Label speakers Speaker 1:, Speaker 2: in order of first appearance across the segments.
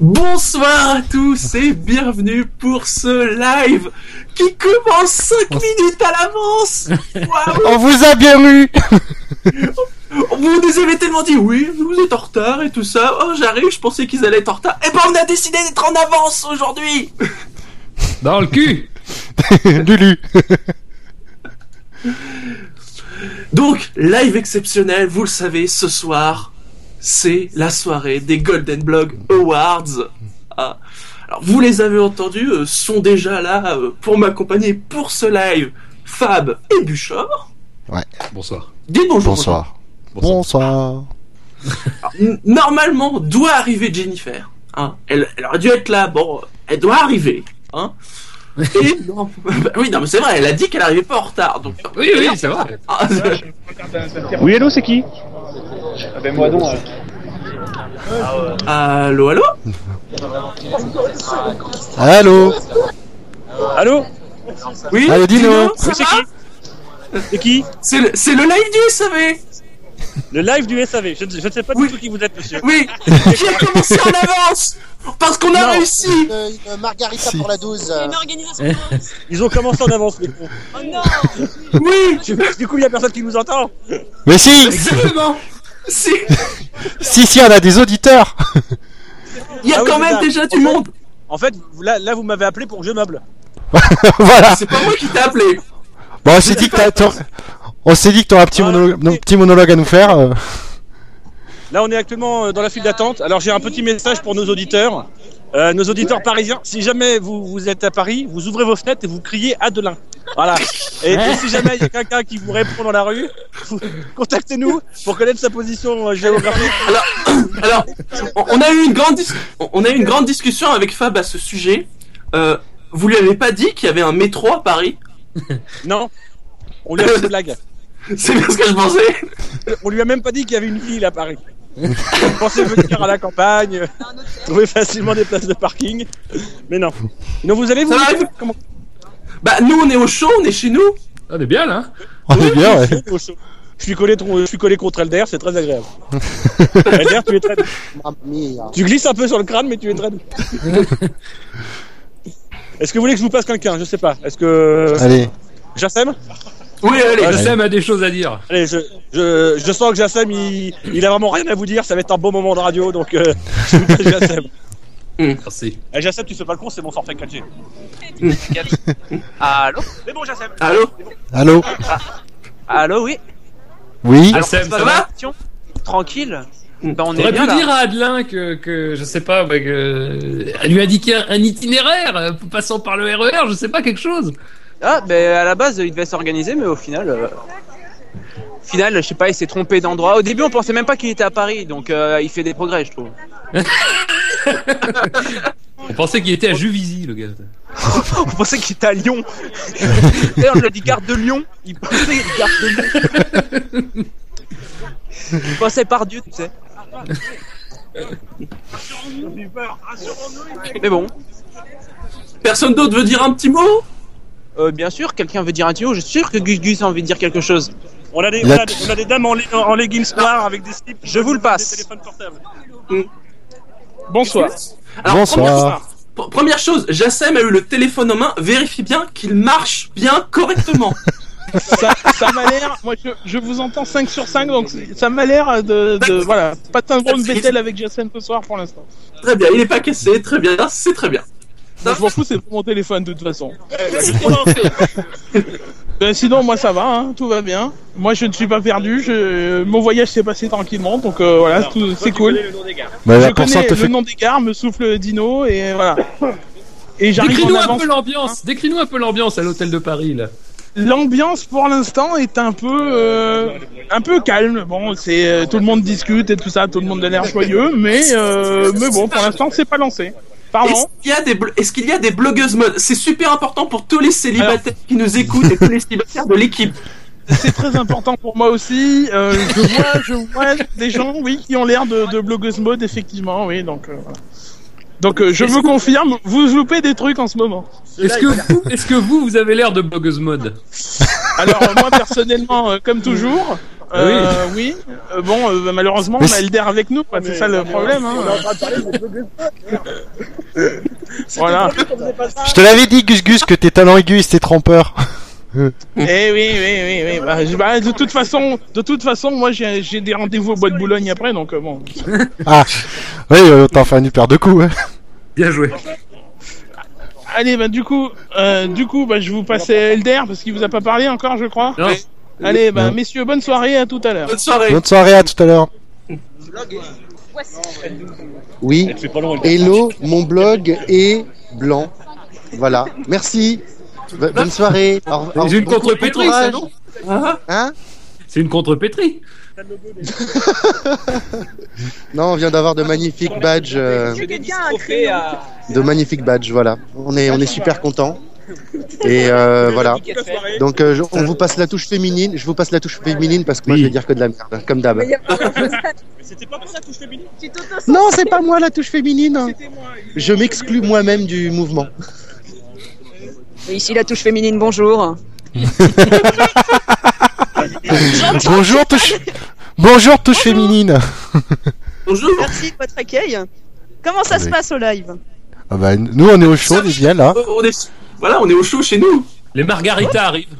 Speaker 1: Bonsoir à tous et bienvenue pour ce live qui commence 5 minutes à l'avance. Waouh
Speaker 2: On vous a bien eu
Speaker 1: Vous nous avez tellement dit oui, vous êtes en retard et tout ça. Oh, j'arrive, je pensais qu'ils allaient être en retard. Eh ben, on a décidé d'être en avance aujourd'hui.
Speaker 3: Dans le cul
Speaker 2: Lulu
Speaker 1: Donc, live exceptionnel, vous le savez, ce soir, c'est la soirée des Golden Blog Awards. Ah. Alors, vous les avez entendus, euh, sont déjà là euh, pour m'accompagner pour ce live Fab et Buchor.
Speaker 3: Bonsoir.
Speaker 1: Dis bonjour.
Speaker 2: Bonsoir.
Speaker 3: Bonsoir.
Speaker 2: Bonsoir.
Speaker 1: N- Normalement, doit arriver Jennifer. hein. Elle, elle aurait dû être là. Bon, elle doit arriver. Hein. Et- non, bah oui, non, mais c'est vrai, elle a dit qu'elle arrivait pas en retard. Donc,
Speaker 3: Oui, oui, ça va.
Speaker 1: Ah,
Speaker 4: Oui, allô, c'est qui ben moi donc.
Speaker 1: allô, allô
Speaker 2: Allô
Speaker 4: Allô
Speaker 1: Oui,
Speaker 2: Allô, Dino.
Speaker 1: ça
Speaker 4: Oui, c'est
Speaker 1: va
Speaker 4: qui C'est qui
Speaker 1: C'est le, c'est le live du SAV
Speaker 4: Le live du SAV. Je, ne- je ne sais pas
Speaker 1: Oui.
Speaker 4: du tout qui vous êtes, monsieur.
Speaker 1: Oui Qui a commencé en avance Parce qu'on a
Speaker 4: Non.
Speaker 1: réussi
Speaker 5: une, une margarita
Speaker 2: Si.
Speaker 5: pour la 12.
Speaker 6: Une organisation. de-
Speaker 4: Ils ont commencé en avance, les cons.
Speaker 6: oh non
Speaker 1: Oui
Speaker 4: Du coup, il n'y a personne qui nous entend.
Speaker 2: Mais si
Speaker 1: Exactement Si
Speaker 2: Si, si, on a des auditeurs
Speaker 1: Il y a
Speaker 4: Ah oui,
Speaker 1: quand
Speaker 4: c'est
Speaker 1: même
Speaker 4: ça.
Speaker 1: déjà du
Speaker 4: En fait-
Speaker 1: monde
Speaker 4: En fait, vous- là, là, vous m'avez appelé pour que je meuble.
Speaker 2: Voilà
Speaker 1: C'est pas moi qui t'ai appelé
Speaker 2: Bon, on s'est dit que t'as- t'aurais- On s'est dit que t'aurais un petit,
Speaker 4: Voilà.
Speaker 2: monologue, un petit monologue à nous faire. euh.
Speaker 4: Là, on est actuellement euh, dans la file d'attente. Alors, j'ai un petit message pour nos auditeurs. Euh, nos auditeurs parisiens, si jamais vous, vous êtes à Paris, vous ouvrez vos fenêtres et vous criez Adelin. Voilà. Et, et si jamais il y a quelqu'un qui vous répond dans la rue, vous- contactez-nous pour connaître sa position euh, géographique.
Speaker 1: Alors, on- on a eu une grande, dis- on a eu une grande discussion avec Fab à ce sujet. Euh, vous lui avez pas dit qu'il y avait un métro à Paris
Speaker 4: Non, on lui a fait une blague.
Speaker 1: C'est bien ce que je pensais
Speaker 4: On lui a même pas dit qu'il y avait une ville à Paris. On pensait venir à la campagne, euh, trouver facilement des places de parking, mais non. Non, vous allez vous
Speaker 1: Ça arrive
Speaker 4: Comment-
Speaker 1: Bah, nous, on est au chaud, on est chez nous
Speaker 3: On est bien là
Speaker 2: On est Ah, bien, ouais.
Speaker 4: au chaud. Je suis collé, tron- je suis collé contre Elder, c'est très agréable. Elder, tu es très doux.
Speaker 5: Mamma mia.
Speaker 4: Tu glisses un peu sur le crâne, mais tu es très doux. Est-ce que vous voulez que je vous passe quelqu'un Je sais pas. Est-ce que
Speaker 2: Allez.
Speaker 4: Jassem
Speaker 1: Oui, allez
Speaker 3: Sam a des choses à dire.
Speaker 4: Allez, je, je, je sens que Jassem, il, il a vraiment rien à vous dire. Ça va être un bon moment de radio, donc euh, je vous passe Jassem.
Speaker 3: Mm, Merci.
Speaker 4: Eh, Jassem, tu fais pas le con, c'est mon forfait 4G.
Speaker 7: Allô Ah,
Speaker 4: C'est bon, Jassem.
Speaker 1: Allô
Speaker 2: Allô
Speaker 7: Allô, oui
Speaker 2: Oui
Speaker 7: Alors,
Speaker 3: Sam,
Speaker 7: ça
Speaker 3: ça
Speaker 7: va
Speaker 3: va
Speaker 7: Tranquille
Speaker 1: Mm.
Speaker 7: Bah, on est
Speaker 3: T'aurais
Speaker 7: bien
Speaker 3: pu
Speaker 7: là.
Speaker 3: dire à Adelin que, que je sais pas, bah, que, à lui indiquer un, un itinéraire euh, passant par le RER, je sais pas, quelque chose.
Speaker 7: Ah, ben à la base, il devait s'organiser, mais au final. euh, Au final, je sais pas, il s'est trompé d'endroit. Au début, on pensait même pas qu'il était à Paris, donc euh, il fait des progrès, je trouve.
Speaker 3: On pensait qu'il était à Juvisy, le gars.
Speaker 7: on pensait qu'il était à Lyon. Et on lui a dit garde de Lyon. Il pensait garde de Lyon. il pensait par Dieu, tu sais. Mais bon,
Speaker 1: Personne d'autre veut dire un petit mot
Speaker 7: euh, bien sûr, quelqu'un veut dire un tuyau. Je suis sûr que Gus Gus a envie de dire quelque chose.
Speaker 4: On a des,
Speaker 2: La-
Speaker 4: on a des- on a des dames en, lé- en leggings noirs avec des slips.
Speaker 7: Je vous le passe.
Speaker 4: Des téléphones portables.
Speaker 1: Mm.
Speaker 4: Bonsoir.
Speaker 1: Alors,
Speaker 2: Bonsoir.
Speaker 1: Pr- Première chose, Jassem a eu le téléphone en main, vérifie bien qu'il marche bien correctement.
Speaker 8: ça, ça m'a l'air, moi je, je vous entends 5 sur 5, donc c'est- ça m'a l'air de, de- Voilà, pas de syndrome Vettel avec Jason ce soir pour l'instant.
Speaker 1: très bien, il est pas cassé, très bien, c'est très bien.
Speaker 8: Moi, je m'en fous, c'est pour mon téléphone de toute façon. Ben, sinon, moi ça va, hein, tout va bien. Moi je ne suis pas perdu, je... mon voyage s'est passé tranquillement, donc euh, voilà, tout- c'est cool.
Speaker 2: Bah,
Speaker 8: Je
Speaker 2: là, pour ça, on
Speaker 8: connais
Speaker 2: te
Speaker 8: le
Speaker 2: fait...
Speaker 8: nom des gares, me souffle Dino, et voilà. Et j'arrive
Speaker 3: Décris-nous
Speaker 8: en
Speaker 3: un
Speaker 8: avance. Hein
Speaker 3: peu l'ambiance. Décris-nous un peu l'ambiance à l'hôtel de Paris, là.
Speaker 8: L'ambiance pour l'instant est un peu euh, un peu calme. Bon, c'est euh, tout le monde discute et tout ça, tout le monde a l'air joyeux, mais euh, mais bon, pour l'instant, c'est pas lancé.
Speaker 1: Est-ce
Speaker 8: Pardon.
Speaker 1: qu'il y a des, blo- est-ce qu'il y a des blogueuses mode C'est super important pour tous les célibataires qui nous écoutent et tous les célibataires de l'équipe.
Speaker 8: C'est très important pour moi aussi. Euh, je vois, je vois des gens, oui, qui ont l'air de, de blogueuse mode, effectivement, oui. Donc euh, voilà. donc euh, je vous confirme, vous loupez des trucs en ce moment.
Speaker 3: Est-ce que, vous, est-ce que vous, vous avez l'air de blogueuse mode
Speaker 8: Alors euh, moi personnellement, euh, comme toujours, Euh, oui. Euh, bon, euh, bah, malheureusement,
Speaker 2: Mais
Speaker 8: on a
Speaker 2: c'est-
Speaker 8: Elder avec nous, quoi. C'est
Speaker 5: Mais-
Speaker 8: ça le problème,
Speaker 5: On
Speaker 8: hein.
Speaker 5: est en train de parler des blogueuses.
Speaker 8: Voilà.
Speaker 5: On faisait pas ça.
Speaker 2: Je te l'avais dit, Gus Gus, que tes talents aigus, c'était trompeur.
Speaker 8: Eh oui, oui, oui, oui. Bah, je- bah, de toute façon, de toute façon, moi, j'ai j'ai des rendez-vous au bois de Boulogne après, donc euh, bon.
Speaker 2: Ah. Oui, euh, t'en fais un du paire de coups. hein.
Speaker 3: Bien joué.
Speaker 8: Allez, bah du coup, euh, du coup, bah, je vous passe Elder parce qu'il vous a pas parlé encore, je crois.
Speaker 3: Non.
Speaker 8: Allez, bah,
Speaker 2: Non.
Speaker 8: messieurs, bonne soirée, à tout à l'heure.
Speaker 1: Bonne soirée.
Speaker 2: Bonne soirée, à tout à l'heure.
Speaker 6: Oui. Hello, mon blog est blanc. Voilà. Merci. Bo- Bonne soirée. Au revoir.
Speaker 3: C'est une
Speaker 6: Beaucoup de
Speaker 3: contrepétrie, ça,
Speaker 6: courage.
Speaker 3: non
Speaker 1: Ah,
Speaker 6: Hein
Speaker 3: C'est une contrepétrie.
Speaker 6: Non, on vient d'avoir de magnifiques badges, euh,
Speaker 7: Je dédie ce trophée à.
Speaker 6: de magnifiques badges. Voilà. On est, on est super contents. Et euh, voilà. Donc, euh, je- on vous passe la touche féminine. Je vous passe la touche féminine parce que moi,
Speaker 3: Oui.
Speaker 6: je vais dire que de la merde, comme d'hab.
Speaker 9: Mais y a pas grand chose à-
Speaker 4: Mais c'était pas pour la touche féminine.
Speaker 9: Tu t'auto-
Speaker 6: Non, c'est pas moi la touche féminine. Je m'exclus moi-même du mouvement.
Speaker 9: Mais Ici la touche féminine, bonjour.
Speaker 2: Bonjour, touche. Bonjour, touche féminine.
Speaker 1: Bonjour.
Speaker 9: Merci de votre accueil. Comment ça se
Speaker 2: Oui.
Speaker 9: passe au live
Speaker 2: Ah bah, nous, on est au chaud, les bien là.
Speaker 1: Euh, On est, voilà, on est au chaud chez nous.
Speaker 3: Les margaritas arrivent.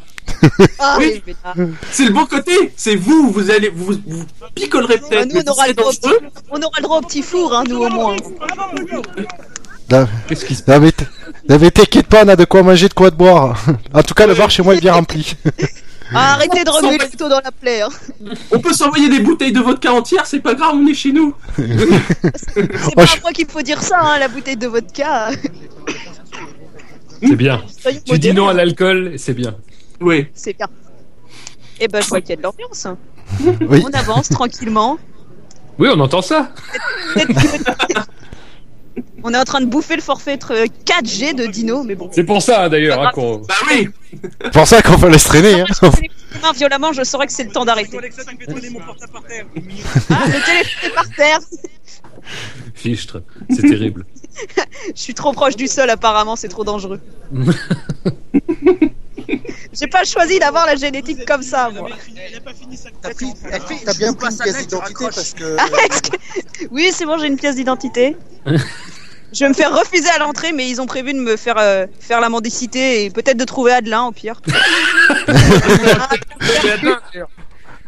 Speaker 9: Ah
Speaker 1: Oui.
Speaker 9: oui, mais là,
Speaker 1: C'est le bon côté. C'est vous, vous allez, vous, vous picolerez
Speaker 9: bah,
Speaker 1: peut-être.
Speaker 9: nous,
Speaker 1: mais
Speaker 9: on aura,
Speaker 1: c'est
Speaker 9: le droit au
Speaker 1: dangereux.
Speaker 9: petit, on aura le droit au petit four, hein, nous au moins.
Speaker 3: Qu'est-ce qui se
Speaker 2: Non mais, t- non, mais t'inquiète pas, on a de quoi manger, de quoi de boire. En tout cas, le bar chez moi est bien rempli.
Speaker 9: Ah, arrêtez de remuer
Speaker 1: Sans-
Speaker 9: le couteau dans la plaie. hein.
Speaker 1: On peut s'envoyer des bouteilles de vodka entière, c'est pas grave, on est chez nous.
Speaker 9: C'est
Speaker 2: Oh,
Speaker 9: pas
Speaker 2: je-
Speaker 9: à moi qu'il faut dire ça, hein, la bouteille de vodka.
Speaker 3: C'est bien.
Speaker 9: Soyons
Speaker 3: Tu dis
Speaker 9: modérés,
Speaker 3: non à l'alcool, c'est bien.
Speaker 1: Oui.
Speaker 9: C'est bien. Eh ben, je vois qu'il y a de l'ambiance.
Speaker 2: Oui.
Speaker 9: On avance tranquillement.
Speaker 3: Oui, on entend ça.
Speaker 9: Peut-être que- on est en train de bouffer le forfait euh, 4G de Dino, mais bon.
Speaker 3: C'est pour ça, hein, d'ailleurs, hein, qu'on.
Speaker 1: Bah oui.
Speaker 2: C'est pour ça qu'on va laisser traîner. hein.
Speaker 9: Je vais les mains violemment, je saurais que c'est le temps d'arrêter. Ah, le téléphone est par terre.
Speaker 3: Fichtre. C'est terrible.
Speaker 9: Je suis trop proche du sol, apparemment, c'est trop dangereux. J'ai pas choisi d'avoir la génétique comme ça, moi.
Speaker 6: T'as pris- elle fait- t'as bien pris une pièce d'identité parce que.
Speaker 9: Ah, est-ce que- Oui, c'est bon, j'ai une pièce d'identité. Je vais me faire refuser à l'entrée, mais ils ont prévu de me faire euh, faire la mendicité et peut-être de trouver Adelin au pire.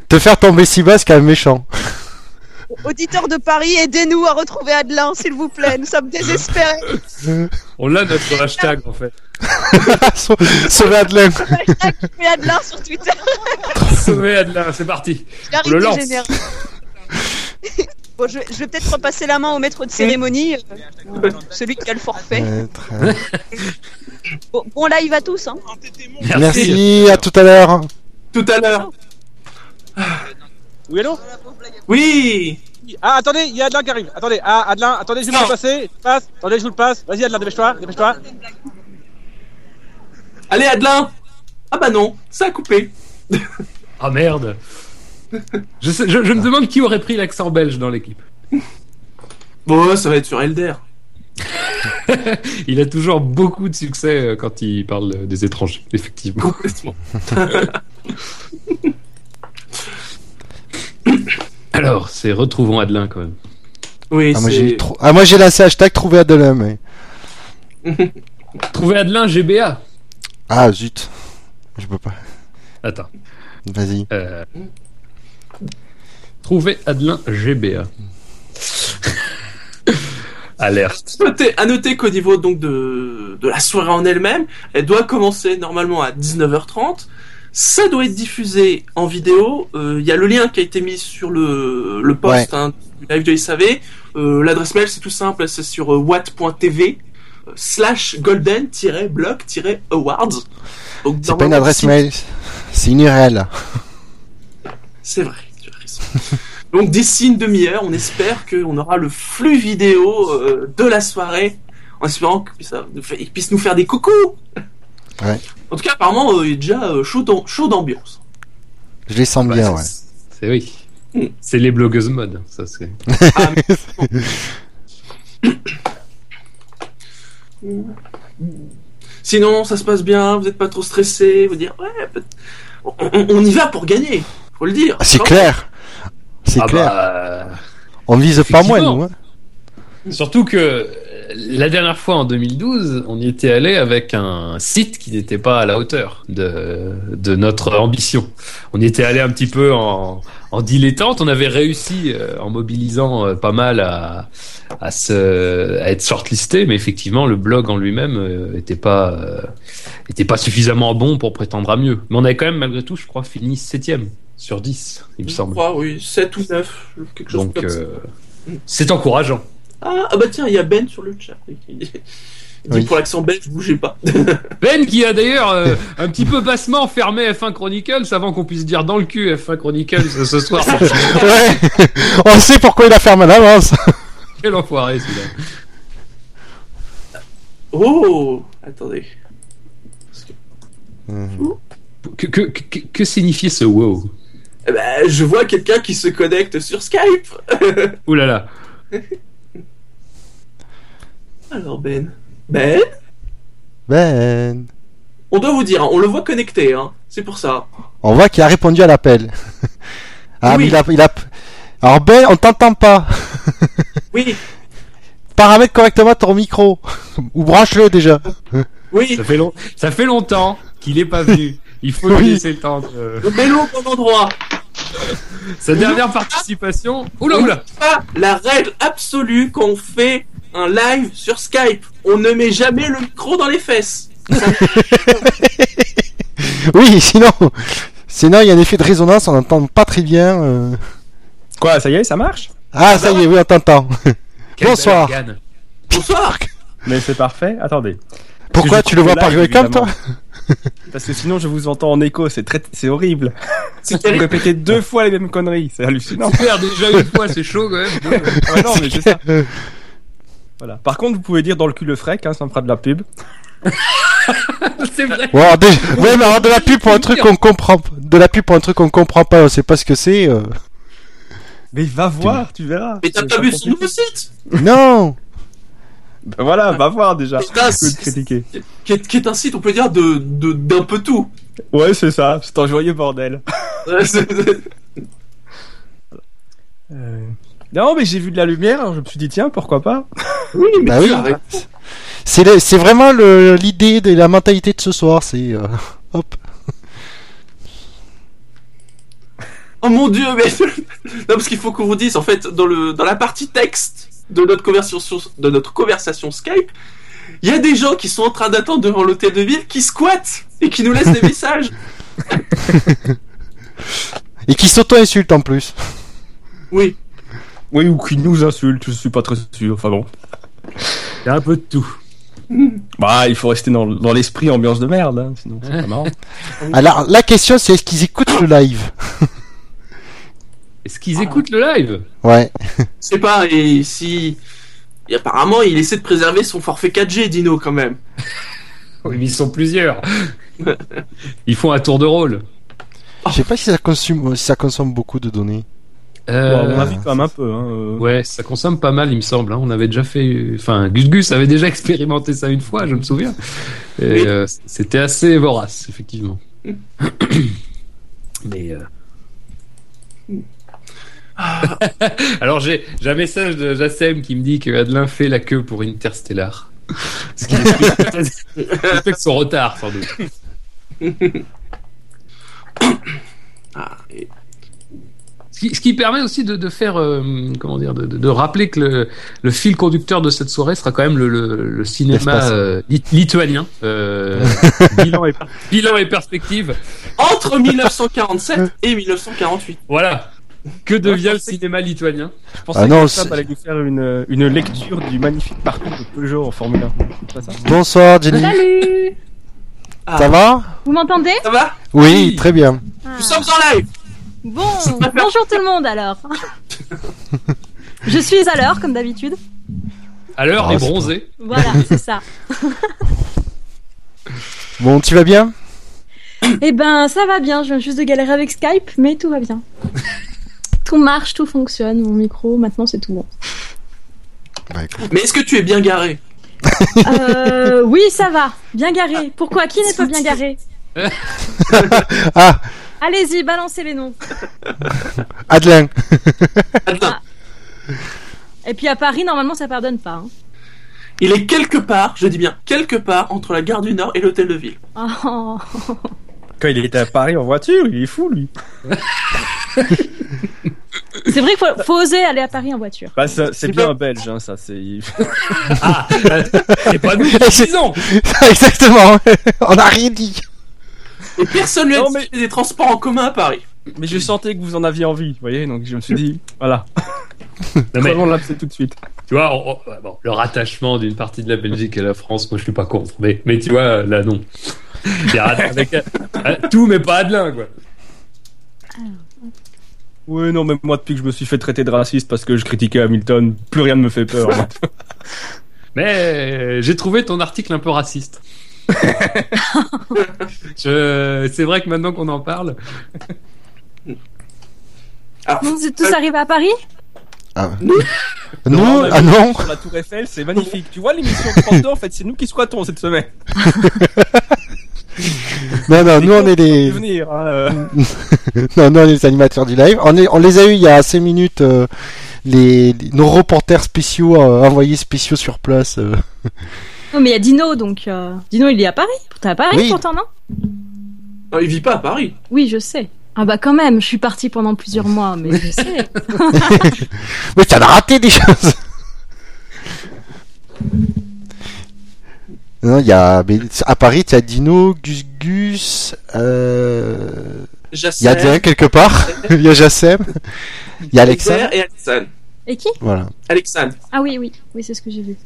Speaker 2: Te faire tomber si bas, c'est quand même méchant.
Speaker 9: Auditeurs de Paris, aidez-nous à retrouver Adelin, s'il vous plaît. Nous sommes désespérés.
Speaker 3: On l'a notre hashtag en fait.
Speaker 2: Sau- Sauver Adelin.
Speaker 9: Trouvez Adelin sur Twitter.
Speaker 3: Sauver Adelin, c'est parti.
Speaker 9: Clarité
Speaker 3: On le lance.
Speaker 9: générale. bon, je, je vais peut-être repasser la main au maître de cérémonie, euh, ou celui qui a le forfait.
Speaker 2: Euh, très-
Speaker 9: Bon, bon live à tous. Hein.
Speaker 2: Merci, à tout à l'heure.
Speaker 1: Tout à l'heure.
Speaker 4: Oui, allô
Speaker 1: Oui.
Speaker 4: Ah, attendez, il y a Adelin qui arrive. Attendez, ah, Adelin, attendez, je vais vous le passer. Je passe. Attendez, je vous le passe. Vas-y, Adelin, dépêche-toi, dépêche-toi.
Speaker 1: Allez, Adelin. Ah bah non, ça a coupé.
Speaker 3: Ah merde. Je, sais- je- je me demande qui aurait pris l'accent belge dans l'équipe.
Speaker 1: Bon, ça va être sur Elder.
Speaker 3: Il a toujours beaucoup de succès euh, quand il parle euh, des étrangers, effectivement.
Speaker 1: Complètement.
Speaker 3: Alors, c'est retrouvons Adelin quand même.
Speaker 1: Oui,
Speaker 2: Ah, moi, j'ai
Speaker 1: c'est.
Speaker 2: trop- ah, moi, j'ai lancé hashtag trouver Adelin. mais-
Speaker 3: Trouver Adelin GBA.
Speaker 2: Ah zut. Je peux pas.
Speaker 3: Attends.
Speaker 2: Vas-y.
Speaker 3: euh, Trouver Adelin GBA. Alerte.
Speaker 1: Notez- à noter qu'au niveau donc de, de la soirée en elle-même, elle doit commencer normalement à 19h30. Ça doit être diffusé en vidéo. Euh, Il y a le lien qui a été mis sur le, le post hein, du live de SAV. Euh, L'adresse mail, c'est tout simple, c'est sur euh, watt.tv euh, slash golden-blog-awards. Donc,
Speaker 2: C'est pas une
Speaker 1: normalement,
Speaker 2: adresse
Speaker 1: si-
Speaker 2: mail. C'est une URL.
Speaker 1: C'est vrai, tu as raison. Donc d'ici une demi-heure, on espère qu'on aura le flux vidéo euh, de la soirée, en espérant qu'il puisse, nous fa- qu'il puisse nous faire des coucous.
Speaker 2: Ouais.
Speaker 1: En tout cas, apparemment, euh, il est déjà euh, chaud d'am- chaud d'ambiance.
Speaker 2: Je les sens bien, ouais.
Speaker 3: Bah, C'est oui. C'est les blogueuses mode, ça c'est.
Speaker 1: Sinon, ça se passe bien, vous n'êtes pas trop stressé, vous dire ouais, peut- on, on- on y va pour gagner. Faut- Faut le dire.
Speaker 2: Ah, c'est
Speaker 1: Non
Speaker 2: clair. C'est
Speaker 3: Ah
Speaker 2: clair.
Speaker 3: bah,
Speaker 2: On vise pas moins,
Speaker 3: effectivement.
Speaker 2: nous. Hein.
Speaker 3: Surtout que euh, la dernière fois en 2012, on y était allé avec un site qui n'était pas à la hauteur de, de notre ambition. On y était allé un petit peu en, en dilettante. On avait réussi euh, en mobilisant euh, pas mal à, à, se, à être shortlisté, mais effectivement, le blog en lui-même euh, était pas, euh, était pas suffisamment bon pour prétendre à mieux. Mais on avait quand même, malgré tout, je crois, fini septième sur 10, il me
Speaker 1: Je
Speaker 3: semble.
Speaker 1: crois, oui, 7 ou 9, quelque chose
Speaker 3: Donc,
Speaker 1: comme ça.
Speaker 3: euh, c'est encourageant.
Speaker 1: Ah, ah bah tiens, il y a Ben sur le chat. Il dit
Speaker 2: Oui.
Speaker 1: pour l'accent belge, bougez pas.
Speaker 3: Ben qui a d'ailleurs euh, un petit peu bassement fermé F1 Chronicles avant qu'on puisse dire dans le cul F1 Chronicles ce soir.
Speaker 2: Ouais. On sait pourquoi il a fermé l'avance.
Speaker 3: Quel enfoiré celui-là.
Speaker 1: Oh Attendez.
Speaker 2: Mhm.
Speaker 3: Que, que, que, que signifiait ce wow
Speaker 1: Eh ben, je vois quelqu'un qui se connecte sur Skype.
Speaker 3: Ouh là là.
Speaker 1: Alors Ben. Ben
Speaker 2: Ben.
Speaker 1: On doit vous dire, hein, on le voit connecté, hein. c'est pour ça.
Speaker 2: On voit qu'il a répondu à l'appel. Ah,
Speaker 1: Oui.
Speaker 2: mais il a, il a. Alors, Ben, on t'entend pas.
Speaker 1: Oui,
Speaker 2: Paramètre correctement ton micro. Ou branche-le déjà.
Speaker 1: oui,
Speaker 3: Ça fait, long... ça fait longtemps qu'il n'est pas venu. Il faut lui
Speaker 2: Oui.
Speaker 3: laisser le temps. de-
Speaker 1: le vélo au bon endroit.
Speaker 3: Sa dernière participation. Oula oula
Speaker 1: Ça, la règle absolue quand on fait un live sur Skype. On ne met jamais le micro dans les fesses.
Speaker 2: Oui, sinon. Sinon, il y a un effet de résonance, on n'entend pas très bien. euh.
Speaker 5: Quoi, ça y est, ça marche
Speaker 2: Ah, ça y est, oui, on t'entend.
Speaker 3: Quel
Speaker 2: Bonsoir.
Speaker 3: bel organe.
Speaker 1: Bonsoir.
Speaker 5: Mais c'est parfait, attendez.
Speaker 2: Pourquoi
Speaker 5: Parce que
Speaker 2: tu le
Speaker 5: je
Speaker 2: vois
Speaker 5: coupe
Speaker 2: par
Speaker 5: live,
Speaker 2: webcam, toi
Speaker 5: évidemment. Parce que sinon je vous entends en écho, c'est très... c'est horrible.
Speaker 1: C'est
Speaker 5: Vous
Speaker 1: terrible.
Speaker 5: répétez deux fois les mêmes conneries, c'est hallucinant.
Speaker 3: Super, déjà une fois, c'est chaud quand même.
Speaker 5: Ah ouais, non, mais c'est ça.
Speaker 2: Euh,
Speaker 5: Voilà. Par contre, vous pouvez dire dans le cul le frec, hein, ça me fera de la pub.
Speaker 3: c'est vrai.
Speaker 2: ouais, alors, déjà- ouais, mais alors, de la pub pour un truc qu'on comprend. De la pub pour un truc qu'on comprend pas, on sait pas ce que c'est. euh.
Speaker 5: Mais va voir, tu verras.
Speaker 1: Mais t'as
Speaker 5: C'est
Speaker 1: pas vu
Speaker 5: compliqué.
Speaker 1: son nouveau site
Speaker 2: Non!
Speaker 5: Bah Voilà, va voir déjà. Que
Speaker 1: Putain,
Speaker 5: de
Speaker 1: c'est-
Speaker 5: critiquer.
Speaker 1: qui est, qui est un site, on peut dire, de de- d'un peu tout.
Speaker 5: Ouais, c'est ça, c'est un joyeux bordel.
Speaker 1: Euh, c'est- c'est-
Speaker 5: Euh, Non, mais j'ai vu de la lumière, alors je me suis dit, tiens, pourquoi pas
Speaker 1: oui, mais
Speaker 2: Bah
Speaker 1: tu
Speaker 2: oui.
Speaker 1: arrêtes.
Speaker 2: C'est le- c'est vraiment le- l'idée de la mentalité de ce soir, c'est. euh, Hop.
Speaker 1: Oh mon dieu, mais non parce qu'il faut qu'on vous dise en fait dans le dans la partie texte de notre conversation de notre conversation Skype, il y a des gens qui sont en train d'attendre devant l'hôtel de ville qui squattent et qui nous laissent des messages.
Speaker 2: Et qui s'auto-insulte en plus.
Speaker 1: Oui,
Speaker 5: Oui, ou qui nous insulte, je suis pas très sûr. Enfin bon.
Speaker 3: Il y a un peu de tout.
Speaker 5: Bah, il faut rester dans, dans l'esprit ambiance de merde, hein, sinon c'est pas marrant.
Speaker 2: Alors, la question, c'est est-ce qu'ils écoutent le live?
Speaker 3: Est-ce qu'ils écoutent le live
Speaker 2: Ouais.
Speaker 1: c'est pas et si et apparemment il essaie de préserver son forfait 4G Dino quand même.
Speaker 3: Oui, mais ils sont plusieurs. Ils font un tour de rôle.
Speaker 2: Je sais pas si ça consomme, si ça consomme beaucoup de données.
Speaker 5: Bon,
Speaker 3: Euh,
Speaker 5: on invite quand même un peu. Hein, euh.
Speaker 3: Ouais, ça consomme pas mal, il me semble. hein. On avait déjà fait, enfin, Gus Gus avait déjà expérimenté ça une fois, je me souviens. Et,
Speaker 1: Oui.
Speaker 3: euh, c'était assez vorace, effectivement. Mais euh, alors j'ai j'ai un message de Jassem qui me dit que Adelin fait la queue pour Interstellar. Ce qui explique peut-être- explique son retard, sans doute.
Speaker 1: Ah, et-
Speaker 3: Ce qui, ce qui permet aussi de, de faire, euh, comment dire, de, de- de rappeler que le, le fil conducteur de cette soirée sera quand même le, le- le cinéma
Speaker 2: L'espace.
Speaker 3: euh, lit- lituanien. euh, bilan, et, bilan et perspective.
Speaker 1: entre 1947 et 1948.
Speaker 3: Voilà. Que devient le cinéma lituanien
Speaker 5: Je pensais
Speaker 2: Ah non,
Speaker 5: que ça
Speaker 2: c'est-
Speaker 5: allait nous faire une, une lecture du magnifique parcours de Peugeot en Formule 1. C'est pas ça
Speaker 2: Bonsoir, Jenny.
Speaker 10: Salut
Speaker 2: Ça va?
Speaker 10: Vous m'entendez
Speaker 1: Ça va
Speaker 2: Oui,
Speaker 3: Oui.
Speaker 2: très bien.
Speaker 10: Ah.
Speaker 1: Nous sommes en live.
Speaker 10: Bon, bonjour tout le monde alors. Je suis à l'heure comme d'habitude.
Speaker 3: À l'heure
Speaker 2: Ah,
Speaker 3: des
Speaker 2: c'est
Speaker 3: bronzés.
Speaker 10: Voilà, c'est ça.
Speaker 2: Bon, tu vas bien?
Speaker 10: Eh ben, ça va bien. Je viens juste de galérer avec Skype, mais tout va bien. Tout marche, tout fonctionne. Mon micro, maintenant, c'est tout bon.
Speaker 2: Bah,
Speaker 1: Mais est-ce que tu es bien garé
Speaker 10: Euh, oui, ça va. Bien garé. Pourquoi Qui n'est pas bien garé
Speaker 2: Ah,
Speaker 10: Allez-y, balancez les noms.
Speaker 2: Adelin.
Speaker 10: Et puis à Paris, normalement, ça pardonne pas. hein.
Speaker 1: Il est quelque part, je dis bien quelque part, entre la gare du Nord et l'hôtel de ville.
Speaker 10: Oh.
Speaker 5: Quand il était à Paris en voiture, il est fou lui.
Speaker 10: C'est vrai qu'il faut, faut oser aller à Paris en voiture.
Speaker 5: Bah, ça- c'est bien belge, hein, ça. C'est.
Speaker 3: ah, c'est pas nous
Speaker 2: disons. Exactement. On a rien dit.
Speaker 1: Et personne lui a dit qu'il y a des transports en commun à Paris.
Speaker 5: Mais je sentais que vous en aviez envie, vous voyez, donc je me suis dit, voilà.
Speaker 3: Non, mais-
Speaker 5: Prenons l'abcès tout de suite.
Speaker 3: Tu vois, on- on- bon, le rattachement d'une partie de la Belgique à la France, moi je suis pas contre, mais, mais tu vois, là non. Il y a Adelin avec- euh, tout, mais pas Adelin, quoi.
Speaker 5: Oui, non, mais moi, depuis que je me suis fait traiter de raciste parce que je critiquais Hamilton, plus rien ne me fait peur.
Speaker 3: Mais euh, j'ai trouvé ton article un peu raciste. Je- C'est vrai que maintenant qu'on en parle,
Speaker 1: Ah.
Speaker 10: Vous êtes
Speaker 1: Euh.
Speaker 10: tous arrivés à Paris
Speaker 2: Nous,
Speaker 5: on a
Speaker 2: ah
Speaker 5: vu
Speaker 2: non.
Speaker 5: Sur la Tour Eiffel, c'est magnifique. Tu vois, l'émission de France deux, en fait, c'est nous qui squattons cette semaine.
Speaker 2: Non, non, nous on est
Speaker 5: Faut
Speaker 2: les.
Speaker 5: venir, hein, euh.
Speaker 2: non, non, on est les animateurs du live. On, est, on les a eu il y a 5 minutes, euh, les, les- nos reporters spéciaux, euh, envoyés spéciaux sur place. euh.
Speaker 10: Non, mais il y a Dino, donc. euh, Dino, il est à Paris. T'es à Paris
Speaker 2: Oui.
Speaker 10: pourtant, non
Speaker 1: Non, il vit pas à Paris.
Speaker 10: Oui, je sais. Ah bah quand même, je suis partie pendant plusieurs mois, mais je sais.
Speaker 2: Mais t'en as raté des choses Non, il y a. mais à Paris, t'as Dino, Gus Gus. Euh... Il y a
Speaker 1: Jassem.
Speaker 2: Adrien quelque part. Il y a Jassem. Il y a Alexandre.
Speaker 1: Hubert Et Alexandre.
Speaker 10: Et qui
Speaker 2: Voilà.
Speaker 1: Alexandre.
Speaker 10: Ah oui, oui, oui, c'est ce que j'ai vu.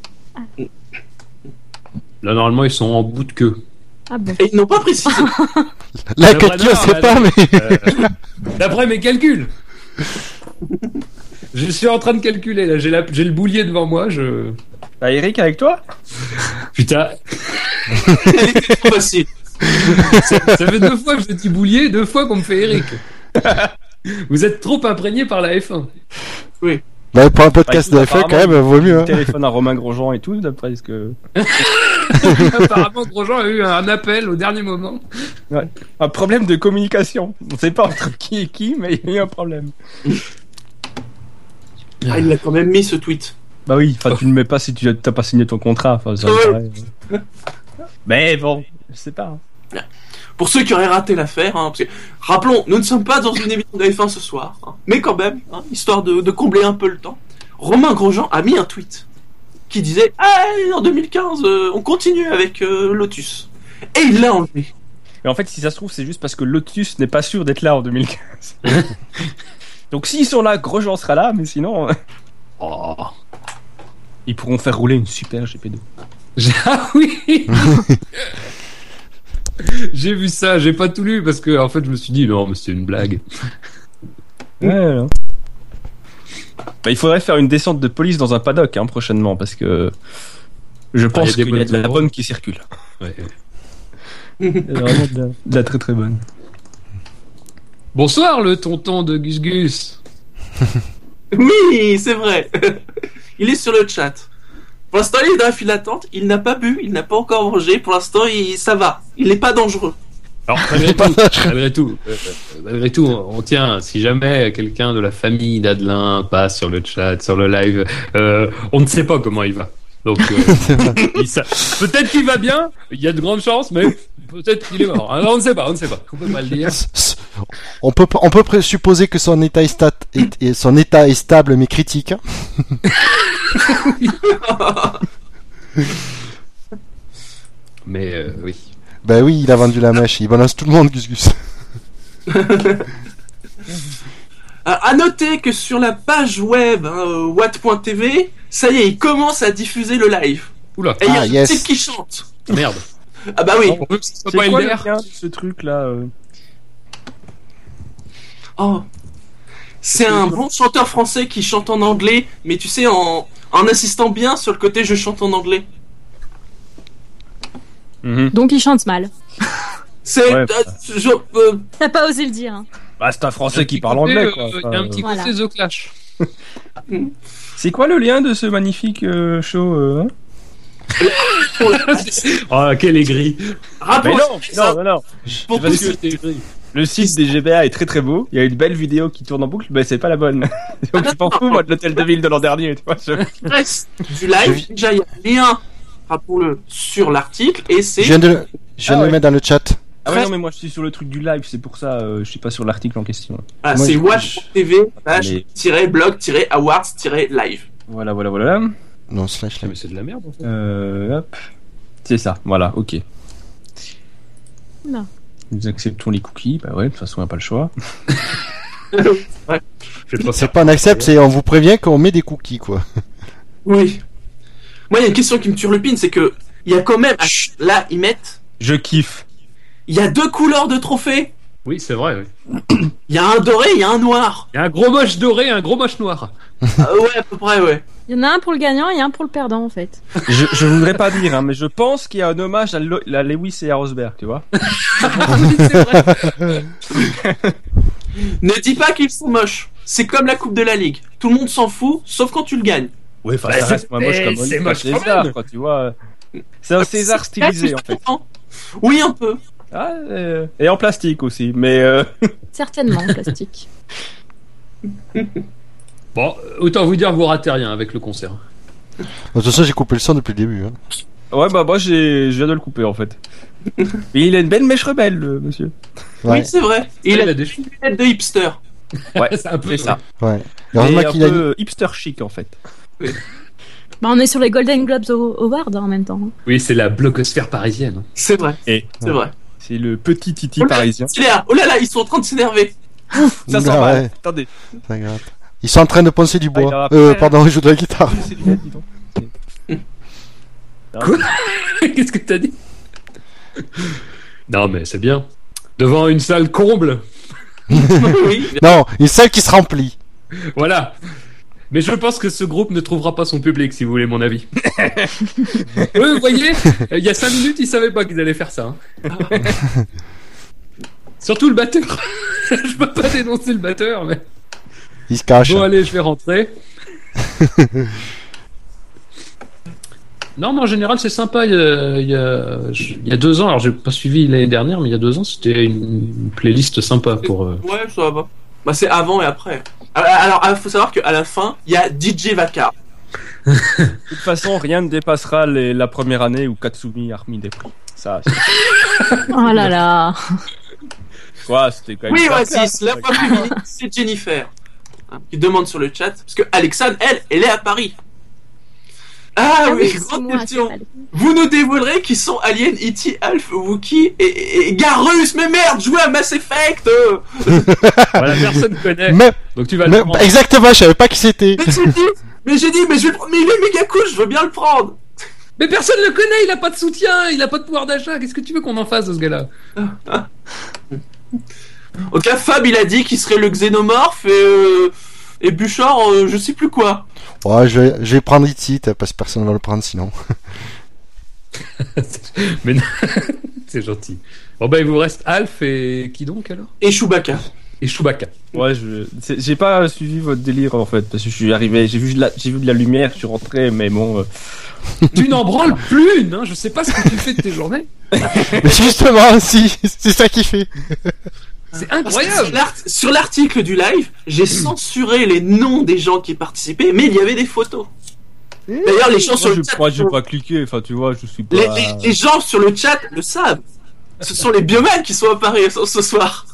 Speaker 3: là normalement ils sont en bout de queue.
Speaker 10: Ah bon.
Speaker 1: Et ils n'ont pas précisé.
Speaker 2: La
Speaker 3: D'après-
Speaker 2: quelqu'un,
Speaker 3: non,
Speaker 2: on sait
Speaker 3: mais-
Speaker 2: pas, mais.
Speaker 3: euh, D'après mes calculs. Je suis en train de calculer, là j'ai la- j'ai le boulier devant moi, je...
Speaker 5: T'as Bah, Eric avec toi
Speaker 3: Putain,
Speaker 1: Trop facile.
Speaker 3: Ça fait deux fois que je dis Boulier, deux fois qu'on me fait Eric. Vous êtes trop imprégné par la F1.
Speaker 2: Bah, pour un podcast
Speaker 5: Bah,
Speaker 2: de
Speaker 5: écoute,
Speaker 2: F1, quand même, vaut mieux. hein.
Speaker 5: Téléphone à Romain Grosjean et tout, d'après ce que.
Speaker 3: Apparemment, Grosjean a eu un appel au dernier moment.
Speaker 5: Un problème de communication. On sait pas entre qui et qui, mais il y a eu un problème.
Speaker 1: Ah, il l'a quand même mis ce tweet.
Speaker 5: Bah oui, enfin, tu ne mets pas si tu t'as pas signé ton contrat. Enfin, ça me paraît- mais bon, je sais pas. hein.
Speaker 1: Pour ceux qui auraient raté l'affaire, hein, parce que, rappelons, nous ne sommes pas dans une émission de F1 ce soir, hein, mais quand même, hein, histoire de, de combler un peu le temps, Romain Grosjean a mis un tweet qui disait Ah, en 2015, euh, on continue avec euh, Lotus. Et il l'a enlevé.
Speaker 5: Mais en fait, si ça se trouve, c'est juste parce que Lotus n'est pas sûr d'être là en 2015. Donc s'ils sont là, Grosjean sera là, mais sinon, euh,
Speaker 3: Oh.
Speaker 5: ils pourront faire rouler une super GP2.
Speaker 3: Ah oui J'ai vu ça, j'ai pas tout lu parce que en fait je me suis dit non mais c'est une blague.
Speaker 5: Ouais, hein. Bah, il faudrait faire une descente de police dans un paddock hein, prochainement, parce que je
Speaker 3: Ah, il
Speaker 5: pense
Speaker 3: y a des
Speaker 5: qu'il y a de la
Speaker 3: bonnes
Speaker 5: bonne qui circule.
Speaker 3: Ouais.
Speaker 5: Il y a vraiment de la, de la très très bonne.
Speaker 3: Bonsoir le tonton de Gus Gus.
Speaker 1: Oui, c'est vrai. il est sur le chat. Pour l'instant, il est dans la file d'attente, il n'a pas bu, il n'a pas encore mangé, pour l'instant, il, ça va. Il n'est pas dangereux.
Speaker 3: Alors malgré tout, malgré tout, euh, euh, malgré tout, on tient. Si jamais quelqu'un de la famille d'Adelin passe sur le chat, sur le live, euh, on ne sait pas comment il va. Donc euh, Il sa- Peut-être qu'il va bien, il y a de grandes chances, mais peut-être qu'il est mort. Alors, on ne sait pas, on ne sait pas. On peut pas le dire.
Speaker 2: On peut, on peut présupposer que son état est, stat- est- est- son état est stable mais critique. hein.
Speaker 3: Mais euh, oui.
Speaker 2: Bah oui, il a vendu la mèche, il balance tout le monde, Gus Gus.
Speaker 1: Euh, à noter que sur la page web hein, euh, watt.tv, ça y est, ils commencent à diffuser le live.
Speaker 3: Oula.
Speaker 1: Et il y a
Speaker 2: Ah,
Speaker 1: un
Speaker 2: yes.
Speaker 1: type qui chante.
Speaker 3: Merde.
Speaker 1: Ah bah oui.
Speaker 3: On veut que ce soit
Speaker 5: C'est
Speaker 3: pas
Speaker 5: quoi le
Speaker 3: Elder.
Speaker 5: lien de ce truc là euh
Speaker 1: Oh. C'est un bon chanteur français qui chante en anglais, mais tu sais, en, en insistant bien sur le côté je chante en anglais.
Speaker 10: Donc il chante mal.
Speaker 1: C'est.
Speaker 5: Ouais.
Speaker 1: euh, je- euh,
Speaker 10: T'as pas osé le dire. hein.
Speaker 5: Bah, c'est un français qui parle
Speaker 3: Écoutez,
Speaker 5: anglais
Speaker 3: euh,
Speaker 5: quoi.
Speaker 3: Il y
Speaker 5: Enfin,
Speaker 3: a un petit
Speaker 10: Voilà.
Speaker 3: côté The Clash.
Speaker 5: C'est quoi le lien de ce magnifique euh, show euh, hein
Speaker 3: oh, quel aigri.
Speaker 1: rappelons-
Speaker 5: non, non, non.
Speaker 1: pour
Speaker 5: parce
Speaker 1: tous-
Speaker 5: que- Le site des GBA est très très beau. Il y a une belle vidéo qui tourne en boucle, mais c'est pas la bonne. Donc je m'en fous, moi, de l'hôtel de ville de l'an dernier. Tu vois, je-
Speaker 1: Bref, du live, déjà Ah, il y a un lien rappelons-le, sur l'article et c'est.
Speaker 2: Je viens de, le- je viens de
Speaker 5: Ah
Speaker 2: le
Speaker 5: ouais.
Speaker 2: mettre dans le chat.
Speaker 5: Ah ouais, non, mais moi je suis sur le truc du live, c'est pour ça, euh, je suis pas sur l'article en question.
Speaker 1: Voilà,
Speaker 5: Moi,
Speaker 1: Ah, c'est
Speaker 5: je-
Speaker 1: watch.tv/blog-awards-live.
Speaker 5: Voilà, voilà, voilà.
Speaker 2: Non, slash
Speaker 3: Ah, Mais c'est de la merde. en fait.
Speaker 5: Euh, hop. C'est ça, voilà, ok.
Speaker 10: Non.
Speaker 5: Nous acceptons les cookies, bah ouais, de toute façon, on n'a pas le choix.
Speaker 2: C'est pas un accept, c'est on vous prévient qu'on met des cookies, quoi.
Speaker 1: Oui. Moi, il y a une question qui me turlupine, c'est que il y a quand
Speaker 3: Ah.
Speaker 1: même. Là, ils mettent.
Speaker 5: Je kiffe.
Speaker 1: Il y a deux couleurs de trophées.
Speaker 3: Oui, c'est vrai. oui.
Speaker 1: Il y a un doré, il y a un noir.
Speaker 3: Il y a un gros moche doré et un gros moche noir.
Speaker 1: Ah ouais, à peu près, ouais.
Speaker 10: Il y en a un pour le gagnant et un pour le perdant en fait.
Speaker 5: Je, je voudrais pas dire, hein, mais je pense qu'il y a un hommage à, Lo- à Lewis et à Rosberg, tu vois.
Speaker 1: Ne dis pas qu'ils sont moches. C'est comme la Coupe de la Ligue. Tout le monde s'en fout, sauf quand tu le gagnes.
Speaker 5: Oui, enfin,
Speaker 3: Bah,
Speaker 5: ça reste moins moche
Speaker 3: c'est-
Speaker 5: comme
Speaker 3: c'est
Speaker 5: comme
Speaker 3: moche quand
Speaker 5: César,
Speaker 3: même.
Speaker 5: quoi, tu vois. C'est un César stylisé, en fait.
Speaker 1: Oui, un peu.
Speaker 5: Ah, euh, et en plastique aussi, mais euh,
Speaker 10: Certainement en plastique. Bah,
Speaker 3: Bon, autant vous dire, vous ratez rien avec le concert.
Speaker 2: De toute façon, j'ai coupé le son depuis le début. hein.
Speaker 5: ouais, bah moi j'ai, je viens de le couper en fait. Mais il a une belle mèche rebelle, le monsieur.
Speaker 2: Ouais,
Speaker 1: Oui, c'est vrai. Et
Speaker 3: Il
Speaker 1: il
Speaker 3: a
Speaker 1: a
Speaker 3: des cheveux.
Speaker 1: une tête de hipster.
Speaker 5: Ouais,
Speaker 3: C'est un peu
Speaker 5: c'est ça.
Speaker 2: ouais.
Speaker 5: Il
Speaker 2: Heureusement
Speaker 5: est un
Speaker 2: qu'il a-
Speaker 5: peu hipster chic en fait.
Speaker 10: Bah, on est sur les Golden Globes au- Awards hein, en même temps.
Speaker 3: Oui, c'est la blogosphère parisienne.
Speaker 1: C'est vrai.
Speaker 5: Et
Speaker 1: C'est vrai.
Speaker 5: c'est le petit titi
Speaker 1: Oh là,
Speaker 5: parisien.
Speaker 1: c'est là. Oh là là, ils sont en train de s'énerver.
Speaker 5: Ça sent
Speaker 2: Ah
Speaker 5: pas.
Speaker 2: ouais.
Speaker 5: Attendez.
Speaker 2: Ça gratte. Ils sont en train de poncer du
Speaker 5: Ah, il en
Speaker 2: bois.
Speaker 5: a
Speaker 2: Euh,
Speaker 5: plein.
Speaker 2: pardon, je joue de la guitare.
Speaker 5: C'est du net, dis donc.
Speaker 3: Qu'est-ce que t'as dit Non, mais c'est bien. Devant une salle comble,
Speaker 1: oui.
Speaker 2: Non, une salle qui se remplit.
Speaker 3: voilà. Mais je pense que ce groupe ne trouvera pas son public, si vous voulez mon avis. Eux, vous voyez, il y a 5 minutes, ils savaient pas qu'ils allaient faire ça. hein.
Speaker 1: Ah.
Speaker 3: Surtout le batteur. je peux pas dénoncer le batteur, mais...
Speaker 2: Ils se cachent.
Speaker 3: Bon, allez, je vais rentrer. non, mais en général, c'est sympa. Il y, a, il y a- je- il y a deux ans, alors j'ai pas suivi l'année dernière, mais il y a deux ans, c'était une, une playlist sympa pour. euh,
Speaker 1: Ouais, ça va. Bah, c'est avant et après. Ah, Alors, il faut savoir qu'à la fin, il y a DJ Vakar.
Speaker 5: De toute façon, rien ne dépassera les- la première année où Katsumi a remis des prix. Ça, c'est-
Speaker 10: Oh là là.
Speaker 5: quoi, c'était quand même.
Speaker 1: Oui,
Speaker 5: pas classe,
Speaker 1: Oasis, la
Speaker 5: quoi.
Speaker 1: fois féminine, c'est Jennifer. Hein, qui demande sur le chat, parce que Alexandre, elle, elle est à Paris. Ah, oui,
Speaker 10: c'est
Speaker 1: grande
Speaker 10: moi,
Speaker 1: question.
Speaker 10: c'est pas-
Speaker 1: Vous nous dévoilerez qui sont Alien, E.T., Alf, Wookie et, et- et Garus, mais merde, jouez à Mass Effect euh.
Speaker 3: Voilà, personne connaît.
Speaker 2: Mais,
Speaker 3: Donc tu vas
Speaker 2: mais-
Speaker 3: le prendre.
Speaker 2: exactement, je savais pas qui c'était.
Speaker 1: Mais j'ai dit, mais j'ai dit, mais je vais prendre- mais il est méga cool, je veux bien le prendre
Speaker 3: Mais personne le connaît, il a pas de soutien, il a pas de pouvoir d'achat. Qu'est-ce que tu veux qu'on en fasse de ce gars-là
Speaker 1: En tout cas, Fab, il a dit qu'il serait le xénomorphe et, euh, et Bouchard, euh, je sais plus quoi.
Speaker 2: Ouais, je vais, je vais prendre Itit parce que personne va le prendre sinon.
Speaker 3: Mais non, c'est gentil. Bon, bah, il vous reste Alf et qui donc alors
Speaker 1: Et Chewbacca.
Speaker 3: Et Chewbacca.
Speaker 5: Ouais, je, c'est- j'ai pas suivi votre délire en fait parce que je suis arrivé, j'ai vu de la, j'ai vu de la lumière, je suis rentré, mais bon. euh,
Speaker 3: tu n'en branles plus une, hein, je sais pas ce que tu fais de tes journées.
Speaker 2: Mais justement, si, c'est ça qui fait.
Speaker 3: C'est
Speaker 1: Parce que sur
Speaker 3: incroyable. Hmm.
Speaker 1: l'art- Sur l'article du live, j'ai censuré les noms des gens qui participaient, mais il y avait des photos. D'ailleurs, les gens sur
Speaker 5: Moi,
Speaker 1: le
Speaker 5: je
Speaker 1: chat,
Speaker 5: crois que j'ai pas cliqué. Enfin, tu vois, je suis pas.
Speaker 1: les, les- les gens sur le chat le savent. Ce sont les biomans qui sont à Paris ce ce soir.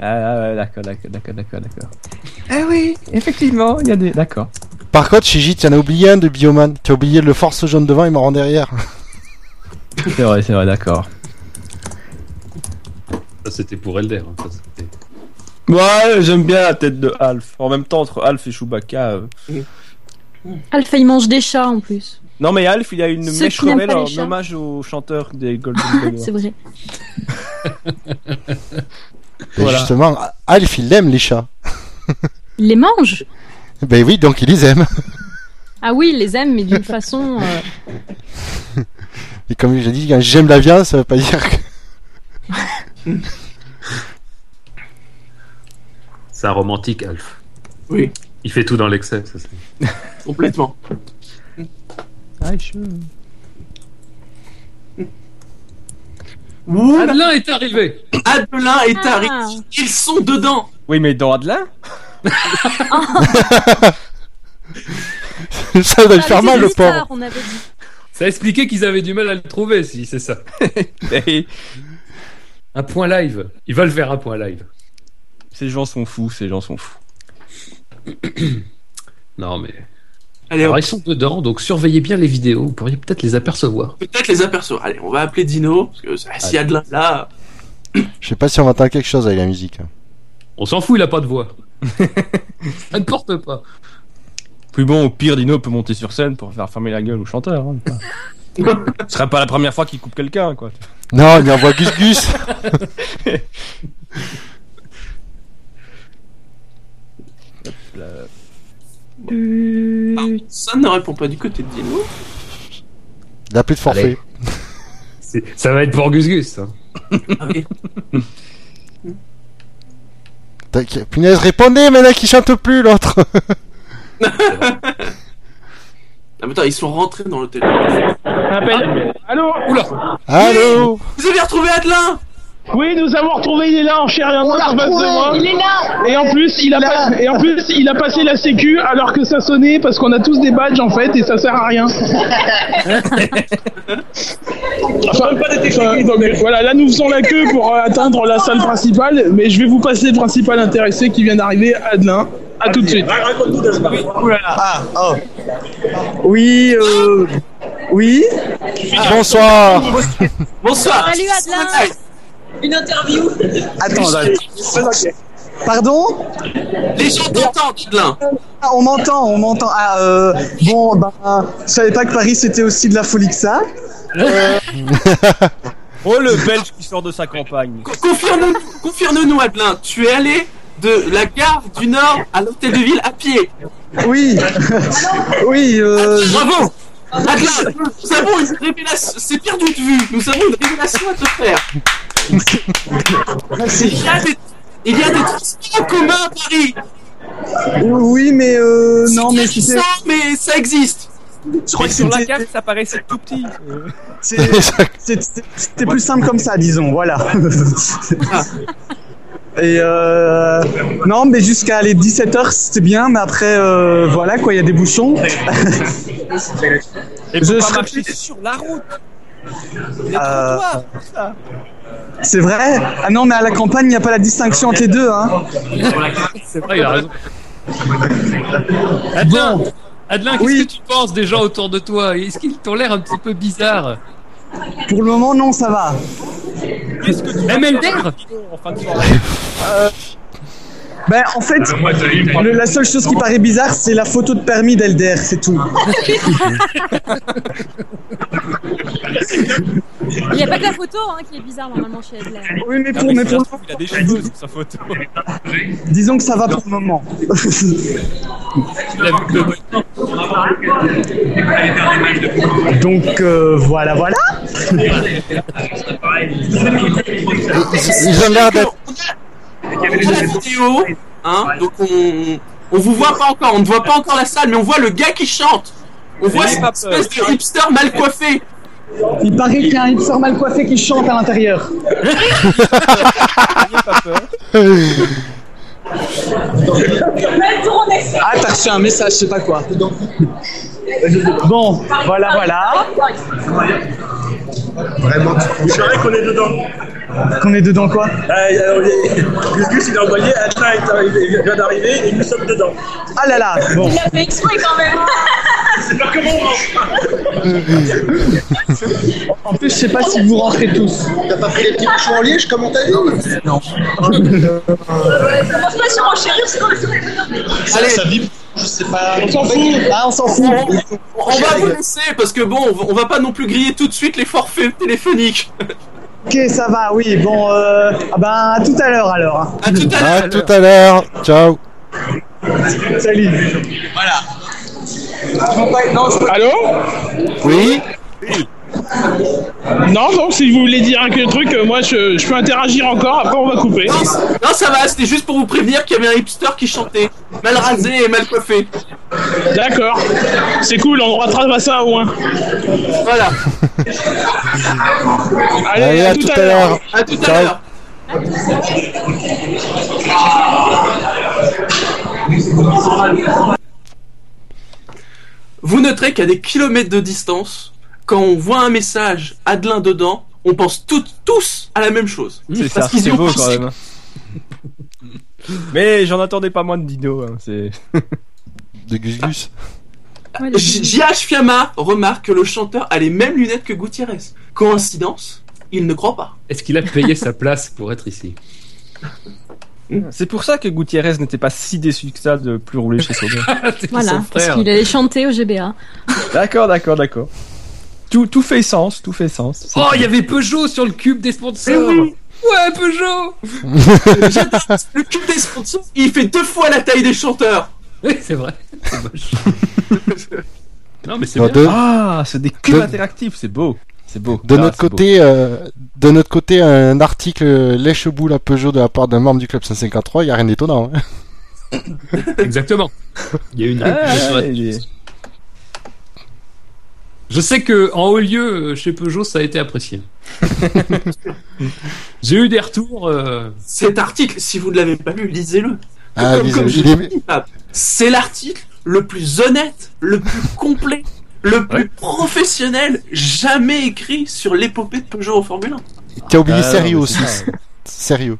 Speaker 5: Ah, ah, ouais, d'accord, d'accord, d'accord, d'accord, d'accord. Eh oui, effectivement, Oh, il y a des. D'accord.
Speaker 2: Par contre, Gigi, tu en as oublié un de Bioman. Tu as oublié le Force jaune devant et Moran derrière.
Speaker 5: C'est vrai, c'est vrai, d'accord.
Speaker 3: Ça, c'était pour Elder. hein, ça, c'était-
Speaker 5: Ouais, j'aime bien la tête de Alf. En même temps, entre Alf et Chewbacca. euh,
Speaker 1: Mm.
Speaker 10: Alpha Ah, il mange des chats en plus.
Speaker 5: Non, mais Alf, il a une
Speaker 10: Ceux
Speaker 5: mèche
Speaker 10: qui n'aiment
Speaker 5: rebelle
Speaker 10: pas les
Speaker 5: en
Speaker 10: chats.
Speaker 5: hommage au chanteur des Golden Globes.
Speaker 10: C'est vrai.
Speaker 2: Et
Speaker 5: Voilà.
Speaker 2: justement, Alf, il aime les chats.
Speaker 10: Il les mange
Speaker 2: Ben oui, donc il les aime.
Speaker 10: Ah oui, il les aime, mais d'une façon. euh,
Speaker 2: Et comme j'ai dit, quand j'aime la viande, ça veut pas dire que.
Speaker 3: C'est un romantique, Alf.
Speaker 1: Oui.
Speaker 3: Il fait tout dans l'excès, ça c'est.
Speaker 1: Complètement.
Speaker 5: Ah, je-
Speaker 3: Adelin est arrivé.
Speaker 1: Adelin est
Speaker 3: Ah.
Speaker 1: arrivé. Ils sont dedans.
Speaker 5: Oui, mais dans Adelin
Speaker 2: Ça va lui faire
Speaker 11: Ah, c'est
Speaker 2: mal, le
Speaker 11: bizarre,
Speaker 2: pauvre.
Speaker 11: On avait dit.
Speaker 3: Ça expliquait qu'ils avaient du mal à le trouver, si c'est ça.
Speaker 5: Eh
Speaker 3: un point live. Ils veulent faire un point live.
Speaker 5: Ces gens sont fous, ces gens sont fous.
Speaker 3: Non, mais. Alors, ils sont dedans, donc surveillez bien les vidéos. Vous pourriez peut-être les apercevoir.
Speaker 1: Peut-être les apercevoir. Allez, on va appeler Dino. Parce que ah, si Adelin est là.
Speaker 2: Je sais pas si on va atteindre quelque chose avec la musique.
Speaker 3: On s'en fout, il a pas de voix. Ça ne porte pas.
Speaker 5: Plus bon, au pire, Dino peut monter sur scène pour faire fermer la gueule au chanteur. hein. Ce serait pas la première fois qu'il coupe quelqu'un, quoi.
Speaker 2: Non, il envoie Gus Gus.
Speaker 1: Ah, ça ne répond pas du côté de Dino.
Speaker 2: Il a plus de forfait.
Speaker 3: C'est- Ça va être pour Gus Gus. hein. ça.
Speaker 1: Ah
Speaker 2: T'inquiète. Punaise, répondez, mais là qui chante plus l'autre.
Speaker 1: Ah, mais attends, ils sont rentrés dans l'hôtel. Ah, Appel.
Speaker 8: Allô
Speaker 3: Oula
Speaker 2: Allô
Speaker 1: Vous avez retrouvé Adelin
Speaker 8: Oui, nous avons retrouvé, il est là en chair et en os en face de
Speaker 4: retrouvé,
Speaker 8: moi.
Speaker 4: il est là.
Speaker 8: Et en plus, il a
Speaker 4: Il est
Speaker 8: pas-
Speaker 4: là.
Speaker 8: et en plus, il a passé la sécu alors que ça sonnait parce qu'on a tous des badges en fait et ça sert à rien. Enfin, enfin, non, mais voilà, là nous faisons la queue pour euh, atteindre la salle principale, mais je vais vous passer le principal intéressé qui vient d'arriver, Adelin. À tout de suite.
Speaker 4: Ah, oh. Oui, euh... Oui
Speaker 2: Bonsoir
Speaker 1: Bonsoir
Speaker 4: Salut Adelin Une interview Attends, là. Pardon
Speaker 1: Les gens t'entendent, Adelin
Speaker 4: Ah, On m'entend, on m'entend. Ah, euh, bon, ben, je savais pas que Paris c'était aussi de la folie que ça. Euh,
Speaker 5: Oh, le Belge qui sort de sa campagne.
Speaker 1: Confirme-nous, confirme-nous, Adelin. Tu es allé de la gare du Nord à l'hôtel de ville à pied.
Speaker 4: oui, oui. Euh,
Speaker 1: Bravo Adelin, nous avons une révélation. C'est perdu de vue. Nous avons une révélation à te faire. Il y a des, il y a des transports en commun à Paris.
Speaker 4: Oui, mais euh, non, mais c'était.
Speaker 1: Ça, mais ça existe.
Speaker 4: Je crois que sur la
Speaker 5: carte, ça paraissait tout petit.
Speaker 4: C'est- c'est- c'est- C'était plus simple comme ça, disons, voilà. Et euh, non, mais jusqu'à les 17h, c'était bien, mais après, euh, voilà quoi, il y a des bouchons.
Speaker 5: Et
Speaker 4: Je
Speaker 5: pour pas
Speaker 4: serais
Speaker 5: marcher
Speaker 4: plus-
Speaker 5: sur la route.
Speaker 4: Euh, c'est vrai Ah non, mais à la campagne, il n'y a pas la distinction entre les deux. Hein.
Speaker 3: C'est vrai, il a raison. Adelin, Adelin qu'est-ce que tu penses des gens autour de toi Est-ce qu'ils t'ont l'air un petit peu bizarre
Speaker 4: Pour le moment, non, ça va.
Speaker 3: MLDR
Speaker 4: Euh, ben, en fait, le- la seule chose qui paraît bizarre, c'est la photo de permis d'Elder, c'est tout.
Speaker 11: Il n'y a pas que la photo hein, qui est bizarre normalement chez Adler.
Speaker 4: Oui,
Speaker 5: Ah,
Speaker 4: mais pour, mais pour le
Speaker 5: Il a des cheveux sur sa photo.
Speaker 4: Disons que ça va pour le moment. Donc euh, voilà, voilà.
Speaker 2: Ils ont l'air d'être.
Speaker 1: On a la vidéo, hein, donc on, on vous voit pas encore, on ne voit pas encore la salle, mais on voit le gars qui chante. On voit cette espèce de hipster mal coiffé.
Speaker 4: Il paraît qu'il y a un hipster mal coiffé qui chante à l'intérieur. Ah, t'as reçu un message, je sais pas quoi. Bon, voilà, voilà.
Speaker 12: Vraiment, tu savais qu'on est dedans. Euh,
Speaker 4: Qu'on est dedans quoi
Speaker 12: alors, les- Gus Gus, il a envoyé, Alain est arrivé, il vient d'arriver et nous sommes dedans.
Speaker 4: Ah là là, bon.
Speaker 12: Il l'a fait exprès quand même. C'est pas comment on
Speaker 4: En plus, je sais pas si vous rentrez tous.
Speaker 12: T'as pas pris les petits bouchons en liège comme on t'a dit
Speaker 4: Non.
Speaker 12: Commence pas sur enchérir, sinon le Allez, ça vibre. Je sais pas.
Speaker 4: On s'en fout. Ah, on s'en fout.
Speaker 1: On va vous laisser parce que bon, on va- on va pas non plus griller tout de suite les forfaits téléphoniques.
Speaker 4: Ok, ça va, oui. Bon, euh, ah ben, à tout à l'heure alors. hein.
Speaker 1: À tout
Speaker 2: À tout à l'heure. Ciao.
Speaker 4: Salut.
Speaker 12: Allô
Speaker 2: Oui
Speaker 8: Non, non, si vous voulez dire un que- truc, euh, moi je, je peux interagir encore, après on va couper.
Speaker 1: Non, c- non, ça va, c'était juste pour vous prévenir qu'il y avait un hipster qui chantait, mal rasé et mal coiffé.
Speaker 8: D'accord. C'est cool, on rattrapera ça au moins.
Speaker 1: Voilà.
Speaker 8: Allez, à, tout, à l'heure.
Speaker 1: À tout à l'heure. Vous noterez qu'à des kilomètres de distance, quand on voit un message Adelin dedans, on pense toutes, tous à la même chose.
Speaker 5: C'est ça,
Speaker 1: Parce qu'ils
Speaker 5: c'est
Speaker 1: ont
Speaker 5: beau
Speaker 1: poussé-
Speaker 5: quand
Speaker 3: hein.
Speaker 5: même. hein. Mais j'en attendais pas moins de Dino. hein, c'est...
Speaker 2: de Gus Gus.
Speaker 1: J- J.H. Fiamma remarque que le chanteur a les mêmes lunettes que Gutiérrez. Coïncidence Il ne croit pas.
Speaker 3: Est-ce qu'il a payé sa place pour être ici
Speaker 5: C'est pour ça que Gutiérrez n'était pas si déçu que ça de plus rouler chez Sauber.
Speaker 10: Voilà, parce qu'il allait chanter au GBA.
Speaker 5: D'accord, d'accord, d'accord. Tout, tout fait sens, tout fait sens.
Speaker 3: Oh, il y avait Peugeot sur le cube des sponsors Ouais, Peugeot
Speaker 1: J'adore, Le cul des sponsors, il fait deux fois la taille des chanteurs.
Speaker 3: Oui, c'est vrai. C'est moche. non, mais c'est
Speaker 2: Bon,
Speaker 3: bien.
Speaker 2: de-
Speaker 5: Ah, c'est des cubes
Speaker 2: de-
Speaker 5: interactifs, c'est beau. C'est beau.
Speaker 2: De
Speaker 5: Ah,
Speaker 2: notre
Speaker 5: c'est
Speaker 2: côté,
Speaker 5: beau.
Speaker 2: euh, de notre côté, un article euh, lèche-boule à Peugeot de la part d'un membre du club 553, il y a rien d'étonnant. hein.
Speaker 3: Exactement. Il y a une.
Speaker 5: Ah,
Speaker 3: je,
Speaker 5: ouais, il est-
Speaker 3: je sais que en haut lieu euh, chez Peugeot, ça a été apprécié. J'ai eu des retours. euh,
Speaker 1: Cet article, si vous ne l'avez pas lu, lisez-le.
Speaker 2: Ah,
Speaker 1: Comme-
Speaker 2: lisez-le.
Speaker 1: comme je
Speaker 2: Il est-
Speaker 1: dis, Pap, C'est l'article le plus honnête, le plus complet, le plus professionnel jamais écrit sur l'épopée de Peugeot en Formule 1.
Speaker 2: T'as oublié
Speaker 5: Ah, non,
Speaker 2: sérieux
Speaker 5: mais c'est
Speaker 2: aussi.
Speaker 5: ça, ouais.
Speaker 2: Sérieux.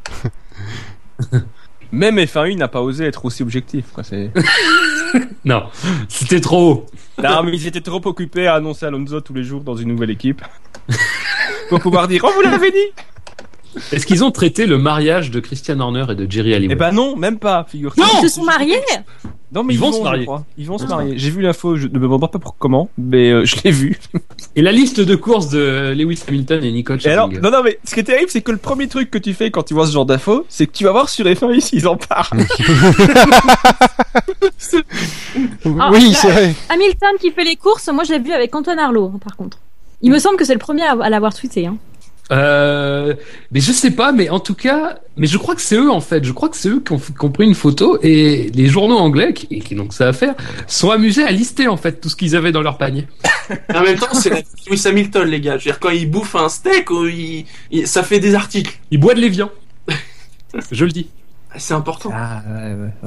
Speaker 5: Même F1 n'a pas osé être aussi objectif. Quoi. C'est...
Speaker 3: Non, c'était trop haut.
Speaker 5: non, mais ils étaient trop occupés à annoncer Alonso tous les jours dans une nouvelle équipe. Pour pouvoir dire, oh, vous l'avez dit
Speaker 3: Est-ce qu'ils ont traité le mariage de Christian Horner et de Jerry Halliwell
Speaker 5: Eh ben non, même pas, figure
Speaker 10: Ils se sont mariés
Speaker 5: Non, mais
Speaker 3: Ils
Speaker 5: ils,
Speaker 3: vont
Speaker 5: vont,
Speaker 3: se
Speaker 5: je
Speaker 3: marier.
Speaker 5: crois. Ils vont se
Speaker 3: Ah.
Speaker 5: marier. J'ai vu l'info, je ne me demande pas pour comment, mais euh, je l'ai vu.
Speaker 3: Et la liste de courses de Lewis Hamilton et Nicole
Speaker 5: Et alors,
Speaker 3: Scherzinger.
Speaker 5: non, non, mais ce qui est terrible, c'est que le premier truc que tu fais quand tu vois ce genre d'infos, c'est que tu vas voir sur F1 ici, ils en parlent.
Speaker 10: Ah,
Speaker 2: oui,
Speaker 10: là,
Speaker 2: c'est vrai.
Speaker 10: Hamilton qui fait les courses, moi j'ai vu avec Antoine Arlo, hein, par contre. Il me semble que c'est le premier à à l'avoir tweeté. Hein.
Speaker 3: Euh, mais je sais pas, mais en tout cas, mais je crois que c'est eux en fait. Je crois que c'est eux qui ont, qui ont pris une photo et les journaux anglais, qui, et qui n'ont que ça à faire, sont amusés à lister en fait tout ce qu'ils avaient dans leur panier.
Speaker 1: Ah. En même temps, c'est la vie de Lewis Hamilton, les gars. Je veux dire, quand il bouffe un steak, oh, il- il- ça fait des articles.
Speaker 3: Ils boivent de l'évian. je le dis.
Speaker 1: C'est important.
Speaker 3: Ah,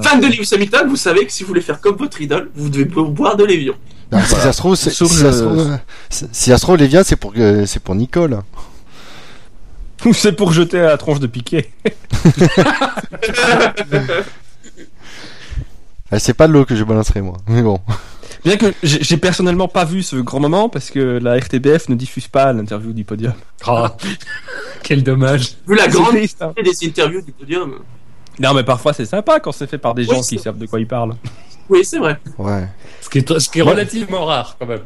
Speaker 1: Fan de Lewis Hamilton, vous savez que si vous voulez faire comme votre idole, vous devez boire de l'évian.
Speaker 2: Non, Si ça se trouve, c'est-
Speaker 5: Sauf
Speaker 2: si
Speaker 5: le-
Speaker 2: ça se trouve, euh, si- si ça se trouve, Lévia, c'est pour que- c'est pour Nicole.
Speaker 5: c'est pour jeter à la tronche de piquet.
Speaker 2: Ah, C'est pas de l'eau que je balancerai moi. Mais bon.
Speaker 5: Bien que j'ai j'ai personnellement pas vu ce grand moment parce que la RTBF ne diffuse pas l'interview du podium.
Speaker 3: Ah, quel dommage.
Speaker 1: Vu la
Speaker 5: C'est
Speaker 1: grande
Speaker 5: triste, hein.
Speaker 1: quantité des interviews du podium.
Speaker 5: Non, mais parfois c'est sympa quand c'est fait par des gens qui savent de quoi ils parlent.
Speaker 1: Oui, c'est vrai.
Speaker 2: Ouais.
Speaker 3: Ce qui est, ce qui est
Speaker 2: Ouais.
Speaker 3: relativement rare quand même.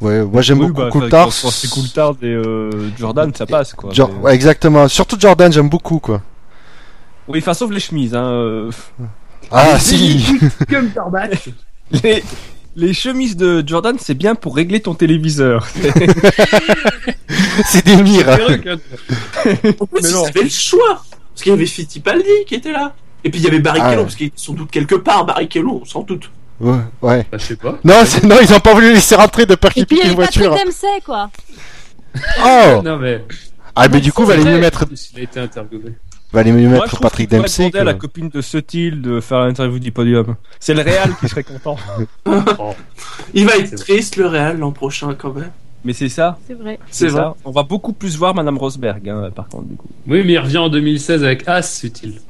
Speaker 2: Ouais, moi j'aime beaucoup
Speaker 5: Coulthard.
Speaker 2: Coulthard.
Speaker 5: bah, Quand c'est Coulthard et euh, Jordan, ça passe quoi.
Speaker 2: Jor-
Speaker 5: Mais-
Speaker 2: ouais, exactement. Surtout Jordan, j'aime beaucoup quoi.
Speaker 5: Oui, enfin sauf les chemises. Hein, euh.
Speaker 2: Ah si.
Speaker 5: les, les chemises de Jordan, c'est bien pour régler ton téléviseur.
Speaker 2: C'est des mires.
Speaker 1: En plus,
Speaker 5: Mais
Speaker 1: ils
Speaker 5: non.
Speaker 1: avaient le choix. Parce qu'il y avait Fittipaldi qui était là. Et puis il y avait
Speaker 2: Ah,
Speaker 1: Barrichello,
Speaker 2: ouais.
Speaker 1: parce qu'il était sans doute quelque part, Barrichello, sans doute.
Speaker 2: Ouais. ouais.
Speaker 3: Bah, je sais pas.
Speaker 2: Non, c'est- non, ils ont pas voulu laisser rentrer de peur
Speaker 10: Et
Speaker 2: qu'ils
Speaker 10: puis
Speaker 2: piquent
Speaker 10: il y
Speaker 2: une
Speaker 10: avait Patrick
Speaker 2: voiture.
Speaker 10: Dempsey, quoi.
Speaker 2: Oh
Speaker 3: Non mais.
Speaker 2: Ah mais du coup, va les mieux
Speaker 3: C'était-
Speaker 2: mettre,
Speaker 3: Il a été interviewé.
Speaker 2: va les mieux
Speaker 5: Moi, je
Speaker 2: mettre
Speaker 5: trouve
Speaker 2: Patrick
Speaker 5: qu'il faudrait
Speaker 2: Dempsey.
Speaker 5: demander à la
Speaker 2: que-
Speaker 5: copine de Sutil de faire l'interview du podium. C'est le Real qui serait content.
Speaker 3: Oh.
Speaker 1: Il va
Speaker 3: C'est
Speaker 1: être
Speaker 3: vrai.
Speaker 1: triste, le Real, l'an prochain, quand même.
Speaker 5: Mais c'est ça.
Speaker 10: C'est vrai.
Speaker 1: C'est vrai.
Speaker 5: ça. On va beaucoup plus voir Madame Rosberg, hein, par contre, du coup.
Speaker 3: Oui, mais il revient en 2016 avec As, utile.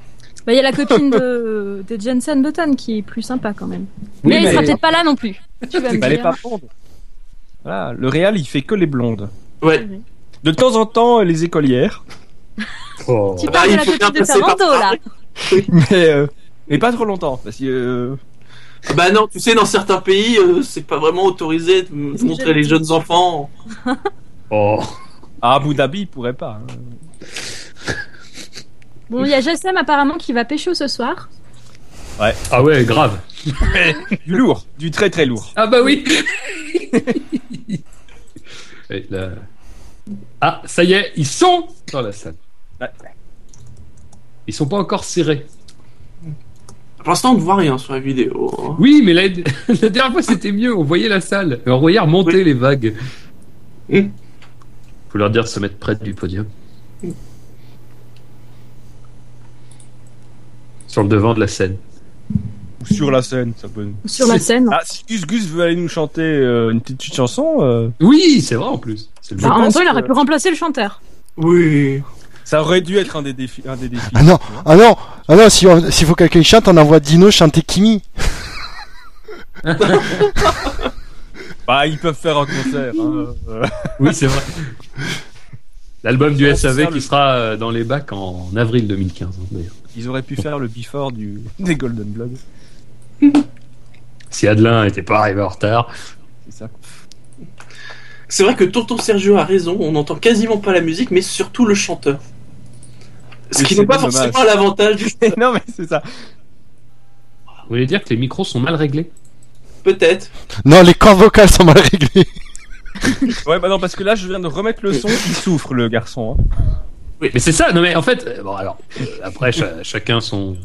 Speaker 10: Bah, il y a la copine de, de Jensen Button qui est plus sympa quand même.
Speaker 3: Oui,
Speaker 10: mais, il
Speaker 3: mais-
Speaker 10: sera peut-être pas là non plus. Tu vas me
Speaker 5: Il fallait
Speaker 10: dire.
Speaker 5: pas prendre. Voilà, le Real, il fait que les blondes.
Speaker 10: Ah
Speaker 1: Ouais.
Speaker 5: De temps en temps, euh, les écolières.
Speaker 3: Oh.
Speaker 10: Tu
Speaker 1: Bah,
Speaker 10: parles de
Speaker 1: il
Speaker 10: la
Speaker 1: faut bien
Speaker 10: copine de
Speaker 1: passer par
Speaker 10: Fernando là.
Speaker 5: Mais, euh, mais pas trop longtemps. Parce que. euh,
Speaker 1: Bah non, tu sais, dans certains pays, euh, c'est pas vraiment autorisé de m- de montrer les jeunes enfants.
Speaker 3: Oh.
Speaker 5: à Ah, Abu Dhabi, il pourrait pas. hein.
Speaker 10: Bon, il y a Jessem apparemment qui va pécho ce soir.
Speaker 3: Ah ouais, grave. bah
Speaker 5: Du lourd. Du très très lourd.
Speaker 3: Ah bah oui. Et la- Ah, ça y est, ils sont dans la salle. Ils sont pas encore serrés.
Speaker 1: Pour l'instant, on ne voit rien sur la vidéo. hein.
Speaker 3: Oui, mais la, la dernière fois, c'était mieux. On voyait la salle. Et on voyait remonter les vagues.
Speaker 1: Mmh.
Speaker 3: Faut leur dire de se mettre près du podium.
Speaker 1: Mm.
Speaker 3: Sur le devant de la scène.
Speaker 5: Ou sur la scène, ça peut.
Speaker 10: Sur la scène.
Speaker 5: Ah, si Gus Gus veut aller nous chanter euh, une petite chanson. euh,
Speaker 3: Oui, c'est vrai en plus.
Speaker 10: Enfin, Bah, en même temps, il aurait pu remplacer le chanteur.
Speaker 1: Oui.
Speaker 5: Ça aurait dû être un des défis. Un des défis.
Speaker 2: Ah non, ah non, ah non, si on- s'il faut que quelqu'un chante, on envoie Dino chanter Kimi.
Speaker 5: Bah, ils peuvent faire un concert. hein.
Speaker 3: Oui, c'est vrai. L'album du SAV qui sera euh, dans les bacs en avril 2015. hein, d'ailleurs.
Speaker 5: Ils auraient pu faire le before du... des Golden Blood.
Speaker 3: Si Adelin n'était pas arrivé en retard.
Speaker 1: C'est vrai que Tonton Sergio a raison, on n'entend quasiment pas la musique, mais surtout le chanteur. Ce
Speaker 3: Mais
Speaker 1: qui
Speaker 3: c'est
Speaker 1: n'est pas
Speaker 3: dommage.
Speaker 1: forcément l'avantage du.
Speaker 5: non, mais c'est ça.
Speaker 3: Vous voulez dire que les micros sont mal réglés
Speaker 1: Peut-être.
Speaker 2: Non, les cordes vocales sont mal réglées.
Speaker 5: Ouais, bah non, parce que là, je viens de remettre le son. Il souffre, le garçon. hein.
Speaker 3: Mais c'est ça, non mais en fait, euh, bon alors, euh, après cha- chacun son.